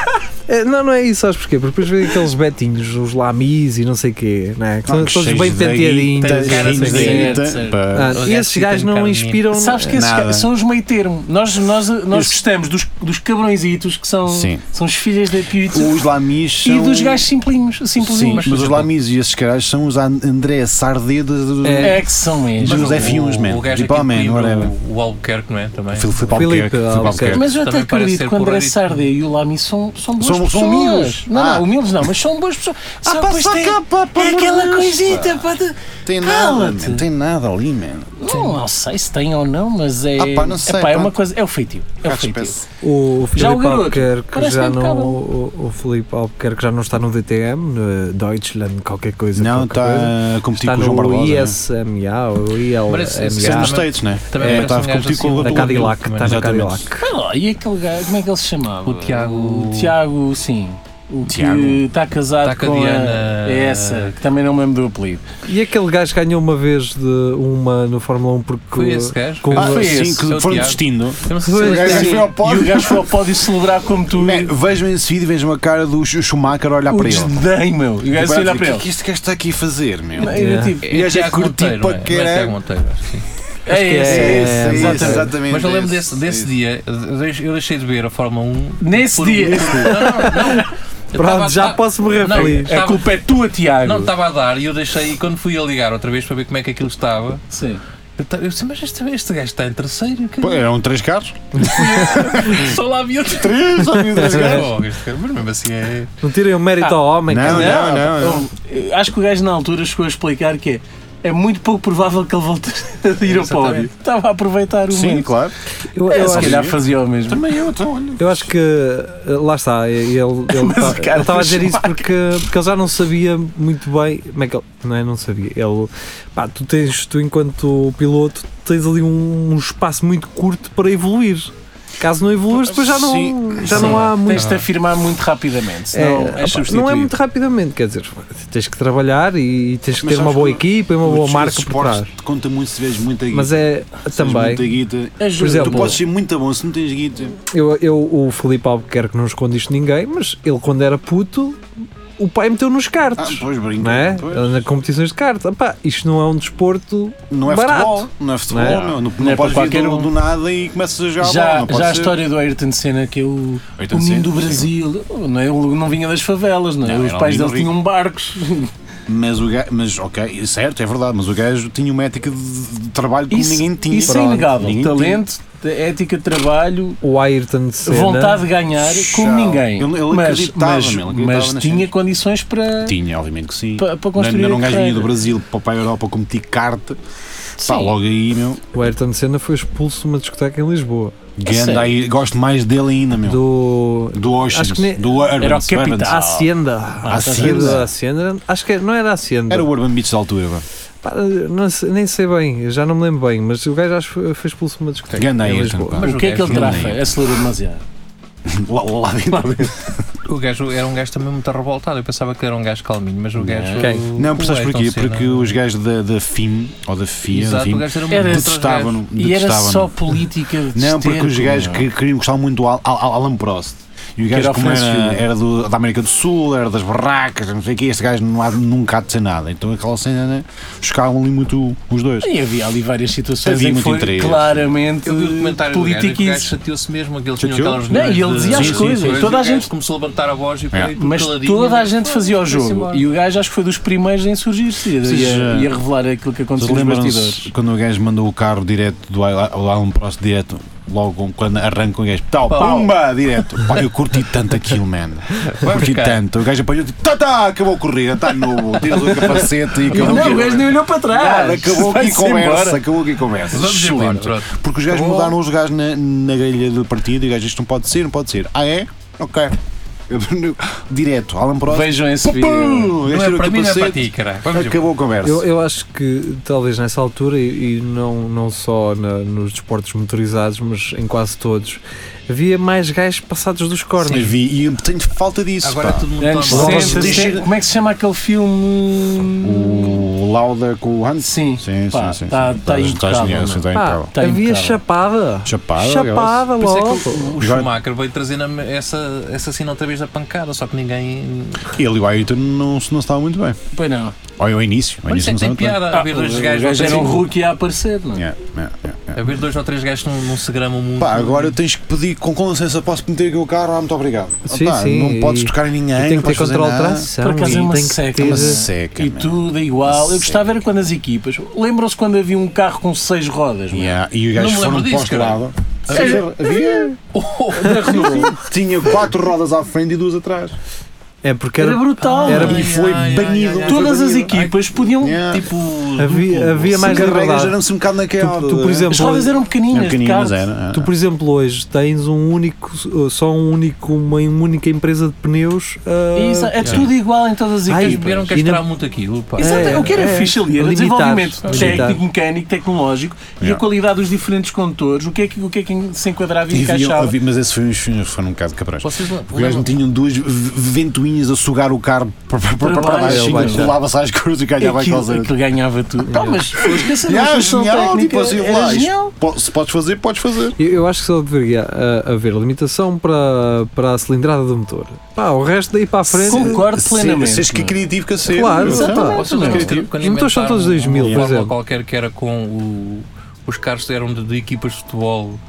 [SPEAKER 2] é- não, não é isso, sabes porquê? Porque depois vem aqueles betinhos, os lamis e não sei o quê, né? que são
[SPEAKER 4] Ah,
[SPEAKER 2] todos
[SPEAKER 4] cheios
[SPEAKER 2] bem
[SPEAKER 4] de
[SPEAKER 2] penteadinhos.
[SPEAKER 4] guita,
[SPEAKER 5] Tem cara de
[SPEAKER 4] cheios de
[SPEAKER 5] guita,
[SPEAKER 4] guita,
[SPEAKER 3] certo.
[SPEAKER 4] pá.
[SPEAKER 2] Ah,
[SPEAKER 5] Os
[SPEAKER 2] e
[SPEAKER 5] gajos
[SPEAKER 2] esses
[SPEAKER 5] que
[SPEAKER 2] gajos
[SPEAKER 5] têm
[SPEAKER 2] não
[SPEAKER 5] carne
[SPEAKER 2] inspiram.
[SPEAKER 3] Sabes que esses
[SPEAKER 4] Nada.
[SPEAKER 3] ca- são os meio termo. Nós, nós, nós
[SPEAKER 4] Esse-
[SPEAKER 3] gostamos dos, dos cabrõezitos que são,
[SPEAKER 4] Sim.
[SPEAKER 3] são os filhos da Purity
[SPEAKER 4] Os lamis
[SPEAKER 3] e
[SPEAKER 4] são-
[SPEAKER 3] dos gajos simplinhos.
[SPEAKER 4] Sim,
[SPEAKER 3] simplinhos.
[SPEAKER 4] mas os lamis e esses caras são os And- André Sardê dos. dos-
[SPEAKER 3] É que são
[SPEAKER 4] Mas
[SPEAKER 3] mesmo.
[SPEAKER 4] os F1s, man.
[SPEAKER 5] O gajo
[SPEAKER 4] Tipo,
[SPEAKER 5] aqui
[SPEAKER 4] ah, man,
[SPEAKER 5] de Coimbra,
[SPEAKER 4] whatever.
[SPEAKER 5] o, o Albuquerque, não é? Também.
[SPEAKER 4] Phil- Filipe
[SPEAKER 2] Filipe
[SPEAKER 4] Albuquerque, Filipe
[SPEAKER 2] Albuquerque.
[SPEAKER 4] Albuquerque.
[SPEAKER 3] Mas eu até
[SPEAKER 5] Também parece
[SPEAKER 3] acredito
[SPEAKER 5] ser
[SPEAKER 3] que o André
[SPEAKER 5] porreirito.
[SPEAKER 3] Sardé e o Lami são, são boas
[SPEAKER 4] São-
[SPEAKER 3] pessoas.
[SPEAKER 4] são humildes.
[SPEAKER 3] Não,
[SPEAKER 4] Ah.
[SPEAKER 3] não, humildes não, mas são boas pessoas.
[SPEAKER 4] Ah,
[SPEAKER 3] Só
[SPEAKER 4] pá,
[SPEAKER 3] depois
[SPEAKER 4] só
[SPEAKER 3] tem-
[SPEAKER 4] cá, pá, pá,
[SPEAKER 3] é aquela
[SPEAKER 4] Deus,
[SPEAKER 3] coisita, pá. de-
[SPEAKER 4] Tem nada,
[SPEAKER 3] Cala-te.
[SPEAKER 4] man, tem nada ali, man.
[SPEAKER 3] Não, não sei se tem ou não, mas é.
[SPEAKER 4] Ah, pá, não sei,
[SPEAKER 3] é, pá, é
[SPEAKER 4] pá.
[SPEAKER 3] uma coisa. É o feitio. É o feitio.
[SPEAKER 2] O, o
[SPEAKER 3] Já o
[SPEAKER 2] Filipe
[SPEAKER 3] garoto,
[SPEAKER 2] Albuquerque
[SPEAKER 3] parece
[SPEAKER 2] já
[SPEAKER 3] bem
[SPEAKER 2] não.
[SPEAKER 3] impecável.
[SPEAKER 2] O, o Filipe Albuquerque já não está no DTM, no Deutschland, qualquer coisa.
[SPEAKER 4] Não,
[SPEAKER 2] qualquer coisa.
[SPEAKER 4] está a competir
[SPEAKER 2] Está
[SPEAKER 4] com o João
[SPEAKER 2] no
[SPEAKER 4] Barbosa. né?
[SPEAKER 2] ISMA ou
[SPEAKER 5] Parece- isso
[SPEAKER 4] Isso é
[SPEAKER 5] Ah,
[SPEAKER 2] ILMA
[SPEAKER 4] nos States, né?
[SPEAKER 5] também
[SPEAKER 4] É,
[SPEAKER 5] parece
[SPEAKER 4] está
[SPEAKER 5] um
[SPEAKER 4] a
[SPEAKER 5] gajo
[SPEAKER 4] competir
[SPEAKER 5] assim,
[SPEAKER 4] com o
[SPEAKER 2] da
[SPEAKER 4] outro
[SPEAKER 2] Cadillac.
[SPEAKER 4] maluco,
[SPEAKER 2] Está na
[SPEAKER 4] exatamente.
[SPEAKER 2] Cadillac.
[SPEAKER 3] Vai lá, e aquele gajo, como é que ele se chamava?
[SPEAKER 5] O Tiago-
[SPEAKER 3] O Tiago, sim. O
[SPEAKER 4] Tiago.
[SPEAKER 3] que está casado
[SPEAKER 5] Está com a
[SPEAKER 3] com a
[SPEAKER 5] Diana-
[SPEAKER 3] É essa, que também não me lembro do apelido.
[SPEAKER 2] E aquele gajo que ganhou uma vez de uma no Fórmula 1 porque.
[SPEAKER 5] Foi esse gajo?
[SPEAKER 2] com-
[SPEAKER 5] Foi
[SPEAKER 4] Ah,
[SPEAKER 5] esse?
[SPEAKER 4] foi
[SPEAKER 3] esse,
[SPEAKER 4] sim,
[SPEAKER 5] é
[SPEAKER 4] que
[SPEAKER 5] o
[SPEAKER 4] foram
[SPEAKER 5] Tiago.
[SPEAKER 4] desistindo.
[SPEAKER 5] Eu não sei
[SPEAKER 2] Foi
[SPEAKER 5] se é
[SPEAKER 4] O
[SPEAKER 5] ele-
[SPEAKER 4] gajo
[SPEAKER 3] Sim.
[SPEAKER 4] foi ao
[SPEAKER 3] E
[SPEAKER 4] pódio.
[SPEAKER 3] o gajo foi ao pódio celebrar como tu.
[SPEAKER 4] Man, Vejam esse vídeo e vejam a cara do Sch- Schumacher a olhar
[SPEAKER 3] o
[SPEAKER 4] para ele. Tipo,
[SPEAKER 3] desdém, meu. E o gajo se olhar para
[SPEAKER 4] O que é
[SPEAKER 3] ele.
[SPEAKER 4] que este gajo está aqui a fazer, meu?
[SPEAKER 3] Não, eu tipo,
[SPEAKER 2] Yeah.
[SPEAKER 3] tive-
[SPEAKER 4] gajo é
[SPEAKER 5] Tiago
[SPEAKER 2] tipo,
[SPEAKER 4] curtido
[SPEAKER 5] Monteiro, não
[SPEAKER 4] para
[SPEAKER 5] é? Não é
[SPEAKER 4] caralho.
[SPEAKER 5] Tiago Monteiro, acho que sim.
[SPEAKER 3] É esse, é esse.
[SPEAKER 2] é,
[SPEAKER 7] isso,
[SPEAKER 2] exatamente.
[SPEAKER 7] exatamente.
[SPEAKER 5] Mas eu lembro desse,
[SPEAKER 7] isso,
[SPEAKER 5] desse
[SPEAKER 7] isso.
[SPEAKER 5] dia, eu deixei de ver a Fórmula 1.
[SPEAKER 3] Nesse
[SPEAKER 5] por um-
[SPEAKER 3] dia.
[SPEAKER 5] Não, não, não. Eu tava-
[SPEAKER 2] Pronto, já
[SPEAKER 5] tava-
[SPEAKER 2] posso morrer
[SPEAKER 5] Não,
[SPEAKER 2] feliz.
[SPEAKER 5] Estava-
[SPEAKER 3] A culpa é tua, Tiago.
[SPEAKER 5] Não, estava a dar e eu deixei. E quando fui a ligar outra vez para ver como é que aquilo estava,
[SPEAKER 3] Sim.
[SPEAKER 5] eu, ta- eu disse: Mas este, este gajo está em terceiro. Que...
[SPEAKER 4] Pô, eram três carros?
[SPEAKER 5] Só lá havia outro.
[SPEAKER 4] Três, só vi três carros.
[SPEAKER 5] Oh, este cara, Mas mesmo assim é.
[SPEAKER 2] Não tirem o
[SPEAKER 3] Tá.
[SPEAKER 2] mérito ao homem.
[SPEAKER 4] Não,
[SPEAKER 2] cara. um
[SPEAKER 4] não, não. não.
[SPEAKER 3] Então, Eu Acho que o gajo na altura chegou a explicar que é. É muito pouco provável que ele volte a ir ao
[SPEAKER 5] Exatamente.
[SPEAKER 3] pódio. Estava a aproveitar o
[SPEAKER 4] Sim,
[SPEAKER 3] momento.
[SPEAKER 4] claro.
[SPEAKER 2] Eu,
[SPEAKER 3] É,
[SPEAKER 2] eu
[SPEAKER 3] se
[SPEAKER 2] acho,
[SPEAKER 3] calhar fazia o mesmo.
[SPEAKER 4] Também eu, então, olha.
[SPEAKER 2] eu acho que eh, lá está, ele
[SPEAKER 3] Mas o cara
[SPEAKER 2] estava a dizer
[SPEAKER 3] foi
[SPEAKER 2] isso porque, porque ele já não sabia muito bem como é que ele, não é? Não sabia. Ele pá, tu tens, tu enquanto piloto, tens ali um, um espaço muito curto para evoluir. Caso não evoluas, depois já não,
[SPEAKER 4] Sim,
[SPEAKER 2] já
[SPEAKER 3] Sim,
[SPEAKER 2] não há muito.
[SPEAKER 3] Tens de te afirmar muito rapidamente,
[SPEAKER 2] É,
[SPEAKER 3] senão
[SPEAKER 2] opa,
[SPEAKER 3] és
[SPEAKER 2] não é
[SPEAKER 3] substituído.
[SPEAKER 2] muito rapidamente, quer dizer, tens que trabalhar e tens que
[SPEAKER 4] Mas
[SPEAKER 2] ter uma
[SPEAKER 4] sabes
[SPEAKER 2] boa
[SPEAKER 4] que
[SPEAKER 2] equipa e uma boa
[SPEAKER 4] Os-
[SPEAKER 2] marca
[SPEAKER 4] os
[SPEAKER 2] por
[SPEAKER 4] esportes
[SPEAKER 2] trás.
[SPEAKER 4] te conta muito se vês muita guita.
[SPEAKER 2] Mas é
[SPEAKER 4] Se tens
[SPEAKER 2] também.
[SPEAKER 4] Muita guita.
[SPEAKER 3] Ajuda.
[SPEAKER 2] Por exemplo,
[SPEAKER 4] Tu podes ser muito bom se não tens guita.
[SPEAKER 2] Eu, eu, o Felipe Albuquerque não esconde isto de ninguém, mas ele quando era puto, o pai meteu nos
[SPEAKER 4] Ah,
[SPEAKER 2] cartos.
[SPEAKER 4] pois brinca.
[SPEAKER 2] não é?
[SPEAKER 4] pois.
[SPEAKER 2] Nas competições de cartas. Epá, isto não é um desporto.
[SPEAKER 4] Não é
[SPEAKER 2] Barato.
[SPEAKER 4] futebol. Não é futebol,
[SPEAKER 2] Não é?
[SPEAKER 4] meu. Não, não,
[SPEAKER 3] Não é
[SPEAKER 4] podes
[SPEAKER 3] para
[SPEAKER 4] vir
[SPEAKER 3] qualquer
[SPEAKER 4] do,
[SPEAKER 3] um.
[SPEAKER 4] do nada e começas a jogar bola.
[SPEAKER 3] Já,
[SPEAKER 4] Não pode
[SPEAKER 3] já a
[SPEAKER 4] ser.
[SPEAKER 3] história do Ayrton Senna, que é o,
[SPEAKER 4] Ayrton
[SPEAKER 3] o menino
[SPEAKER 4] Senna,
[SPEAKER 3] do
[SPEAKER 4] sim.
[SPEAKER 3] Brasil, não, é? ele não vinha das favelas, não é?
[SPEAKER 4] Não,
[SPEAKER 3] os
[SPEAKER 4] era um
[SPEAKER 3] pais
[SPEAKER 4] menino
[SPEAKER 3] dele tinham barcos.
[SPEAKER 4] Mas o gajo, mas ok, certo, é verdade, mas o gajo tinha uma ética de, de trabalho como
[SPEAKER 3] Isso-
[SPEAKER 4] ninguém tinha.
[SPEAKER 3] Isso é
[SPEAKER 4] Pronto,
[SPEAKER 3] inegável.
[SPEAKER 4] ninguém
[SPEAKER 3] Talento, ética de trabalho,
[SPEAKER 2] O Ayrton Senna.
[SPEAKER 3] vontade de ganhar, como
[SPEAKER 4] Chau.
[SPEAKER 3] ninguém.
[SPEAKER 4] Ele- ele
[SPEAKER 3] mas
[SPEAKER 4] acreditava,
[SPEAKER 3] mas,
[SPEAKER 4] meu, ele acreditava
[SPEAKER 3] mas
[SPEAKER 4] nas
[SPEAKER 3] tinha
[SPEAKER 4] cenas.
[SPEAKER 3] condições para,
[SPEAKER 4] tinha. Tinha, obviamente que sim.
[SPEAKER 3] para, para
[SPEAKER 4] Não
[SPEAKER 3] construir.
[SPEAKER 4] não era um
[SPEAKER 3] a
[SPEAKER 4] gajo vinha
[SPEAKER 3] carreira.
[SPEAKER 4] do Brasil para- para a Europa competir carta.
[SPEAKER 3] Sim.
[SPEAKER 4] Pá, logo aí, meu.
[SPEAKER 2] O Ayrton Senna foi expulso de uma discoteca em Lisboa.
[SPEAKER 4] Ganda
[SPEAKER 3] sério?
[SPEAKER 4] aí, gosto mais dele ainda, meu. Do,
[SPEAKER 2] Do.
[SPEAKER 4] Oceans,
[SPEAKER 2] acho que nem-
[SPEAKER 4] do Urban.
[SPEAKER 3] Era o capitão. Ah.
[SPEAKER 2] Hacienda.
[SPEAKER 4] Hacienda.
[SPEAKER 2] Hacienda. Acho que é, não era Hacienda.
[SPEAKER 4] Era o Urban Beach da altura, vá.
[SPEAKER 2] Pá, não sei- nem sei bem, eu já não me lembro bem, mas o gajo acho que foi, foi expulso de uma discoteca.
[SPEAKER 4] Ganda
[SPEAKER 2] em
[SPEAKER 4] Ayrton,
[SPEAKER 2] Lisboa.
[SPEAKER 4] pá.
[SPEAKER 5] Mas
[SPEAKER 3] O que é que ele
[SPEAKER 5] gajo-
[SPEAKER 3] trafa? Acelerou demasiado.
[SPEAKER 4] Lá, lá dentro.
[SPEAKER 5] O gajo era um gajo também muito revoltado. Eu pensava que ele era um gajo calminho, mas o gajo.
[SPEAKER 2] Quem?
[SPEAKER 5] o-
[SPEAKER 4] Não,
[SPEAKER 5] o
[SPEAKER 4] percebes
[SPEAKER 5] Ayrton
[SPEAKER 4] porquê?
[SPEAKER 5] Senna-
[SPEAKER 4] Porque os gajos da, da FIM, ou da FIA,
[SPEAKER 5] Exato,
[SPEAKER 4] enfim,
[SPEAKER 5] o gajo era
[SPEAKER 3] Era- é?
[SPEAKER 5] muito detestável.
[SPEAKER 4] detestavam-no.
[SPEAKER 3] E era
[SPEAKER 4] detestavam-no.
[SPEAKER 3] só política de
[SPEAKER 4] Não, porque os
[SPEAKER 3] esterco,
[SPEAKER 4] gajos
[SPEAKER 3] meu.
[SPEAKER 4] que queriam gostar muito do Al- Al- Al- Alan Prost. E o gajo,
[SPEAKER 3] é? era o
[SPEAKER 4] como
[SPEAKER 3] Francis
[SPEAKER 4] era,
[SPEAKER 3] Fillmore.
[SPEAKER 4] era do- da América do Sul, era das barracas, não sei o quê, este gajo não há- nunca há de ser nada. Então aquela cena, né, chocavam ali muito os dois.
[SPEAKER 3] E havia ali várias situações
[SPEAKER 4] Havia
[SPEAKER 3] em
[SPEAKER 4] muito
[SPEAKER 3] que foi
[SPEAKER 4] interesse.
[SPEAKER 3] claramente
[SPEAKER 5] Eu vi o documentário do gajo, e o gajo
[SPEAKER 3] politiquice.
[SPEAKER 5] chateou-se mesmo, aqueles tinham
[SPEAKER 4] Chateou?
[SPEAKER 5] aquelas
[SPEAKER 3] Não, e ele
[SPEAKER 5] reuniões de-
[SPEAKER 3] dizia
[SPEAKER 4] as coisas,
[SPEAKER 5] depois
[SPEAKER 3] toda
[SPEAKER 5] o
[SPEAKER 3] a
[SPEAKER 5] gajo
[SPEAKER 3] gente-
[SPEAKER 5] começou a levantar a voz e
[SPEAKER 4] É.
[SPEAKER 5] foi tudo
[SPEAKER 3] Mas
[SPEAKER 5] caladinho,
[SPEAKER 3] toda a
[SPEAKER 5] e
[SPEAKER 3] gente
[SPEAKER 5] depois
[SPEAKER 3] fazia o
[SPEAKER 5] foi-se
[SPEAKER 3] jogo
[SPEAKER 5] embora.
[SPEAKER 3] e o gajo acho que foi dos primeiros em surgir-se e a-
[SPEAKER 4] Vocês,
[SPEAKER 3] e a,
[SPEAKER 4] eh,
[SPEAKER 3] e a revelar aquilo
[SPEAKER 4] Vocês
[SPEAKER 3] que aconteceu nos bastidores.
[SPEAKER 4] lembram-se quando o gajo mandou o carro direto do Al- Al- Alan Prost direto, logo quando arranca o gajo, tal,
[SPEAKER 5] Pau.
[SPEAKER 4] pumba, direto. Pá, eu curti tanto aquilo, man.
[SPEAKER 5] Vai
[SPEAKER 4] curti
[SPEAKER 5] buscar.
[SPEAKER 4] tanto. O gajo apanhou, tipo, tá, tá, acabou a corrida, está novo, tiras o capacete e acabou.
[SPEAKER 3] Não, o gajo nem olhou para trás.
[SPEAKER 4] Nada, Ah, acabou aqui
[SPEAKER 3] Vai-se
[SPEAKER 4] conversa,
[SPEAKER 3] embora.
[SPEAKER 4] acabou aqui conversa.
[SPEAKER 5] Vamos embora,
[SPEAKER 4] Excelente.
[SPEAKER 5] pronto.
[SPEAKER 4] Porque os gajos
[SPEAKER 5] Acabou.
[SPEAKER 4] mudaram os gajos na, na grelha do partido e o gajo isto não pode ser, não pode ser. Ah é? Ok. Direto, Alan Prost.
[SPEAKER 3] Vejam esse
[SPEAKER 4] Pum,
[SPEAKER 3] vídeo.
[SPEAKER 4] pum,
[SPEAKER 5] Não
[SPEAKER 4] gajo
[SPEAKER 5] é
[SPEAKER 4] tirou o
[SPEAKER 5] para mim, não é para
[SPEAKER 4] capacete,
[SPEAKER 5] ti, caralho. Vamos embora.
[SPEAKER 4] Acabou a conversa.
[SPEAKER 2] Eu, eu acho que talvez nessa altura, e, e não, não só na- nos desportos motorizados, mas em quase todos, havia mais gajos passados dos
[SPEAKER 4] Mas
[SPEAKER 2] cornos.
[SPEAKER 4] vi e eu tenho falta disso.
[SPEAKER 5] Agora é
[SPEAKER 4] pá.
[SPEAKER 5] tudo muito
[SPEAKER 3] Anos
[SPEAKER 5] online.
[SPEAKER 4] Vocês
[SPEAKER 3] 60,
[SPEAKER 4] deixem-
[SPEAKER 3] se- Como é que se chama aquele filme?
[SPEAKER 4] O Lauda com o Hans.
[SPEAKER 3] Sim.
[SPEAKER 4] Sim,
[SPEAKER 3] Pá,
[SPEAKER 4] sim, sim.
[SPEAKER 3] tá-
[SPEAKER 4] sim.
[SPEAKER 3] tá
[SPEAKER 4] Estás-
[SPEAKER 3] impecável,
[SPEAKER 4] estás
[SPEAKER 5] né?
[SPEAKER 4] genial,
[SPEAKER 3] mano.
[SPEAKER 4] sim, está
[SPEAKER 5] então.
[SPEAKER 2] Pá,
[SPEAKER 4] impecável.
[SPEAKER 3] Tá
[SPEAKER 2] havia
[SPEAKER 3] impecável.
[SPEAKER 2] chapada.
[SPEAKER 4] Chapada,
[SPEAKER 2] Chapada
[SPEAKER 5] Por isso é
[SPEAKER 2] logo.
[SPEAKER 5] que o- o
[SPEAKER 4] Já-
[SPEAKER 5] Schumacher veio trazendo a- essa, essa cena outra vez da pancada, só que ninguém.
[SPEAKER 4] Ele e o Ayrton não, se- não estavam muito bem.
[SPEAKER 3] Pois não.
[SPEAKER 4] Olha o início. O
[SPEAKER 5] Mas isso
[SPEAKER 4] início
[SPEAKER 5] é
[SPEAKER 4] não
[SPEAKER 5] que
[SPEAKER 4] estava
[SPEAKER 5] tem
[SPEAKER 4] muito bem.
[SPEAKER 5] piada a ver dois
[SPEAKER 3] o
[SPEAKER 5] gajos
[SPEAKER 3] gajo era um
[SPEAKER 5] ou
[SPEAKER 3] rookie a aparecer, não é?
[SPEAKER 4] Yeah, yeah, yeah, yeah.
[SPEAKER 5] a ver dois ou três gajos não, não se gramam muito.
[SPEAKER 4] Pá, agora tens que pedir com, com licença, posso meter aqui o carro? Ah, muito obrigado. Ah,
[SPEAKER 2] Sim,
[SPEAKER 4] pá,
[SPEAKER 2] sim,
[SPEAKER 4] Não
[SPEAKER 2] e-
[SPEAKER 4] podes tocar em ninguém.
[SPEAKER 2] tem
[SPEAKER 4] não
[SPEAKER 2] que ter
[SPEAKER 4] podes fazer
[SPEAKER 2] controle de
[SPEAKER 4] nada.
[SPEAKER 2] tração.
[SPEAKER 3] Por acaso
[SPEAKER 2] e
[SPEAKER 3] é uma
[SPEAKER 2] tem que
[SPEAKER 3] seca,
[SPEAKER 2] ter-
[SPEAKER 4] Uma
[SPEAKER 2] Mas,
[SPEAKER 4] seca.
[SPEAKER 3] E
[SPEAKER 4] man.
[SPEAKER 3] tudo é igual. Eu gostava era quando as equipas. Lembram-se quando havia um carro com seis rodas? é? mano?
[SPEAKER 4] Yeah, E os
[SPEAKER 5] Não
[SPEAKER 4] gajos
[SPEAKER 5] me
[SPEAKER 4] foram
[SPEAKER 5] lembro
[SPEAKER 4] para
[SPEAKER 5] disso,
[SPEAKER 4] o estrada. Havia- havia- Oh, Tinha quatro rodas à frente e duas atrás.
[SPEAKER 2] É porque
[SPEAKER 3] Era,
[SPEAKER 2] era-
[SPEAKER 3] brutal.
[SPEAKER 2] era-
[SPEAKER 4] E
[SPEAKER 5] Ai,
[SPEAKER 4] foi
[SPEAKER 5] ai, ai,
[SPEAKER 4] banido.
[SPEAKER 5] ai, ai.
[SPEAKER 3] Todas
[SPEAKER 4] Foi
[SPEAKER 3] as
[SPEAKER 4] banido.
[SPEAKER 3] equipas podiam.
[SPEAKER 4] Yeah.
[SPEAKER 5] Tipo.
[SPEAKER 2] havia, havia mais
[SPEAKER 4] As regras
[SPEAKER 2] liberdade.
[SPEAKER 4] eram-se um bocado naquela.
[SPEAKER 2] Tu- tu, por exemplo,
[SPEAKER 3] As rodas eram pequeninas.
[SPEAKER 4] Não,
[SPEAKER 3] de
[SPEAKER 4] pequeninas é,
[SPEAKER 3] carro.
[SPEAKER 4] era.
[SPEAKER 2] Tu, por exemplo, hoje tens um único, só um único, uma única empresa de pneus. ah,
[SPEAKER 3] Isso, é tudo igual em todas as
[SPEAKER 2] Ai,
[SPEAKER 5] Eles
[SPEAKER 3] equipas.
[SPEAKER 5] vieram
[SPEAKER 2] E
[SPEAKER 5] castrar
[SPEAKER 2] não-
[SPEAKER 5] muito aquilo. Pá.
[SPEAKER 3] Exato, o que era
[SPEAKER 2] é,
[SPEAKER 3] fixe ali era o
[SPEAKER 2] limitar,
[SPEAKER 3] desenvolvimento
[SPEAKER 2] limitar.
[SPEAKER 3] técnico, mecânico, tecnológico e a
[SPEAKER 4] Yeah.
[SPEAKER 3] qualidade dos diferentes condutores, o que é que, o que, é que se enquadrava e
[SPEAKER 4] E havia-
[SPEAKER 3] encaixava.
[SPEAKER 4] havia- mas esses filmes filmes foram um bocado cabrões.
[SPEAKER 5] Vocês não-
[SPEAKER 4] Porque eles não tinham duas v- ventoinhas a sugar o carro para, para, para,
[SPEAKER 3] Para baixo,
[SPEAKER 4] baixo,
[SPEAKER 2] baixo.
[SPEAKER 4] baixo. colava-se às cores e ganhava aquela
[SPEAKER 3] Aquilo,
[SPEAKER 4] cena.
[SPEAKER 3] aquilo ganhava tudo. Pá, mas foi esquecendo a
[SPEAKER 4] Yeah,
[SPEAKER 3] solução
[SPEAKER 4] genial,
[SPEAKER 3] técnica.
[SPEAKER 4] tipo assim,
[SPEAKER 2] É
[SPEAKER 3] era
[SPEAKER 4] lá, isto
[SPEAKER 3] genial.
[SPEAKER 4] po- se podes fazer, podes fazer.
[SPEAKER 2] Eu, eu acho que só deveria ah, haver limitação para, para a cilindrada do motor. Pá, o resto daí para a frente.
[SPEAKER 3] Concordo plenamente.
[SPEAKER 4] Se- Seres que criativo que Então, ser.
[SPEAKER 2] Claro,
[SPEAKER 4] Não,
[SPEAKER 2] exatamente.
[SPEAKER 4] não,
[SPEAKER 5] Vocês
[SPEAKER 4] não,
[SPEAKER 3] tipo,
[SPEAKER 5] lembram
[SPEAKER 4] criativo.
[SPEAKER 5] quando
[SPEAKER 2] Os motores são
[SPEAKER 3] é.
[SPEAKER 5] inventaram
[SPEAKER 2] todos 2000,
[SPEAKER 5] uma
[SPEAKER 2] por
[SPEAKER 5] fórmula
[SPEAKER 2] exemplo.
[SPEAKER 5] qualquer que era com o. os carros eram de, de equipas de futebol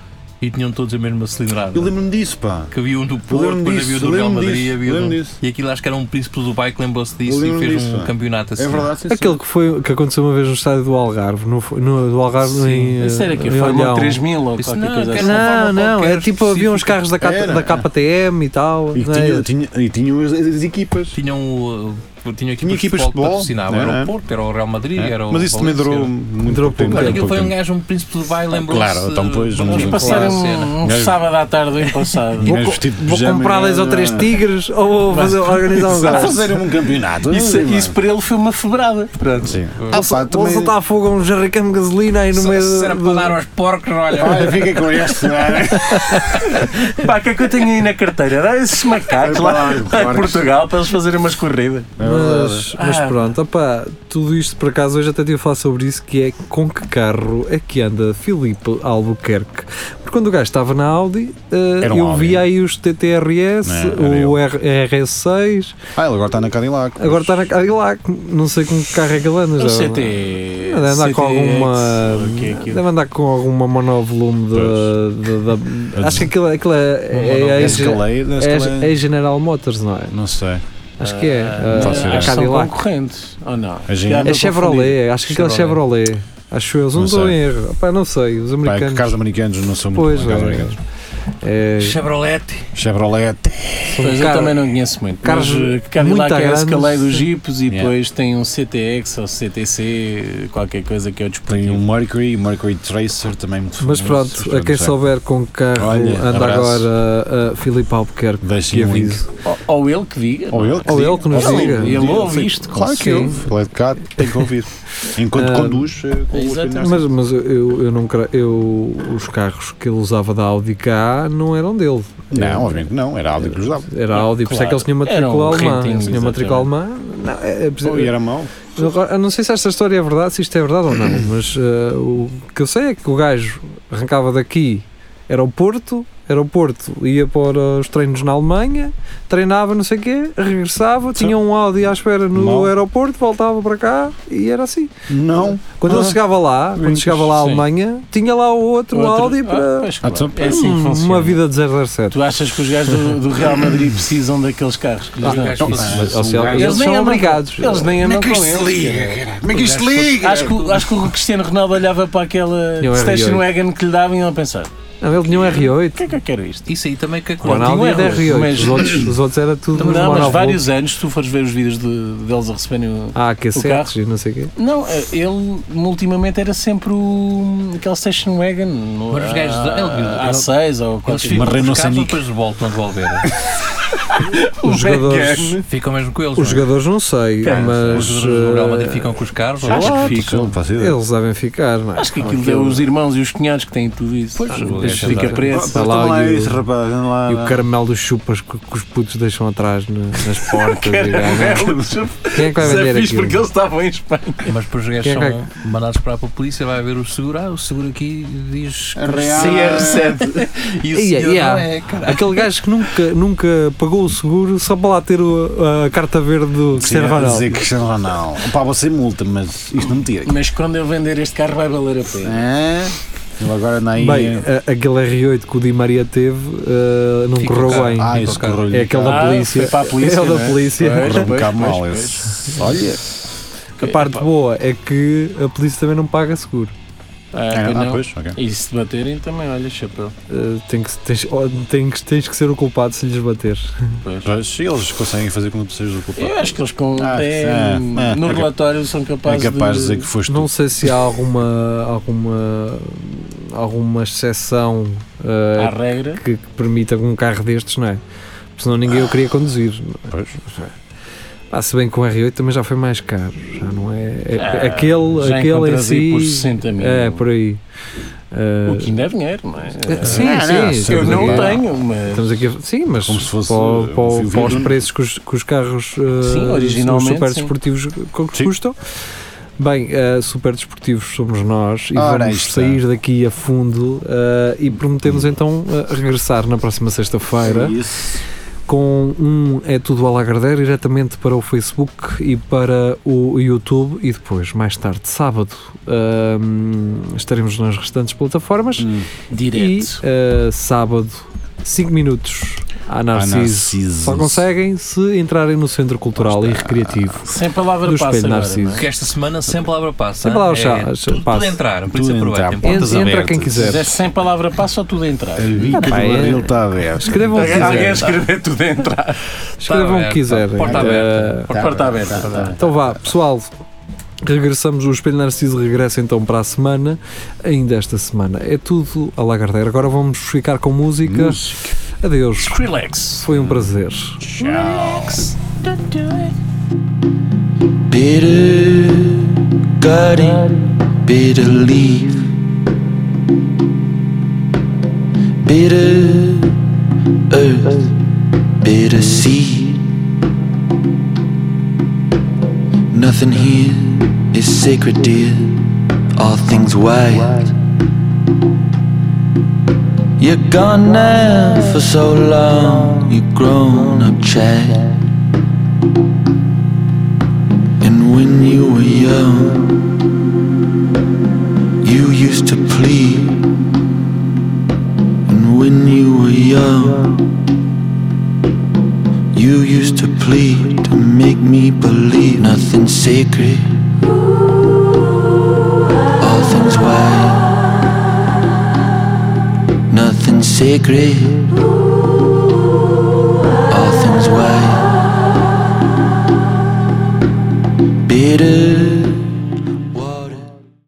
[SPEAKER 5] e tinham todos a mesma cilindrada.
[SPEAKER 4] Eu lembro-me disso, pá.
[SPEAKER 5] Que havia um do Porto,
[SPEAKER 4] lembro-me
[SPEAKER 5] depois havia
[SPEAKER 4] disso,
[SPEAKER 5] o do Real
[SPEAKER 4] lembro-me
[SPEAKER 5] Madrid,
[SPEAKER 4] disso,
[SPEAKER 5] havia o
[SPEAKER 4] lembro-me
[SPEAKER 5] do...
[SPEAKER 4] disso.
[SPEAKER 5] E aquilo acho que era um príncipe do bike, lembrou-se disso e
[SPEAKER 4] lembro-me
[SPEAKER 5] fez
[SPEAKER 4] disso,
[SPEAKER 5] um
[SPEAKER 4] pá.
[SPEAKER 5] campeonato assim.
[SPEAKER 4] É verdade, sim, sim.
[SPEAKER 2] Aquele eh, que, foi, que aconteceu uma vez no estádio do Algarve, no, no, do Algarve
[SPEAKER 5] Sim.
[SPEAKER 2] em, eh,
[SPEAKER 3] Isso era que
[SPEAKER 2] em
[SPEAKER 3] foi
[SPEAKER 2] Olhão.
[SPEAKER 3] uma 3000 ou
[SPEAKER 5] Isso
[SPEAKER 3] qualquer
[SPEAKER 5] não,
[SPEAKER 3] coisa
[SPEAKER 5] que
[SPEAKER 3] assim.
[SPEAKER 5] era-
[SPEAKER 2] Não,
[SPEAKER 5] forma
[SPEAKER 2] não,
[SPEAKER 5] qualquer
[SPEAKER 2] é tipo havia uns
[SPEAKER 5] específica.
[SPEAKER 2] carros da, K-
[SPEAKER 4] Era,
[SPEAKER 2] da
[SPEAKER 4] é.
[SPEAKER 2] KTM e tal.
[SPEAKER 4] E,
[SPEAKER 2] não
[SPEAKER 4] que
[SPEAKER 2] é?
[SPEAKER 4] tinha, tinha- e tinham as, as equipas.
[SPEAKER 5] Tinham, uh, tinham equipas
[SPEAKER 4] Tinha
[SPEAKER 5] de
[SPEAKER 4] equipas de
[SPEAKER 5] futebol que
[SPEAKER 4] futebol,
[SPEAKER 5] patrocinavam.
[SPEAKER 4] né?
[SPEAKER 5] Era o Porto, era o Real Madrid,
[SPEAKER 4] É.
[SPEAKER 5] era o.
[SPEAKER 4] Mas isso também
[SPEAKER 5] Valencia.
[SPEAKER 4] durou muito
[SPEAKER 2] Durou
[SPEAKER 4] pouco tempo.
[SPEAKER 2] pouco.
[SPEAKER 5] Olha,
[SPEAKER 4] durou
[SPEAKER 5] aquilo
[SPEAKER 4] pouco
[SPEAKER 5] foi um
[SPEAKER 4] tempo.
[SPEAKER 5] gajo, um príncipe do Dubai, lembrou-se. eh,
[SPEAKER 4] Claro, então, pois,
[SPEAKER 5] vamos
[SPEAKER 4] vamos
[SPEAKER 5] passar
[SPEAKER 3] Passar
[SPEAKER 5] a
[SPEAKER 3] um,
[SPEAKER 5] cena.
[SPEAKER 3] um
[SPEAKER 4] Gajo-
[SPEAKER 3] sábado à tarde bem passado.
[SPEAKER 4] E
[SPEAKER 2] Vou,
[SPEAKER 4] gajo
[SPEAKER 2] co-
[SPEAKER 4] vestido de
[SPEAKER 2] vou
[SPEAKER 4] pijama
[SPEAKER 2] comprar
[SPEAKER 4] e
[SPEAKER 2] 10 ou
[SPEAKER 4] nada.
[SPEAKER 2] 3 tigres ou vou fazer, organizar um
[SPEAKER 4] Vá
[SPEAKER 2] gajo.
[SPEAKER 4] fazer um campeonato.
[SPEAKER 3] Isso,
[SPEAKER 4] não é,
[SPEAKER 3] isso
[SPEAKER 4] mano?
[SPEAKER 3] para ele foi uma febrada.
[SPEAKER 4] Sim. tá-
[SPEAKER 2] Vou,
[SPEAKER 4] pá,
[SPEAKER 2] vou
[SPEAKER 4] também-
[SPEAKER 2] soltar a fogo a um jarricão de gasolina aí no meio.
[SPEAKER 5] Se era
[SPEAKER 2] do-
[SPEAKER 5] para dar aos porcos, olha.
[SPEAKER 2] Ah,
[SPEAKER 4] Olha, fica com este. não é?
[SPEAKER 3] Pá, o que é que eu tenho aí na carteira? Dá esses macacos
[SPEAKER 4] Vai para
[SPEAKER 3] lá
[SPEAKER 4] lá,
[SPEAKER 3] lá em
[SPEAKER 4] porcos.
[SPEAKER 3] Portugal para eles fazerem umas corridas.
[SPEAKER 4] É
[SPEAKER 2] Mas, mas
[SPEAKER 3] Ah.
[SPEAKER 2] pronto, opá, tudo isto por acaso hoje até tive a falar sobre isso, que é com que carro é que anda Filipe Albuquerque. Porque quando o gajo estava na Audi, eh,
[SPEAKER 4] Era um
[SPEAKER 2] eu
[SPEAKER 4] Audi.
[SPEAKER 2] via aí os TTRS,
[SPEAKER 4] Não, era
[SPEAKER 2] o R- RS6,
[SPEAKER 4] Ah, ele agora está na Cadillac.
[SPEAKER 2] agora tá- está na Cadillac, não sei com que carro é que ele anda.
[SPEAKER 3] O
[SPEAKER 2] já.
[SPEAKER 3] CT.
[SPEAKER 2] Deve andar com
[SPEAKER 3] CTX,
[SPEAKER 2] alguma.
[SPEAKER 3] o que é aquilo?
[SPEAKER 2] Deve andar com alguma monovolume de, de- da- Acho que aquilo, aquilo é. é, é,
[SPEAKER 4] É Escalade,
[SPEAKER 2] é-
[SPEAKER 4] Escalade.
[SPEAKER 2] é General Motors, não é?
[SPEAKER 4] Não sei.
[SPEAKER 2] Acho que é.
[SPEAKER 3] Ah,
[SPEAKER 2] Ah,
[SPEAKER 4] faço ideia.
[SPEAKER 2] a
[SPEAKER 3] acho que são
[SPEAKER 2] Cadillac.
[SPEAKER 3] concorrentes, ou não?
[SPEAKER 4] A gente-
[SPEAKER 3] Já
[SPEAKER 2] É
[SPEAKER 3] andou
[SPEAKER 2] Chevrolet, acho que aquilo é Chevrolet. Acho eu, se não
[SPEAKER 4] Não
[SPEAKER 2] estou
[SPEAKER 4] sei.
[SPEAKER 2] em erro. Pá, não sei, os
[SPEAKER 4] Pá, é que
[SPEAKER 2] americanos.
[SPEAKER 4] carros americanos não são muito
[SPEAKER 2] Pois,
[SPEAKER 4] bons. Carros
[SPEAKER 2] é.
[SPEAKER 4] americanos.
[SPEAKER 2] é,
[SPEAKER 5] Chevrolet.
[SPEAKER 4] Chevrolet. é
[SPEAKER 2] são
[SPEAKER 3] Pois, eu
[SPEAKER 2] carros-
[SPEAKER 3] também não conheço muito.
[SPEAKER 2] carros
[SPEAKER 3] mas, eh, Cadillac
[SPEAKER 2] muito
[SPEAKER 3] é a
[SPEAKER 2] grandes,
[SPEAKER 3] Escalade dos
[SPEAKER 2] sim.
[SPEAKER 3] Jeeps e
[SPEAKER 4] Yeah.
[SPEAKER 3] depois tem um CTX ou CTC, qualquer coisa que é o
[SPEAKER 4] Tem
[SPEAKER 3] desportivo.
[SPEAKER 4] um Mercury, Mercury Tracer também muito
[SPEAKER 2] Mas
[SPEAKER 4] famoso.
[SPEAKER 2] pronto, a quem
[SPEAKER 4] não sei.
[SPEAKER 2] souber com que carro
[SPEAKER 4] Olha,
[SPEAKER 2] anda
[SPEAKER 4] abraço.
[SPEAKER 2] agora uh, Filipe Albuquerque, que
[SPEAKER 4] Deixem um link.
[SPEAKER 2] avise.
[SPEAKER 3] Ou, ou ele que diga. é?
[SPEAKER 4] Ou ele
[SPEAKER 2] Ou ele que nos
[SPEAKER 4] Ou
[SPEAKER 2] diga.
[SPEAKER 3] Ele ouve isto,
[SPEAKER 4] Claro que
[SPEAKER 2] sim.
[SPEAKER 4] ouve. Ele é de cá, tem que ouvir. Enquanto
[SPEAKER 2] Ah,
[SPEAKER 4] conduz, eh, com os
[SPEAKER 3] exatamente.
[SPEAKER 4] pneus.
[SPEAKER 2] Mas, mas eu- eu, eu não creio, eu, os carros que ele usava da Audi cá não eram dele.
[SPEAKER 4] Não, obviamente não. Era áudio que lhes dava.
[SPEAKER 2] Era Audi, por isso é que eles tinham
[SPEAKER 3] Claro.
[SPEAKER 2] matrícula
[SPEAKER 3] Era um
[SPEAKER 2] alemã.
[SPEAKER 3] rentinho,
[SPEAKER 2] Eles tinham matrícula alemã. Não, é- é-
[SPEAKER 4] Oh, e era mau.
[SPEAKER 2] eu agora- eu não sei se esta história é verdade, se isto é verdade ou não, mas eh, o que eu sei é que o gajo arrancava daqui, era o Porto, era o Porto, ia para os treinos na Alemanha, treinava não sei o quê, regressava, tinha um Audi à espera no
[SPEAKER 4] Mal.
[SPEAKER 2] aeroporto, voltava para cá e era assim.
[SPEAKER 4] Não.
[SPEAKER 2] Quando ele
[SPEAKER 4] Ah,
[SPEAKER 2] chegava lá, quando
[SPEAKER 4] brincas,
[SPEAKER 2] chegava lá à
[SPEAKER 3] sim.
[SPEAKER 2] Alemanha, tinha lá o outro,
[SPEAKER 3] Outro-
[SPEAKER 2] Audi
[SPEAKER 3] Ah,
[SPEAKER 2] para
[SPEAKER 3] pois, claro.
[SPEAKER 4] Ah, então,
[SPEAKER 3] é assim que
[SPEAKER 2] Hum,
[SPEAKER 3] funciona.
[SPEAKER 2] uma vida de 007.
[SPEAKER 3] Tu achas que os gajos do, do Real Madrid precisam daqueles carros? que lhes
[SPEAKER 5] Os
[SPEAKER 3] dão?
[SPEAKER 5] gajos
[SPEAKER 4] Mas-
[SPEAKER 3] um
[SPEAKER 5] fizeram-
[SPEAKER 2] Ou seja,
[SPEAKER 4] gajo-
[SPEAKER 2] eles,
[SPEAKER 3] Eles nem
[SPEAKER 2] são
[SPEAKER 3] andam-
[SPEAKER 2] obrigados.
[SPEAKER 3] Eles nem andam com ele.
[SPEAKER 4] liga? Como é que
[SPEAKER 5] isto
[SPEAKER 4] liga?
[SPEAKER 3] Acho que, acho que o Cristiano Ronaldo olhava para aquela
[SPEAKER 2] Tinha um
[SPEAKER 3] station
[SPEAKER 2] R8.
[SPEAKER 3] wagon que lhe davam e ele a pensar: o
[SPEAKER 2] Não, ele tinha um R8.
[SPEAKER 3] que é que eu quero isto?
[SPEAKER 5] Isso aí também que é
[SPEAKER 2] O
[SPEAKER 5] curioso.
[SPEAKER 2] Ronaldo
[SPEAKER 3] tinha um
[SPEAKER 2] era
[SPEAKER 3] R8,
[SPEAKER 2] R8.
[SPEAKER 3] mas-
[SPEAKER 2] Os, outros, os outros era tudo
[SPEAKER 3] Não,
[SPEAKER 2] monovolume.
[SPEAKER 3] mas vários anos, se tu fores ver os vídeos de- deles a receberem o.
[SPEAKER 2] Ah,
[SPEAKER 3] o
[SPEAKER 2] cassetes
[SPEAKER 3] carro.
[SPEAKER 2] e não sei o quê.
[SPEAKER 3] Não, eh, ele ultimamente era sempre o, aquele station wagon. No,
[SPEAKER 5] Mas os gajos da- ele- ele-
[SPEAKER 3] a, A6 ou
[SPEAKER 5] Eles
[SPEAKER 3] qualquer
[SPEAKER 4] Mas
[SPEAKER 5] ficam com
[SPEAKER 4] Renault
[SPEAKER 5] os carros e
[SPEAKER 4] Scenic.
[SPEAKER 5] depois voltam a devolver.
[SPEAKER 2] Os jogadores,
[SPEAKER 5] Ficam mesmo com eles.
[SPEAKER 2] os
[SPEAKER 5] não é?
[SPEAKER 2] jogadores não sei, mas
[SPEAKER 5] Os jogadores do Real Madrid
[SPEAKER 2] eh,
[SPEAKER 5] ficam com os carros.
[SPEAKER 3] Acho
[SPEAKER 5] ou-
[SPEAKER 3] que
[SPEAKER 4] Ficam,
[SPEAKER 3] ficam.
[SPEAKER 4] não faço ideia.
[SPEAKER 2] eles devem ficar, não é?
[SPEAKER 3] Acho que aquilo é os irmãos e os cunhados que têm tudo isso. Pois,
[SPEAKER 5] o gajo
[SPEAKER 3] fica
[SPEAKER 5] anda-
[SPEAKER 3] preso.
[SPEAKER 2] Está lá e o-
[SPEAKER 4] esse então é rapaz. anda lá,
[SPEAKER 2] E
[SPEAKER 4] lá.
[SPEAKER 2] o caramelo dos chupas que, que os putos deixam atrás na- nas portas. e, ah, não. Quem é que vai
[SPEAKER 3] Isso é
[SPEAKER 2] vender
[SPEAKER 3] fixe porque
[SPEAKER 2] aquilo?
[SPEAKER 3] eles estavam em Espanha.
[SPEAKER 5] Mas depois os gajos são mandados para a polícia, vai haver o seguro. Ah, o seguro aqui diz. que-
[SPEAKER 4] Real.
[SPEAKER 3] CR7.
[SPEAKER 5] E o
[SPEAKER 2] Ia,
[SPEAKER 5] senhor
[SPEAKER 2] ia.
[SPEAKER 5] não é, caralho.
[SPEAKER 2] Aquele gajo que nunca, nunca pagou o seguro só para lá ter o- a carta verde do Cristiano
[SPEAKER 4] Sim, a
[SPEAKER 2] Ronaldo.
[SPEAKER 4] dizer Cristiano Ronaldo. Pá, você multa, mas isto não me tira.
[SPEAKER 3] Mas quando eu vender este carro vai valer a pena.
[SPEAKER 4] É? Ele agora anda aí.
[SPEAKER 2] Bem,
[SPEAKER 4] eh,
[SPEAKER 2] a- aquele R8 que o Di Maria teve eh, não
[SPEAKER 5] Fica
[SPEAKER 2] correu
[SPEAKER 5] cá.
[SPEAKER 2] bem.
[SPEAKER 4] Ah,
[SPEAKER 5] fica
[SPEAKER 4] isso
[SPEAKER 5] o carro.
[SPEAKER 4] correu-lhe.
[SPEAKER 2] É aquele da
[SPEAKER 3] Ah,
[SPEAKER 2] polícia.
[SPEAKER 3] foi para a polícia,
[SPEAKER 2] É o da
[SPEAKER 3] né?
[SPEAKER 2] polícia.
[SPEAKER 3] Pois,
[SPEAKER 4] Correu um
[SPEAKER 3] pois,
[SPEAKER 4] bocado
[SPEAKER 3] pois,
[SPEAKER 4] mal
[SPEAKER 3] pois.
[SPEAKER 4] esse. Olha.
[SPEAKER 2] A parte boa é que a polícia também não paga seguro.
[SPEAKER 3] Ah,
[SPEAKER 4] Ah,
[SPEAKER 3] pois não.
[SPEAKER 4] pois, ok.
[SPEAKER 3] E se baterem também, olha, chapéu.
[SPEAKER 2] Eh, tem que, tens, oh, tem que- tens que ser o culpado se lhes bater.
[SPEAKER 3] Pois.
[SPEAKER 4] Pois, eles conseguem fazer com que tu sejas o culpado.
[SPEAKER 3] Eu acho que eles com,
[SPEAKER 4] Ah,
[SPEAKER 3] têm-
[SPEAKER 4] é, é,
[SPEAKER 3] no
[SPEAKER 4] é
[SPEAKER 3] relatório são
[SPEAKER 4] É
[SPEAKER 3] capazes,
[SPEAKER 4] capaz de
[SPEAKER 3] de...
[SPEAKER 4] dizer que foste
[SPEAKER 2] Não
[SPEAKER 4] tu.
[SPEAKER 2] sei se há alguma alguma alguma exceção eh,
[SPEAKER 3] à regra.
[SPEAKER 2] que, que permita um carro destes, não é? Porque Senão ninguém o queria conduzir.
[SPEAKER 4] Pois.
[SPEAKER 2] Ah, se bem que o R8 também já foi mais caro, já não é? é-
[SPEAKER 3] Ah,
[SPEAKER 2] aquele
[SPEAKER 3] já
[SPEAKER 2] aquele em
[SPEAKER 3] encontras aí
[SPEAKER 2] si.
[SPEAKER 3] por 60 mil.
[SPEAKER 2] É, por aí. Eh,
[SPEAKER 3] O que ainda é dinheiro, não é?
[SPEAKER 2] eh, sim,
[SPEAKER 4] Não,
[SPEAKER 2] sim.
[SPEAKER 4] não,
[SPEAKER 2] estamos
[SPEAKER 3] Eu não
[SPEAKER 2] aqui-
[SPEAKER 3] tenho, mas.
[SPEAKER 2] Estamos aqui a- sim, mas
[SPEAKER 4] Como se fosse,
[SPEAKER 2] para, o-
[SPEAKER 4] uh,
[SPEAKER 2] para o-
[SPEAKER 4] um
[SPEAKER 2] para os
[SPEAKER 4] filme.
[SPEAKER 2] preços que os, que os carros uh,
[SPEAKER 3] Sim, originalmente,
[SPEAKER 2] os super
[SPEAKER 3] sim.
[SPEAKER 2] desportivos co-
[SPEAKER 4] Sim.
[SPEAKER 2] custam. Bem, uh, super desportivos somos nós e
[SPEAKER 4] Ora, aí
[SPEAKER 2] vamos
[SPEAKER 4] está. Hum.
[SPEAKER 2] sair daqui a eh, fundo uh, e prometemos então uh, regressar na próxima sexta-feira
[SPEAKER 4] Isso.
[SPEAKER 2] com um é tudo alagardeiro diretamente para o Facebook e para o YouTube e depois, mais tarde, sábado, hum, estaremos nas restantes plataformas
[SPEAKER 3] Direto.
[SPEAKER 2] e uh, sábado, 5 minutos à Ah,
[SPEAKER 4] Ah,
[SPEAKER 2] Narciso.
[SPEAKER 4] Narcisos.
[SPEAKER 2] Só conseguem se entrarem no Centro Cultural e Recreativo.
[SPEAKER 3] Sem palavra
[SPEAKER 2] do
[SPEAKER 3] passa
[SPEAKER 2] espelho
[SPEAKER 3] agora,
[SPEAKER 2] Narciso.
[SPEAKER 3] não é?
[SPEAKER 5] Porque esta semana sem palavra passa.
[SPEAKER 2] Sem palavra
[SPEAKER 5] é,
[SPEAKER 2] chá- chá-
[SPEAKER 5] tudo, tudo
[SPEAKER 2] passa.
[SPEAKER 5] entrar, um por isso
[SPEAKER 4] Tudo entrar,
[SPEAKER 5] aproveitem.
[SPEAKER 4] pontas
[SPEAKER 2] Entra
[SPEAKER 4] abertas.
[SPEAKER 2] quem quiser.
[SPEAKER 3] Dizeste é sem palavra passa ou tudo entrar?
[SPEAKER 4] A bica do
[SPEAKER 2] Epá, é-
[SPEAKER 4] barril está aberta.
[SPEAKER 2] Escrevam o que
[SPEAKER 7] Alguém
[SPEAKER 5] É, tá.
[SPEAKER 2] quiserem.
[SPEAKER 7] escrever tudo a entrar.
[SPEAKER 2] Escrevam o que
[SPEAKER 5] aberto,
[SPEAKER 2] quiserem.
[SPEAKER 5] Tá, é, porta aberta. Tá
[SPEAKER 2] Eh,
[SPEAKER 5] Porta
[SPEAKER 7] Porta
[SPEAKER 5] aberta.
[SPEAKER 7] aberta.
[SPEAKER 2] Então vá, pessoal. Regressamos, o Espelho Narciso regressa então para a semana, ainda esta semana. É tudo a Lagardeira. Agora vamos ficar com música. Adeus.
[SPEAKER 3] Skrillex.
[SPEAKER 2] Foi um prazer.
[SPEAKER 6] Don't do it.
[SPEAKER 8] bitter gutting, bitter leaf, bitter earth, bitter seed. Nothing here is sacred, dear. All things wild. You're gone now for so long. You've grown up, child. And when you were young, you used to plead. And when you were young, you used to plead to make me believe nothing sacred. All things wild. Nothing sacred.